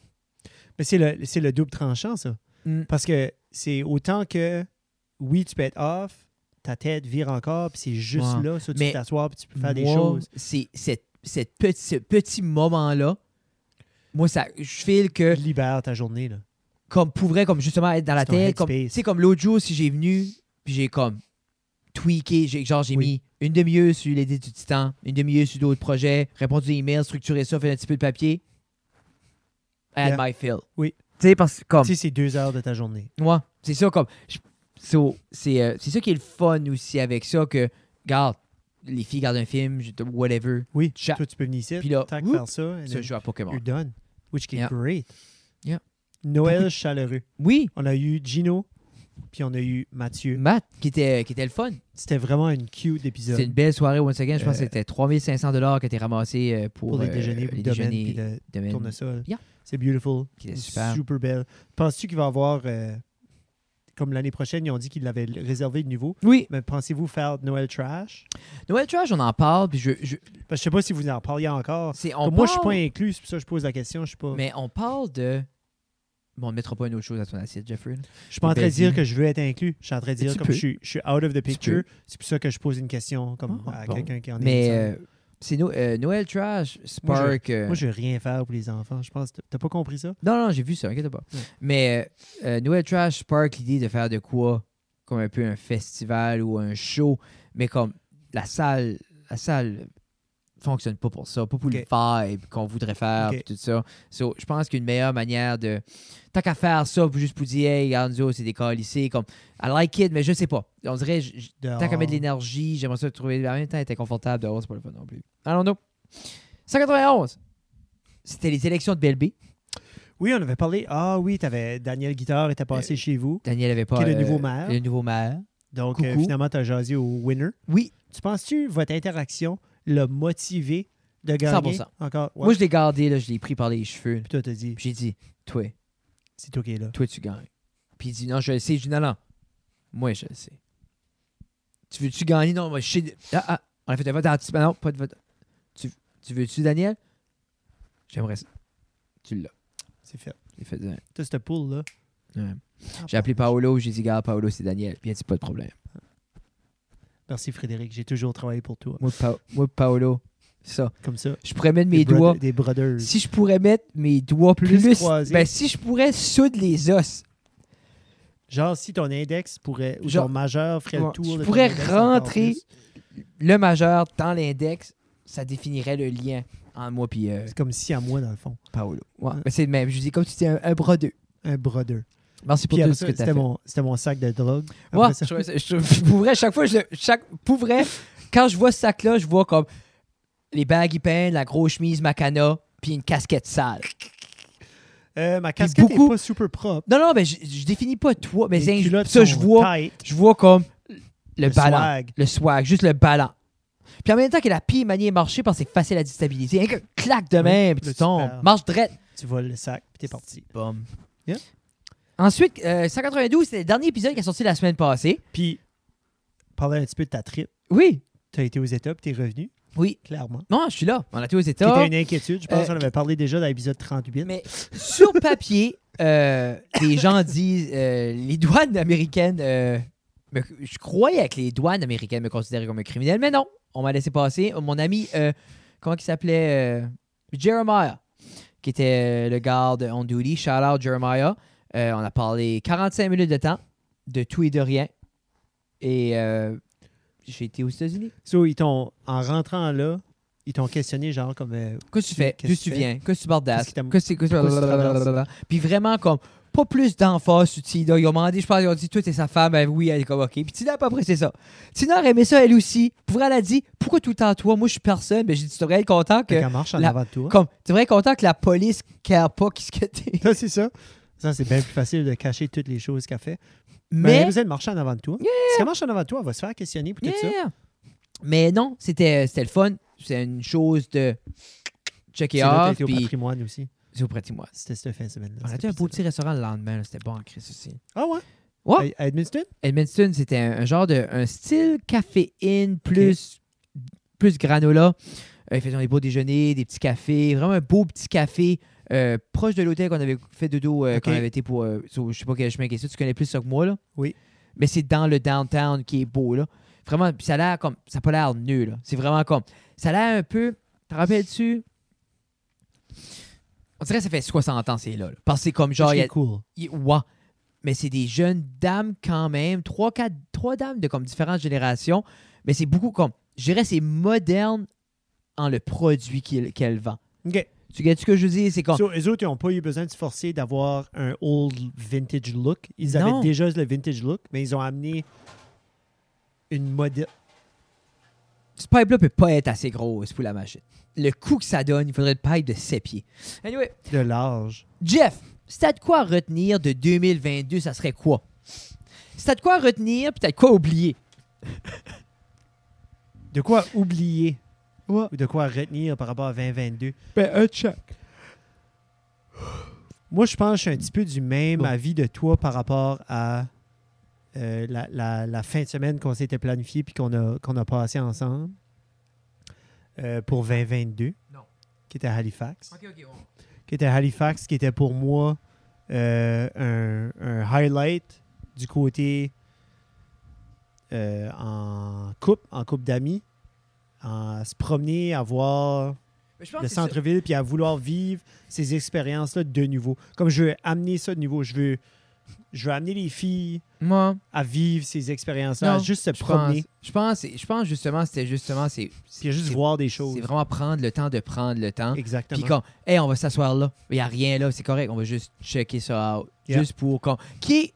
Mais c'est le, c'est le double tranchant, ça.
Mm.
Parce que c'est autant que, oui, tu peux être off, ta tête vire encore, puis c'est juste
Ouais.
là, ça, tu
Mais
peux t'asseoir, puis tu peux faire des
Moi,
choses.
C'est cette, cette petit, ce petit moment-là. Moi, ça, je file que,
Libère ta journée, là.
comme pourrait, comme justement être dans la
C'est ton
tête. Comme,
headspace.
tu sais, comme l'autre jour, si j'ai venu, puis j'ai comme tweaké, j'ai- genre j'ai
Oui.
mis une demi-heure sur les du titan, une demi-heure sur d'autres projets, répondre des emails, structurer ça, faire un petit peu de papier. I had
Yeah.
my fill.
Oui.
Tu sais, parce que comme.
Tu sais, c'est deux heures de ta journée.
Moi, c'est ça comme. je- so, c'est euh, c'est ça qui est le fun aussi avec ça que, regarde, les filles regardent un film, je- whatever.
Oui,
Chat.
toi, tu peux venir ici,
Puis là,
tac,
whoop,
faire ça, and
Ça,
then
je joue à Pokémon.
you're done, which is
Yeah.
great.
Yeah.
Noël chaleureux.
Oui,
On a eu Gino, puis on a eu Mathieu.
Matt, qui était, qui était le fun.
C'était vraiment une cute
C'était
épisode
une belle soirée, once again. Je pense que
Euh,
c'était 3500 dollars qui étaient ramassés euh, pour,
pour les
euh,
déjeuners, pour
les
le domaine,
déjeuners,
puis le
domaine.
tournesol.
Yeah.
C'est beautiful.
Qui était super.
belle. Penses-tu qu'il va avoir, euh, comme l'année prochaine, ils ont dit qu'ils l'avaient réservé de nouveau,
Oui,
mais pensez-vous faire Noël Trash?
Noël Trash, on en parle. Puis je, je-
Parce que je sais pas si vous en parliez encore.
c'est, on
Comme moi, je suis
parle-
pas inclus, c'est pour ça que je pose la question. Je suis pas,
Mais on parle de. Bon, on ne mettra pas une autre chose à ton assiette, Jeffrey. là.
je suis pas en train de
Ben,
dire
dis.
que je veux être inclus. Je suis en train de dire
Tu
comme
peux.
je suis, je suis out of the picture.
peux.
C'est pour ça que je pose une question comme
Ah,
à
bon.
quelqu'un qui en est.
Mais
concerned.
euh, c'est no- euh, Noël Trash,
Moi, je-
Spark. euh,
Moi, je veux rien faire pour les enfants. Je pense. T'as pas compris ça?
Non, non, j'ai vu ça, inquiète pas.
Ouais.
Mais euh, euh, Noël Trash spark l'idée de faire de quoi Comme un peu un festival ou un show, mais comme la salle, la salle fonctionne pas pour ça, pas pour le vibe qu'on voudrait faire,
Ok.
pis tout ça. So, je pense qu'une meilleure manière de. Tant qu'à faire ça, puis juste pour dire, hey, regarde, nous autres, c'est des lycées, comme, I like it, mais je sais pas. On dirait, j- j- tant qu'à
Dehors.
mettre de l'énergie, j'aimerais ça trouver. En même temps, elle était confortable dehors, c'est pas le fun non plus. Allons, nous 191. C'était les élections de Belbé.
Oui, on avait parlé. Ah oui, t'avais Daniel Guitar était
Euh,
passé chez vous.
Daniel avait pas.
Qui est le
euh,
nouveau maire.
Le nouveau maire.
Donc
coucou.
euh, finalement, t'as jasé au winner.
Oui,
Tu penses-tu votre interaction l'a motivé de gagner
100%.
encore? Ouais.
moi je l'ai gardé, là, je l'ai pris par les cheveux.
Puis toi, t'as dit,
Puis j'ai dit, toi,
c'est toi qui es là.
toi tu gagnes. Puis il dit, non, je le sais. Je dis, non, non. Moi je le sais. Tu veux-tu gagner? Non, moi je sais. Ah, ah, on a fait un vote anticipé. Non, pas de vote. Tu, tu veux-tu, Daniel? J'aimerais ça. Tu l'as.
C'est fait.
J'ai fait un-
T'as cette poule-là.
un-
Ah,
J'ai appelé Paolo, j'ai dit, gars, Paolo, c'est Daniel. Puis il a dit, pas de problème.
Merci Frédéric, j'ai toujours travaillé pour toi.
Moi, Pa- moi Paolo, ça.
Comme ça.
Je pourrais mettre mes
des bro-
doigts.
Des brothers.
Si je pourrais mettre mes doigts plus,
Plus croisés.
ben si je pourrais soudre les os,
Genre, si ton index pourrait, ou
Genre-
ton majeur ferait
Ouais.
le tour.
Je
de ton
pourrais
index encore
rentrer-
plus.
le majeur dans l'index, ça définirait le lien entre moi puis euh,
C'est comme si à moi, dans le fond.
Paolo. Ouais,
Ouais.
ben, c'est le même. Je dis comme tu dis un, un bras deux.
Un brother.
Merci pour
Puis
tout
après ça,
ce que tu as
c'était
fait.
mon, c'était mon sac de drogue.
Ouais,
Après ça-
je trouvais ça- je trouve- *laughs* pour vrai, chaque fois, je, le- chaque, pour vrai, quand je vois ce sac-là, je vois comme les bagues peignent, la grosse chemise Macana, puis une casquette sale.
Euh, ma casquette n'est
beaucoup-
pas super propre.
Non, non, mais je, je définis pas toi, mais
Les
c'est-
culottes
ça, je
sont
vois.
tight.
Je vois comme le,
Le
ballon.
swag.
Le swag, juste le ballon. Puis en même temps que la pire manière de marcher parce que c'est facile à déstabiliser. Rien que claque de
Oui,
même,
là,
tu
tu
tombes.
perds.
Marche drette.
Tu voles le sac, puis t'es parti.
Boum.
Yeah.
Ensuite, euh, 192, c'était le dernier épisode qui est sorti la semaine passée.
Puis, parler un petit peu de ta trip.
Oui.
T'as été aux États, puis t'es revenu,
Oui.
clairement.
Non, je suis là. On a été aux États.
C'était une inquiétude. Je pense
Euh,
qu'on avait parlé déjà dans l'épisode 38.
Mais sur papier, euh, les gens disent euh, les douanes américaines euh, me- je croyais que les douanes américaines me considéraient comme un criminel, mais non, on m'a laissé passer. Mon ami, euh, comment il s'appelait euh, Jeremiah, qui était euh, le garde on duty, shout out Jeremiah. Euh, on a parlé 45 minutes de temps, de tout et de rien. Et euh, j'ai été aux États-Unis.
So, ils t'ont, en rentrant là, ils t'ont questionné, genre, comme. euh,
Qu'est-ce que tu fais? D'où
Qu'est-ce que
tu
tu
viens? Qu'est-ce que tu bardasses?
Qu'est-ce qui t'a-
Qu'est-ce que
Pourquoi tu traverses?
tu Puis vraiment, comme, pas plus d'emphase sur Tina. Ils ont demandé, je pense, ils ont dit, toi, t'es sa femme. Ben oui, elle est comme, OK. Puis Tina a pas apprécié ça. Tina aurait aimé ça, elle aussi. Pour vrai, elle a dit, pourquoi tout le temps toi? Moi, je suis personne. Ben j'ai dit, tu devrais être content que.
qu'elle marche en
la-
avant de toi.
Comme, tu devrais être content que la police care pas qui ce que t'es.
Là, c'est ça. Ça, c'est bien plus facile de cacher toutes les choses qu'elle fait. Mais elle a
Mais.
besoin de marcher en avant de toi. Si elle marche en avant de toi, elle va se faire questionner pour tout ça.
Yeah. Mais non, c'était c'était le fun. C'est une chose de checker
C'est là que
off.
t'as été au
Puis,
patrimoine aussi.
c'est auprès de moi.
C'était cette fin de semaine.
On a eu un beau petit restaurant le lendemain. là. C'était bon en Christ aussi.
Ah ouais?
Ouais.
À à Edmundston?
Edmundston, c'était un, un genre de un style caféine plus, plus granola. Euh, ils faisaient des beaux déjeuners, des petits cafés, vraiment un beau petit café euh, proche de l'hôtel qu'on avait fait de dos
Ok.
quand on avait été pour. euh, sur- je sais pas quel chemin que c'est, tu connais plus ça que moi là.
Oui.
Mais c'est dans le downtown qui est beau là. Vraiment, puis ça a l'air comme. Ça n'a pas l'air nul. là. C'est vraiment comme. Ça a l'air un peu. T'en rappelles-tu? On dirait que ça fait 60 ans, c'est là, là. Parce que c'est comme genre.
Genre,
il y a-
cool.
il- Ouais. Mais c'est des jeunes dames quand même. Trois, quatre, trois dames de comme différentes générations. Mais c'est beaucoup comme. Je dirais c'est moderne en le produit qu'il- qu'elle vend.
OK.
Tu sais ce que je veux dire? C'est comme.
So, eux autres, ils n'ont pas eu besoin de se forcer d'avoir un old vintage look. Ils avaient
Non.
déjà le vintage look, mais ils ont amené une mode.
Ce pipe-là peut pas être assez grosse pour la machine. Le coût que ça donne, il faudrait une pipe de 7 pieds. Anyway,
de large.
Jeff, si t'as de quoi à retenir de 2022, ça serait quoi? Si t'as de quoi à retenir, puis t'as de quoi à oublier.
De quoi oublier ou de quoi retenir par rapport à 2022.
Ben, un check.
Moi, je pense que je suis un petit peu du même
Bon.
avis de toi par rapport à euh, la, la- la fin de semaine qu'on s'était planifiée puis qu'on a, qu'on a passé ensemble euh, pour 2022,
Non.
qui était à Halifax.
Ok, ok,
Qui était à Halifax, qui était pour moi euh, un, un highlight du côté euh, en couple, en couple d'amis, à se promener, à voir le centre-ville, puis à vouloir vivre ces expériences-là de nouveau. Comme je veux amener ça de nouveau, je veux, je veux amener les filles
Moi,
à vivre ces expériences-là, à
Non,
juste se
Je pense,
promener,
je pense, je pense justement, c'était justement, c'est
puis à juste
c'est-
voir des
c'est
choses.
vraiment prendre le temps de prendre le temps. Puis
Exactement.
quand, hey, on va s'asseoir là, il n'y a rien là, c'est correct, on va juste checker ça out.
Yeah.
Juste pour qu'on. Qui, est-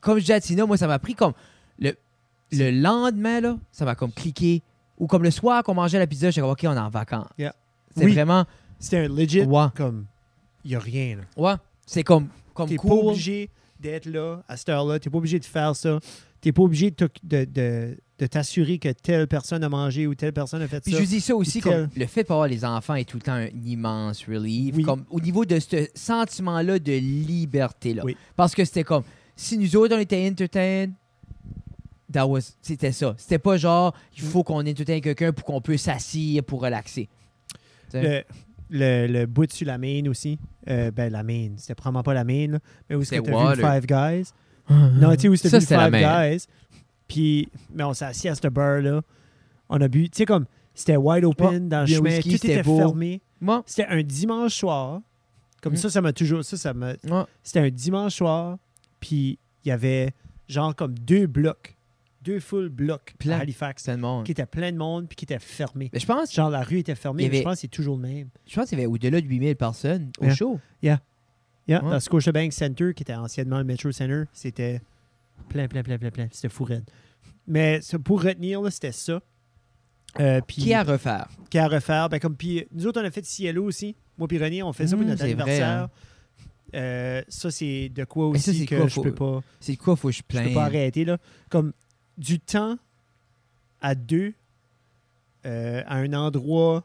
comme je dis à Tina, moi, ça m'a pris comme le, le lendemain, là, ça m'a comme cliqué. Ou comme le soir qu'on mangeait la pizza, j'étais comme, OK, on est en vacances.
Yeah.
C'est
Oui.
vraiment.
C'était un legit,
Ouais.
comme, il n'y a rien. là.
Ouais. C'est comme, comme
T'es
cool.
pas obligé d'être là à cette heure-là, t'es pas obligé de faire ça, t'es pas obligé de, t'oc- de, de- de t'assurer que telle personne a mangé ou telle personne a fait
Puis
ça.
je vous dis ça aussi,
Puis
comme le fait de pas avoir les enfants est tout le temps un immense relief.
Oui.
Comme, au niveau de ce sentiment-là de liberté-là.
Oui.
Parce que c'était comme, si nous autres, on était entertained, that was- c'était ça. C'était pas genre, il faut qu'on entertain quelqu'un pour qu'on puisse s'assire pour relaxer. Tu sais?
le, le, le bout sur la main aussi. Euh, ben, la main. C'était probablement pas la main, là. Mais où est-ce que
C'était
t'as vu le
water.
Five Guys? Ah. non, tu sais, où est-ce que
Ça,
t'as vu
c'était
le
la
Five
main.
Guys? Puis, mais on s'est assis à ce bar-là. On a bu. Tu sais, comme, c'était wide open
Ouais,
dans le
bien
chemin.
whisky,
Tout
c'était
était
beau.
fermé.
Moi,
C'était un dimanche soir. Comme
Mm.
ça, ça m'a toujours... Ça, ça m'a...
moi,
C'était un dimanche soir. Puis, il y avait genre comme deux blocs. Deux full blocs
Plein.
à Halifax.
c'était le monde.
Qui étaient plein de monde puis qui étaient fermés.
Mais je pense,
Genre, la rue était
Il
fermée.
y
mais Je
avait-
pense que c'est toujours le même.
je pense qu'il y avait au-delà de 8000 personnes au
Yeah.
show.
Yeah,
Ouais.
Dans Scotiabank Center, qui était anciennement le Metro Center, c'était plein, plein, plein, plein, plein. C'était fou raide. Mais ça, pour retenir, là, c'était ça. Euh, puis,
Qui est à refaire?
qui à refaire? Ben, comme, puis, nous autres, on a fait Cielo aussi. Moi puis René, on fait ça pour
Mm,
notre
c'est vrai,
anniversaire. Euh, ça, c'est de quoi
Mais ça,
aussi
c'est
que
quoi,
je
faut-
peux pas,
C'est quoi, faut que je
je
plaigne?
peux pas arrêter. Là. Comme du temps à deux, euh, à un endroit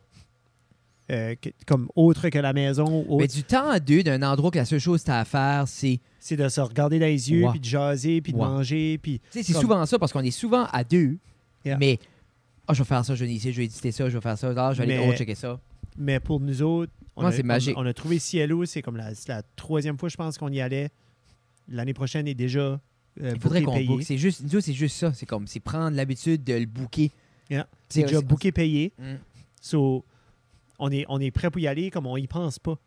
euh, que- comme autre que la maison, autre
Mais du temps à deux d'un endroit que la seule chose que t'as à faire, c'est
c'est de se regarder dans les yeux,
Ouais.
puis de jaser, puis de
Ouais.
manger, puis
Tu sais, c'est
Comme-
souvent ça parce qu'on est souvent à deux,
Yeah.
mais Ah, je vais faire ça, je vais ici, je vais éditer ça, je vais faire ça, ah, je vais
Mais-
aller oh, checker ça.
Mais pour nous autres, on,
Ouais,
a,
c'est
on-
magique.
on a trouvé Cielo, c'est comme la, c'est la troisième fois, je pense, qu'on y allait. L'année prochaine est déjà euh,
Il faudrait
booker
qu'on
payé.
book. C'est juste, nous, autres, c'est juste ça. C'est comme, c'est prendre l'habitude de le booker.
Yeah.
C'est
C'est déjà
c'est-
booké payé.
Mm.
So, on est, on est prêt pour y aller, comme on y pense pas.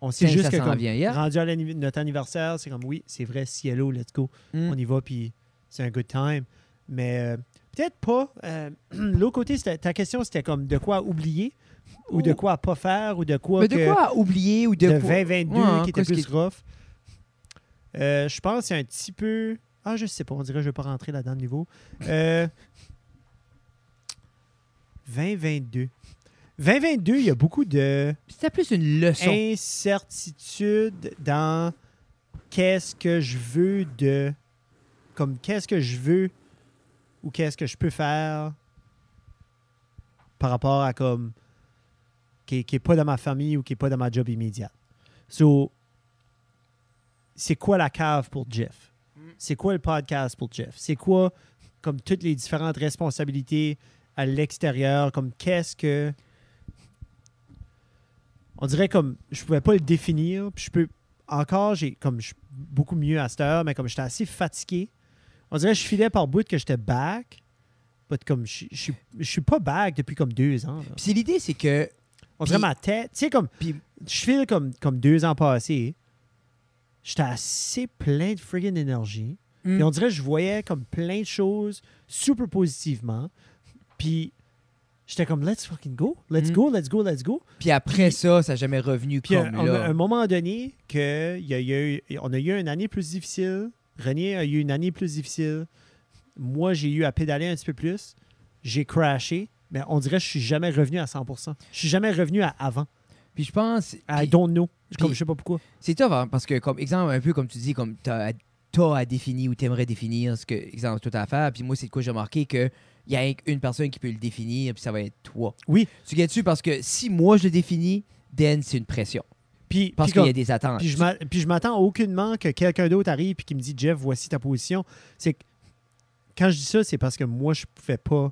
On sait
Tiens,
juste
ça
que
s'en
comme,
vient, yeah.
rendu à l'anniv- notre anniversaire, c'est comme oui, c'est vrai, cielo, let's go.
Mm.
On y va, puis c'est un good time. Mais euh, peut-être pas. euh, *clears throat* L'autre côté, c'était- ta question, c'était comme de quoi oublier ou de
Ou-
quoi pas faire ou de quoi,
Oh. Mais de
que-
quoi oublier ou de,
de
quoi-
2022
Ouais, hein,
qui était
qu'est-ce
plus
qui-
rough. Euh, je pense que c'est un petit peu. Ah, je sais pas, on dirait que je vais pas rentrer là-dedans de niveau. Euh, 2022. 2022, il y a beaucoup de
C'était plus une leçon.
Hein? incertitude dans qu'est-ce que je veux de. Comme qu'est-ce que je veux ou qu'est-ce que je peux faire par rapport à comme. qui n'est pas dans ma famille ou qui n'est pas dans ma job immédiate. So, c'est quoi la cave pour Jeff? Mm-hmm. C'est quoi le podcast pour Jeff? C'est quoi, comme toutes les différentes responsabilités à l'extérieur, comme qu'est-ce que on dirait comme je pouvais pas le définir. Puis je peux encore, j'ai comme je suis beaucoup mieux à cette heure, mais comme j'étais assez fatigué, on dirait que je filais par bout que j'étais back. But comme je, je, suis- je suis pas back depuis comme deux ans. là.
Puis c'est l'idée, c'est que.
On dirait
Puis-
ma tête, tu sais comme
puis-
je file comme comme deux ans passés. J'étais assez plein de friggin' énergie.
Mm.
Et on dirait que je voyais comme plein de choses super positivement. Puis j'étais comme let's fucking go, let's
Mm.
go, let's go, let's go.
Puis après ça, ça n'a jamais revenu
Puis à
comme
un,
Oh, là.
un moment donné, que il y a- il y a eu- on a eu une année plus difficile. René a eu une année plus difficile. Moi, j'ai eu à pédaler un petit peu plus. J'ai crashé. Mais on dirait que je suis jamais revenu à 100%. Je suis jamais revenu à avant.
Puis je pense.
I
puis
don't know. Je- Comme,
puis-
je sais pas pourquoi.
C'est tough, hein, parce que, comme exemple, un peu comme tu dis, comme t'as as à définir ou t'aimerais définir ce que, exemple, tout à faire. Puis moi, c'est de quoi j'ai remarqué que. Il y a une personne qui peut le définir, puis ça va être toi.
Oui.
Tu gagnes dessus parce que si moi je le définis, then c'est une pression.
Puis,
Parce
puis
qu'il y
comme-
a des attentes.
puis je m'a- puis je m'attends aucunement que quelqu'un d'autre arrive et qui me dit Jeff, voici ta position. C'est que- quand je dis ça, c'est parce que moi, je pouvais pas.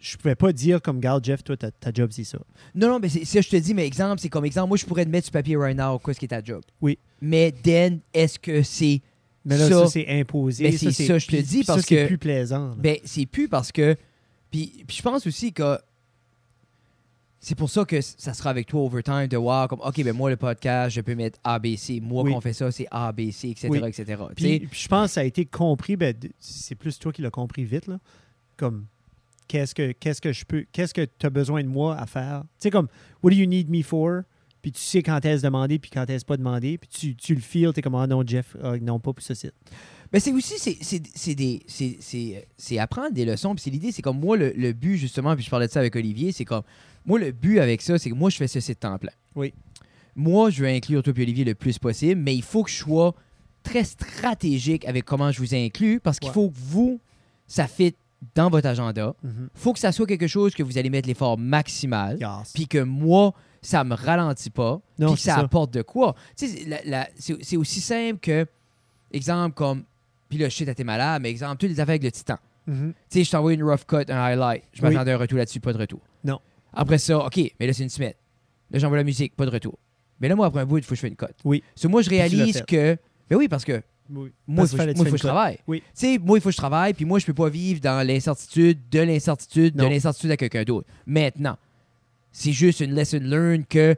Je pouvais pas dire comme garde Jeff, toi, ta, ta job, c'est ça.
Non, non, mais c'est ça, je te dis, mais exemple, c'est comme exemple, moi, je pourrais te mettre sur papier right now, quoi, ce qui est ta job.
Oui.
Mais then, est-ce que c'est.
Mais là, ça,
Ça,
c'est imposé.
mais c'est ça, je te
puis-
dis,
puis ça,
parce
c'est
que-
plus plaisant. là.
Ben, c'est plus parce que. Puis, puis je pense aussi que. C'est pour ça que c- ça sera avec toi overtime de voir comme, OK, ben moi, le podcast, je peux mettre ABC. Moi,
Oui.
qu'on fait ça, c'est ABC, etc.,
Oui.
etc. tu
puis,
sais.
puis je pense que ça a été compris. ben, de- c'est plus toi qui l'as compris vite, là. Comme, qu'est-ce que, qu'est-ce que je peux, qu'est-ce que tu as besoin de moi à faire? Tu sais, comme, what do you need me for? Puis tu sais quand est-ce demandé, puis quand est-ce pas demandé. Puis tu, tu le files, t'es comme, ah non, Jeff, ah non, pas pour ce site.
Ben c'est aussi, c'est- c'est c'est des- c'est- c'est- c'est apprendre des leçons. Puis c'est l'idée, c'est comme moi, le, le but, justement, puis je parlais de ça avec Olivier, c'est comme, moi, le but avec ça, c'est que moi, je fais ce site temps plein.
Oui.
Moi, je veux inclure toi et Olivier le plus possible, mais il faut que je sois très stratégique avec comment je vous inclus, parce qu'il
Ouais.
faut que vous, ça fit dans votre agenda.
Mhm.
faut que ça soit quelque chose que vous allez mettre l'effort maximal
Yes.
puis que moi, ça me ralentit pas,
Non,
puis que
c'est
ça,
ça.
apporte de quoi. Tu sais, la- la- c'est c'est aussi simple que, exemple, comme, puis là, shit, t'es malade, mais exemple, toutes les affaires avec le titan.
Mhm.
Tu sais, je t'envoie une rough cut, un highlight, je
Oui.
m'attendais à un retour là-dessus, pas de retour.
Non.
Après ça, OK, mais là, c'est une semaine. Là, j'envoie la musique, pas de retour. Mais là, moi, après un bout, il faut que je fasse une cote.
Oui.
So, moi, je
l'as
réalise
fait.
que. Ben oui, parce que
Oui.
moi,
Parce
il faut,
fallait
moi,
tu fasses
il faut que je
une cote.
travaille.
Oui.
Tu sais, moi, il faut que je travaille, puis moi, je peux pas vivre dans l'incertitude, de l'incertitude, de
Non.
l'incertitude à quelqu'un d'autre. Maintenant, c'est juste une lesson learned que,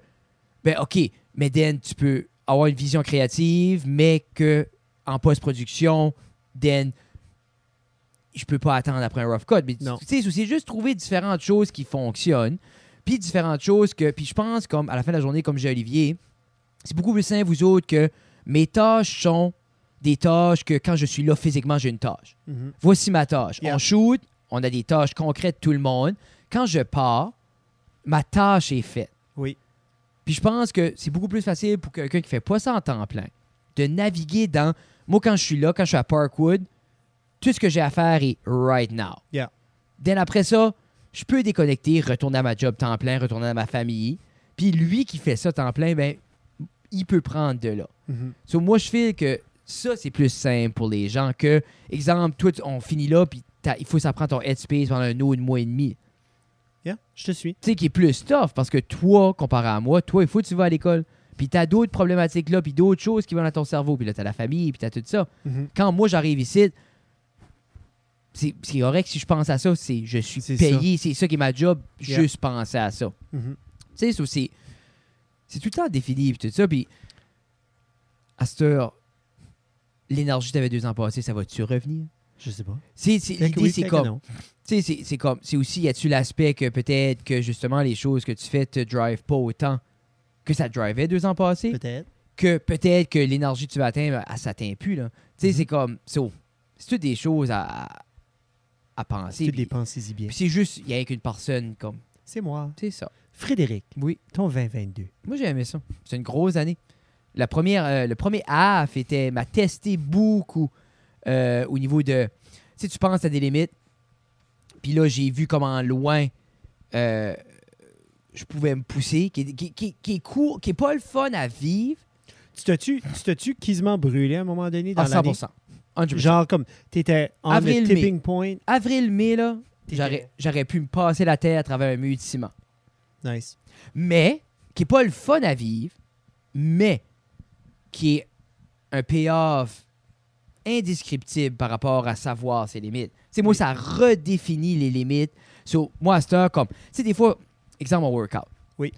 ben, OK, mais Dan, tu peux avoir une vision créative, mais que en post-production, Dan, je peux pas attendre après un rough cut. Mais tu
Non.
sais, c'est aussi juste trouver différentes choses qui fonctionnent, puis différentes choses que, puis je pense, comme à la fin de la journée, comme j'ai Olivier, c'est beaucoup plus simple, vous autres, que mes tâches sont des tâches que quand je suis là physiquement, j'ai une tâche.
Mhm.
Voici ma tâche.
Yeah.
On shoot, on a des tâches concrètes, tout le monde. Quand je pars, ma tâche est faite.
Oui.
Puis je pense que c'est beaucoup plus facile pour quelqu'un qui fait pas ça en temps plein de naviguer dans. Moi, quand je suis là, quand je suis à Parkwood, tout ce que j'ai à faire est right now.
Yeah.
Dès après ça, je peux déconnecter, retourner à ma job temps plein, retourner à ma famille. Puis lui qui fait ça temps plein, ben, il peut prendre de là.
Mhm.
So, moi, je file que ça, c'est plus simple pour les gens que, exemple, toi, tu- on finit là, puis t'as- il faut s'apprendre ton headspace pendant un an, un mois et demi.
Yeah, je te suis.
Tu sais, qui est plus tough, parce que toi, comparé à moi, toi, il faut que tu vas à l'école. Puis t'as d'autres problématiques là, puis d'autres choses qui vont dans ton cerveau. Puis là, t'as la famille, puis t'as tout ça.
Mhm.
Quand moi, j'arrive ici, c'est c'est correct si je pense à ça. C'est Je suis
C'est
payé, c'est ça qui est ma job,
Yeah.
juste penser à ça.
Mhm.
Tu sais, c'est aussi- C'est tout le temps défini, puis tout ça. Puis, à cette heure, l'énergie que t'avais deux ans passés, ça va-tu revenir?
Je sais pas.
C'est- c'est-
Fait que
L'idée,
Ben oui,
c'est
fait que
comme.
non.
Tu sais, c'est- c'est comme. C'est aussi, y a-tu l'aspect que peut-être que justement les choses que tu fais te drive pas autant que ça te drivait deux ans passés?
Peut-être.
Que peut-être que l'énergie que tu vas atteindre, elle s'atteint plus, là. Tu sais,
Mhm.
c'est comme. so, C'est toutes des choses à, à penser.
Tu
Puis
dépenses-y bien.
puis c'est juste, il y a qu'une personne comme.
C'est moi.
C'est ça.
Frédéric,
Oui.
ton 2022.
Moi, j'ai aimé ça. C'est une grosse année. La première, euh, le premier half était m'a testé beaucoup euh, au niveau de. Si tu penses à des limites, puis là, j'ai vu comment loin euh, je pouvais me pousser, qui, est- qui- qui- qui est court, qui est pas le fun à vivre
Tu t'as-tu, tu t'as-tu quasiment brûlé à un moment donné dans
à
l'année?
100%. 100%.
Genre comme, t'étais en
Avril,
le
mai.
tipping point.
Avril-mai, là,
T'étais-
j'aurais j'aurais pu me passer la tête à travers un mur de ciment.
Nice.
mais qui n'est pas le fun à vivre, mais qui est un payoff indescriptible par rapport à savoir ses limites. C'est moi,
Oui.
ça redéfinit les limites. So, moi, à cette heure, comme, tu sais, des fois, exemple en workout.
Oui.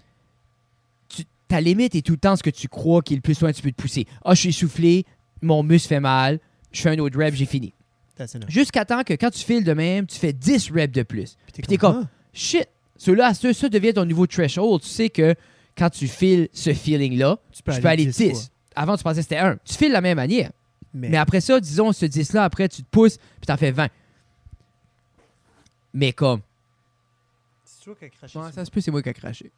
Tu- ta limite est tout le temps ce que tu crois qui est le plus loin que tu peux te pousser. Ah, je suis soufflé, mon muscle fait mal, je fais un autre rep, j'ai fini.
That's enough.
Jusqu'à temps que quand tu files de même, tu fais 10 reps de plus
Puis
t'es comme-
ah,
shit, ceux-là, ça, ça devient ton nouveau threshold. Tu sais que quand tu files ce feeling-là,
tu
je peux aller 10.
fois.
Avant, tu pensais que c'était 1. Tu files de la même manière.
Mais,
Mais après ça, disons, ce 10-là, après, tu te pousses, puis t'en fais 20. Mais comme.
c'est toi qui as craché
Ouais,
sur-
ça se peut, c'est moi qui ai craché.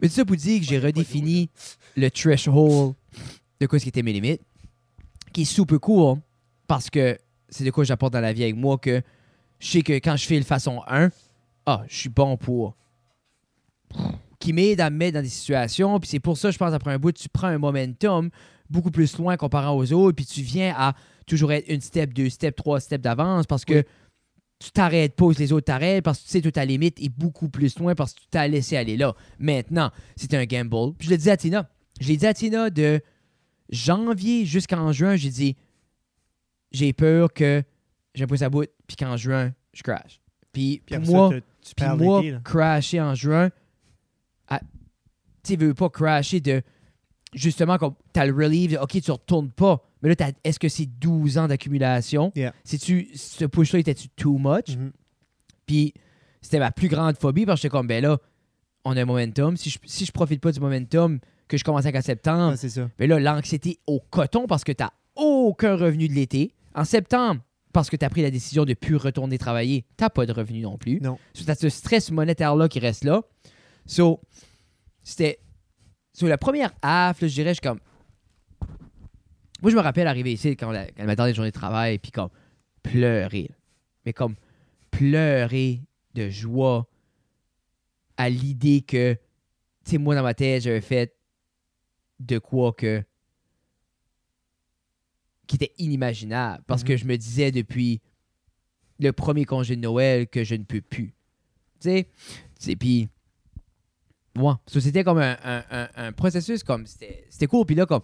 Mais tout ça pour dire que j'ai
Ouais,
redéfini le threshold de quoi ce qui était mes limites, qui est super court, parce que c'est de quoi j'apporte dans la vie avec moi que je sais que quand je fais le façon 1, ah, je suis bon pour. Qui m'aide à me mettre dans des situations, puis c'est pour ça, je pense, après un bout, tu prends un momentum beaucoup plus loin comparé aux autres, puis tu viens à toujours être une step, deux steps, trois steps d'avance parce que
Oui.
tu t'arrêtes pas, les autres t'arrêtent parce que tu sais que ta limite est beaucoup plus loin parce que tu t'as laissé aller là. Maintenant, c'est un gamble. Puis je le dis à Tina. Je l'ai dit à Tina de janvier jusqu'en juin, j'ai dit j'ai peur que j'ai pousse à bout puis qu'en juin, je crash. Puis,
Puis
pour
après ça,
moi,
t'as- tu
puis
perds
moi,
l'été, là.
crasher en juin, à- tu sais, veux pas crasher de. Justement, comme t'as le relief, de, OK, tu retournes pas. Mais là, t'as- est-ce que c'est 12 ans d'accumulation?
Yeah.
Si tu ce push-là, était-tu too much?
Mhm.
Puis c'était ma plus grande phobie parce que j'étais comme, ben là, on a un momentum. Si je, si je profite pas du momentum que je commençais en septembre,
Ah, c'est ça.
mais là, l'anxiété au coton parce que tu aucun revenu de l'été. En septembre, parce que tu as pris la décision de plus retourner travailler, tu pas de revenu non plus.
Non.
So, tu ce stress monétaire-là qui reste là. So, c'était. So, la première half, là, je dirais, je suis comme. Moi, je me rappelle arriver ici quand, la- quand elle m'attendait une journée de travail, puis comme pleurer. là. Mais comme pleurer de joie à l'idée que, tu sais, moi, dans ma tête, j'avais fait de quoi que qui était inimaginable parce
Mhm.
que je me disais depuis le premier congé de Noël que je ne peux plus. Tu sais, Tu sais, puis ouais, So, c'était comme un, un- un- un processus comme c'était c'était court puis là comme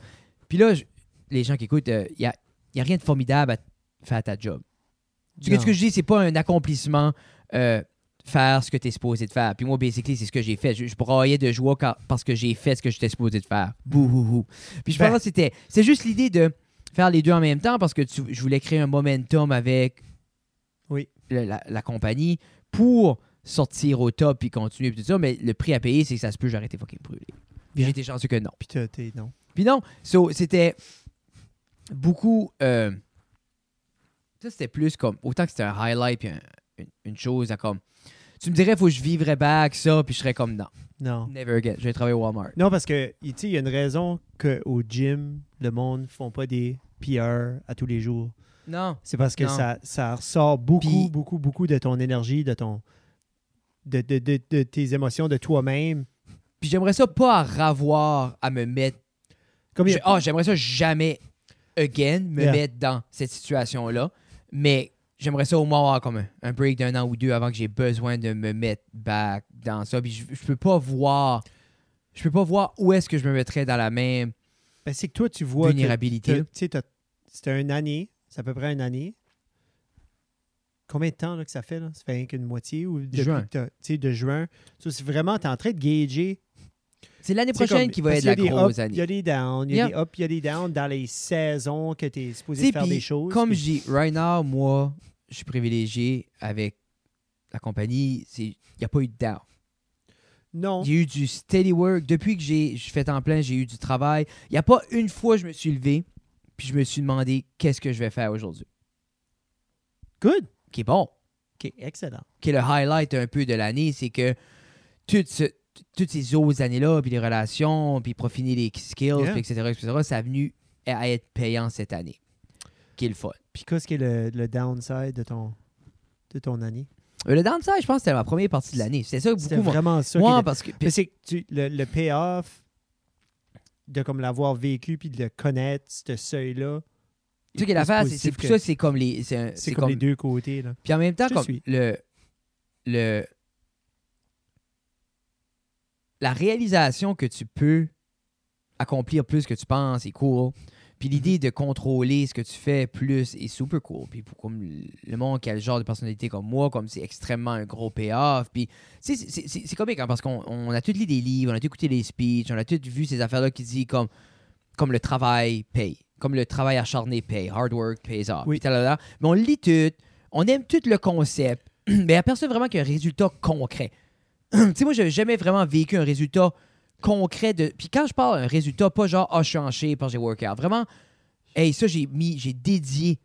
puis là je- les gens qui écoutent il n'y a, y a rien de formidable à faire ta job. Tu sais
Non.
ce que je dis, c'est pas un accomplissement euh, faire ce que tu es supposé de faire. Puis moi, basically, c'est ce que j'ai fait. Je, je braillais de joie quand- parce que j'ai fait ce que j'étais supposé de faire. Bouhouhou. Puis je
Ben.
pense que c'était c'est juste l'idée de faire les deux en même temps parce que tu- je voulais créer un momentum avec
Oui.
le- la, la compagnie pour sortir au top puis continuer puis tout ça. Mais le prix à payer, c'est que ça se peut, j'aurais été fucking brûlé. Puis
Bien.
j'ai été chanceux que non.
Puis t'as- t'es... Non.
Puis non, so, c'était beaucoup. euh, ça, c'était plus comme. Autant que c'était un highlight, puis un- une, une chose à comme. Tu me dirais, faut que je vivrais back ça, puis je serais comme non.
Non.
Never again. Je vais travailler au Walmart.
Non, parce que, tu sais, il y a une raison qu'au gym, le monde ne font pas des PR à tous les jours.
Non.
C'est parce que
Non.
ça, ça ressort beaucoup,
Puis-
beaucoup, beaucoup de ton énergie, de ton de, de, de, de tes émotions, de toi-même.
Puis j'aimerais ça pas à ravoir à me mettre.
Comme il y
je-
a-
Ah, j'aimerais ça jamais again me
Yeah.
mettre dans cette situation-là. Mais j'aimerais ça au moins avoir comme un, un break d'un an ou deux avant que j'ai besoin de me mettre back dans ça. Puis je, je peux pas voir je peux pas voir où est-ce que je me mettrais dans la même
Ben, c'est que toi, tu vois. que
vulnérabilité.
t'as- Tu sais, t'as- c'était une année, c'est à peu près une année. Combien de temps là, que ça fait? Là? Ça fait rien qu'une moitié ou depuis
Juin.
que t'as- tu sais, de juin. Ça, c'est vraiment, tu es en train de gager.
C'est l'année
tu sais,
prochaine
comme-
qui va
parce
être
qu'il y a
la
des
grosse
ups, Il y
année.
a des downs, il y a
Yeah.
des ups, il y a des downs dans les saisons que tu es supposé
Tu sais,
faire
puis,
des choses.
Comme
puis-
je dis, right now, moi, je suis privilégié avec la compagnie. C'est- Il n'y a pas eu de down.
Non.
J'ai eu du steady work. Depuis que j'ai je fais temps plein, j'ai eu du travail. Il n'y a pas une fois je me suis levé puis je me suis demandé qu'est-ce que je vais faire aujourd'hui.
Good.
Qui est bon.
OK, excellent.
Qui est le highlight un peu de l'année, c'est que toutes ce- toutes ces autres années-là, puis les relations, puis profiter les skills,
Yeah.
puis etc., etc., ça a venu à être payant cette année. Qui est le fun.
Puis qu'est-ce qui est le, le downside de ton, de ton année?
Mais Euh, le downside, je pense que c'était ma première partie de l'année. C'est ça que
C'était
beaucoup m'ont-
vraiment ça. qui
Moi,
était-
parce que.
Mais c'est que tu- le, le payoff de comme l'avoir vécu puis de le connaître, ce seuil-là.
Tu sais que
est plus
l'affaire, c'est-
positif
c'est
que-
ça, c'est comme les. Euh, C'est un-
c'est comme, les deux côtés. Là.
Puis en même temps,
Je te
comme
suis.
le, le. La réalisation que tu peux accomplir plus que tu penses est cool. Puis
Mhm.
l'idée de contrôler ce que tu fais plus est super cool. Puis pour comme le monde qui a le genre de personnalité comme moi, comme c'est extrêmement un gros payoff. Puis tu sais, c'est- c'est c'est- c'est comique hein, parce qu'on on a tous lu des livres, on a tous écouté des speeches, on a tous vu ces affaires-là qui disent comme, comme le travail paye, comme le travail acharné paye, hard work pays off.
Oui.
puis talala. Mais on le lit tout, on aime tout le concept, *clears throat* mais il n'y a personne vraiment qui a un résultat concret. *clears throat* tu sais, moi, je jamais vraiment vécu un résultat concret de. Puis quand je parle d'un résultat, pas genre, ah, je suis en shape, ah, j'ai workout. Vraiment, hey, ça, j'ai mis, j'ai dédié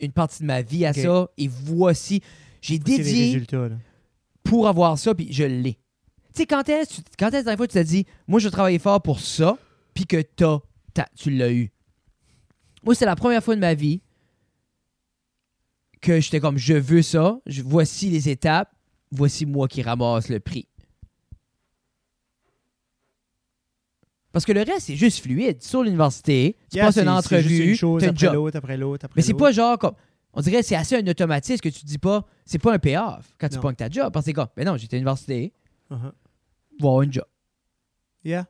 une partie de ma vie à
Ok.
ça, et voici. J'ai
C'est les
dédié
résultats. là.
pour avoir ça, puis je l'ai. Tu sais, quand est-ce tu- quand est-ce la dernière fois tu t'es dit, moi, je vais travailler fort pour ça, puis que t'as, t'as- tu l'as eu. Moi, c'est la première fois de ma vie que j'étais comme, je veux ça, je- voici les étapes, voici moi qui ramasse le prix. Parce que le reste, c'est juste fluide. Sur l'université, tu
Yeah,
passes
c'est-
une
c'est juste
entrevue,
une chose
t'as une
après
job.
l'autre, après l'autre, après
Mais c'est
l'autre.
pas genre comme. On dirait que c'est assez un automatisme que tu dis pas. C'est pas un payoff quand tu
Non.
pognes ta job. Parce que c'est comme, ben non, j'étais à l'université,
Uh-huh.
voir une job.
Yeah,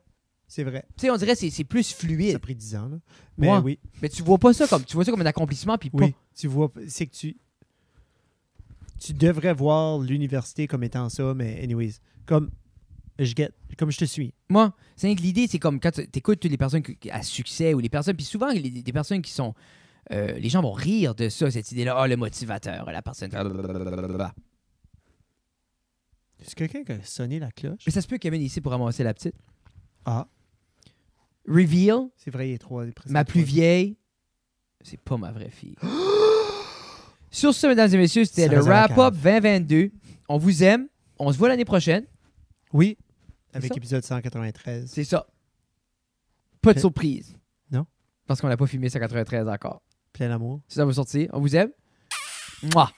c'est vrai.
Tu sais, on dirait que c'est- c'est plus
Ça
fluide.
a pris 10 ans. Là. Mais
Ouais.
oui,
Mais tu vois pas ça comme. Tu vois ça comme un accomplissement, puis
oui. Tu vois, c'est que tu. Tu devrais voir l'université comme étant ça, mais anyways, comme je get, comme je te suis.
Moi, c'est rien que l'idée, c'est comme quand tu écoutes toutes les personnes qui- qui- à succès ou les personnes, puis souvent, les, des personnes qui sont. euh, les gens vont rire de ça, cette idée-là. Ah, le motivateur, la personne. Mais
Est-ce que quelqu'un qui a sonné la cloche?
ça se peut qu'elle vienne ici pour ramasser la petite.
Ah,
Reveal,
c'est vrai, il est trois. il est presque
ma plus
trois.
vieille, c'est pas ma vraie fille. *gasps* Sur ce, mesdames et messieurs, c'était
Ça
le
reste dans la cave.
wrap-up 2022. On vous aime. On se voit l'année prochaine.
Oui,
C'est
avec
ça?
épisode 193.
C'est ça. Pas de
Ok.
surprise.
Non.
Parce qu'on n'a pas filmé 193 encore.
Plein d'amour.
Si ça va sortir, on vous aime. Mouah.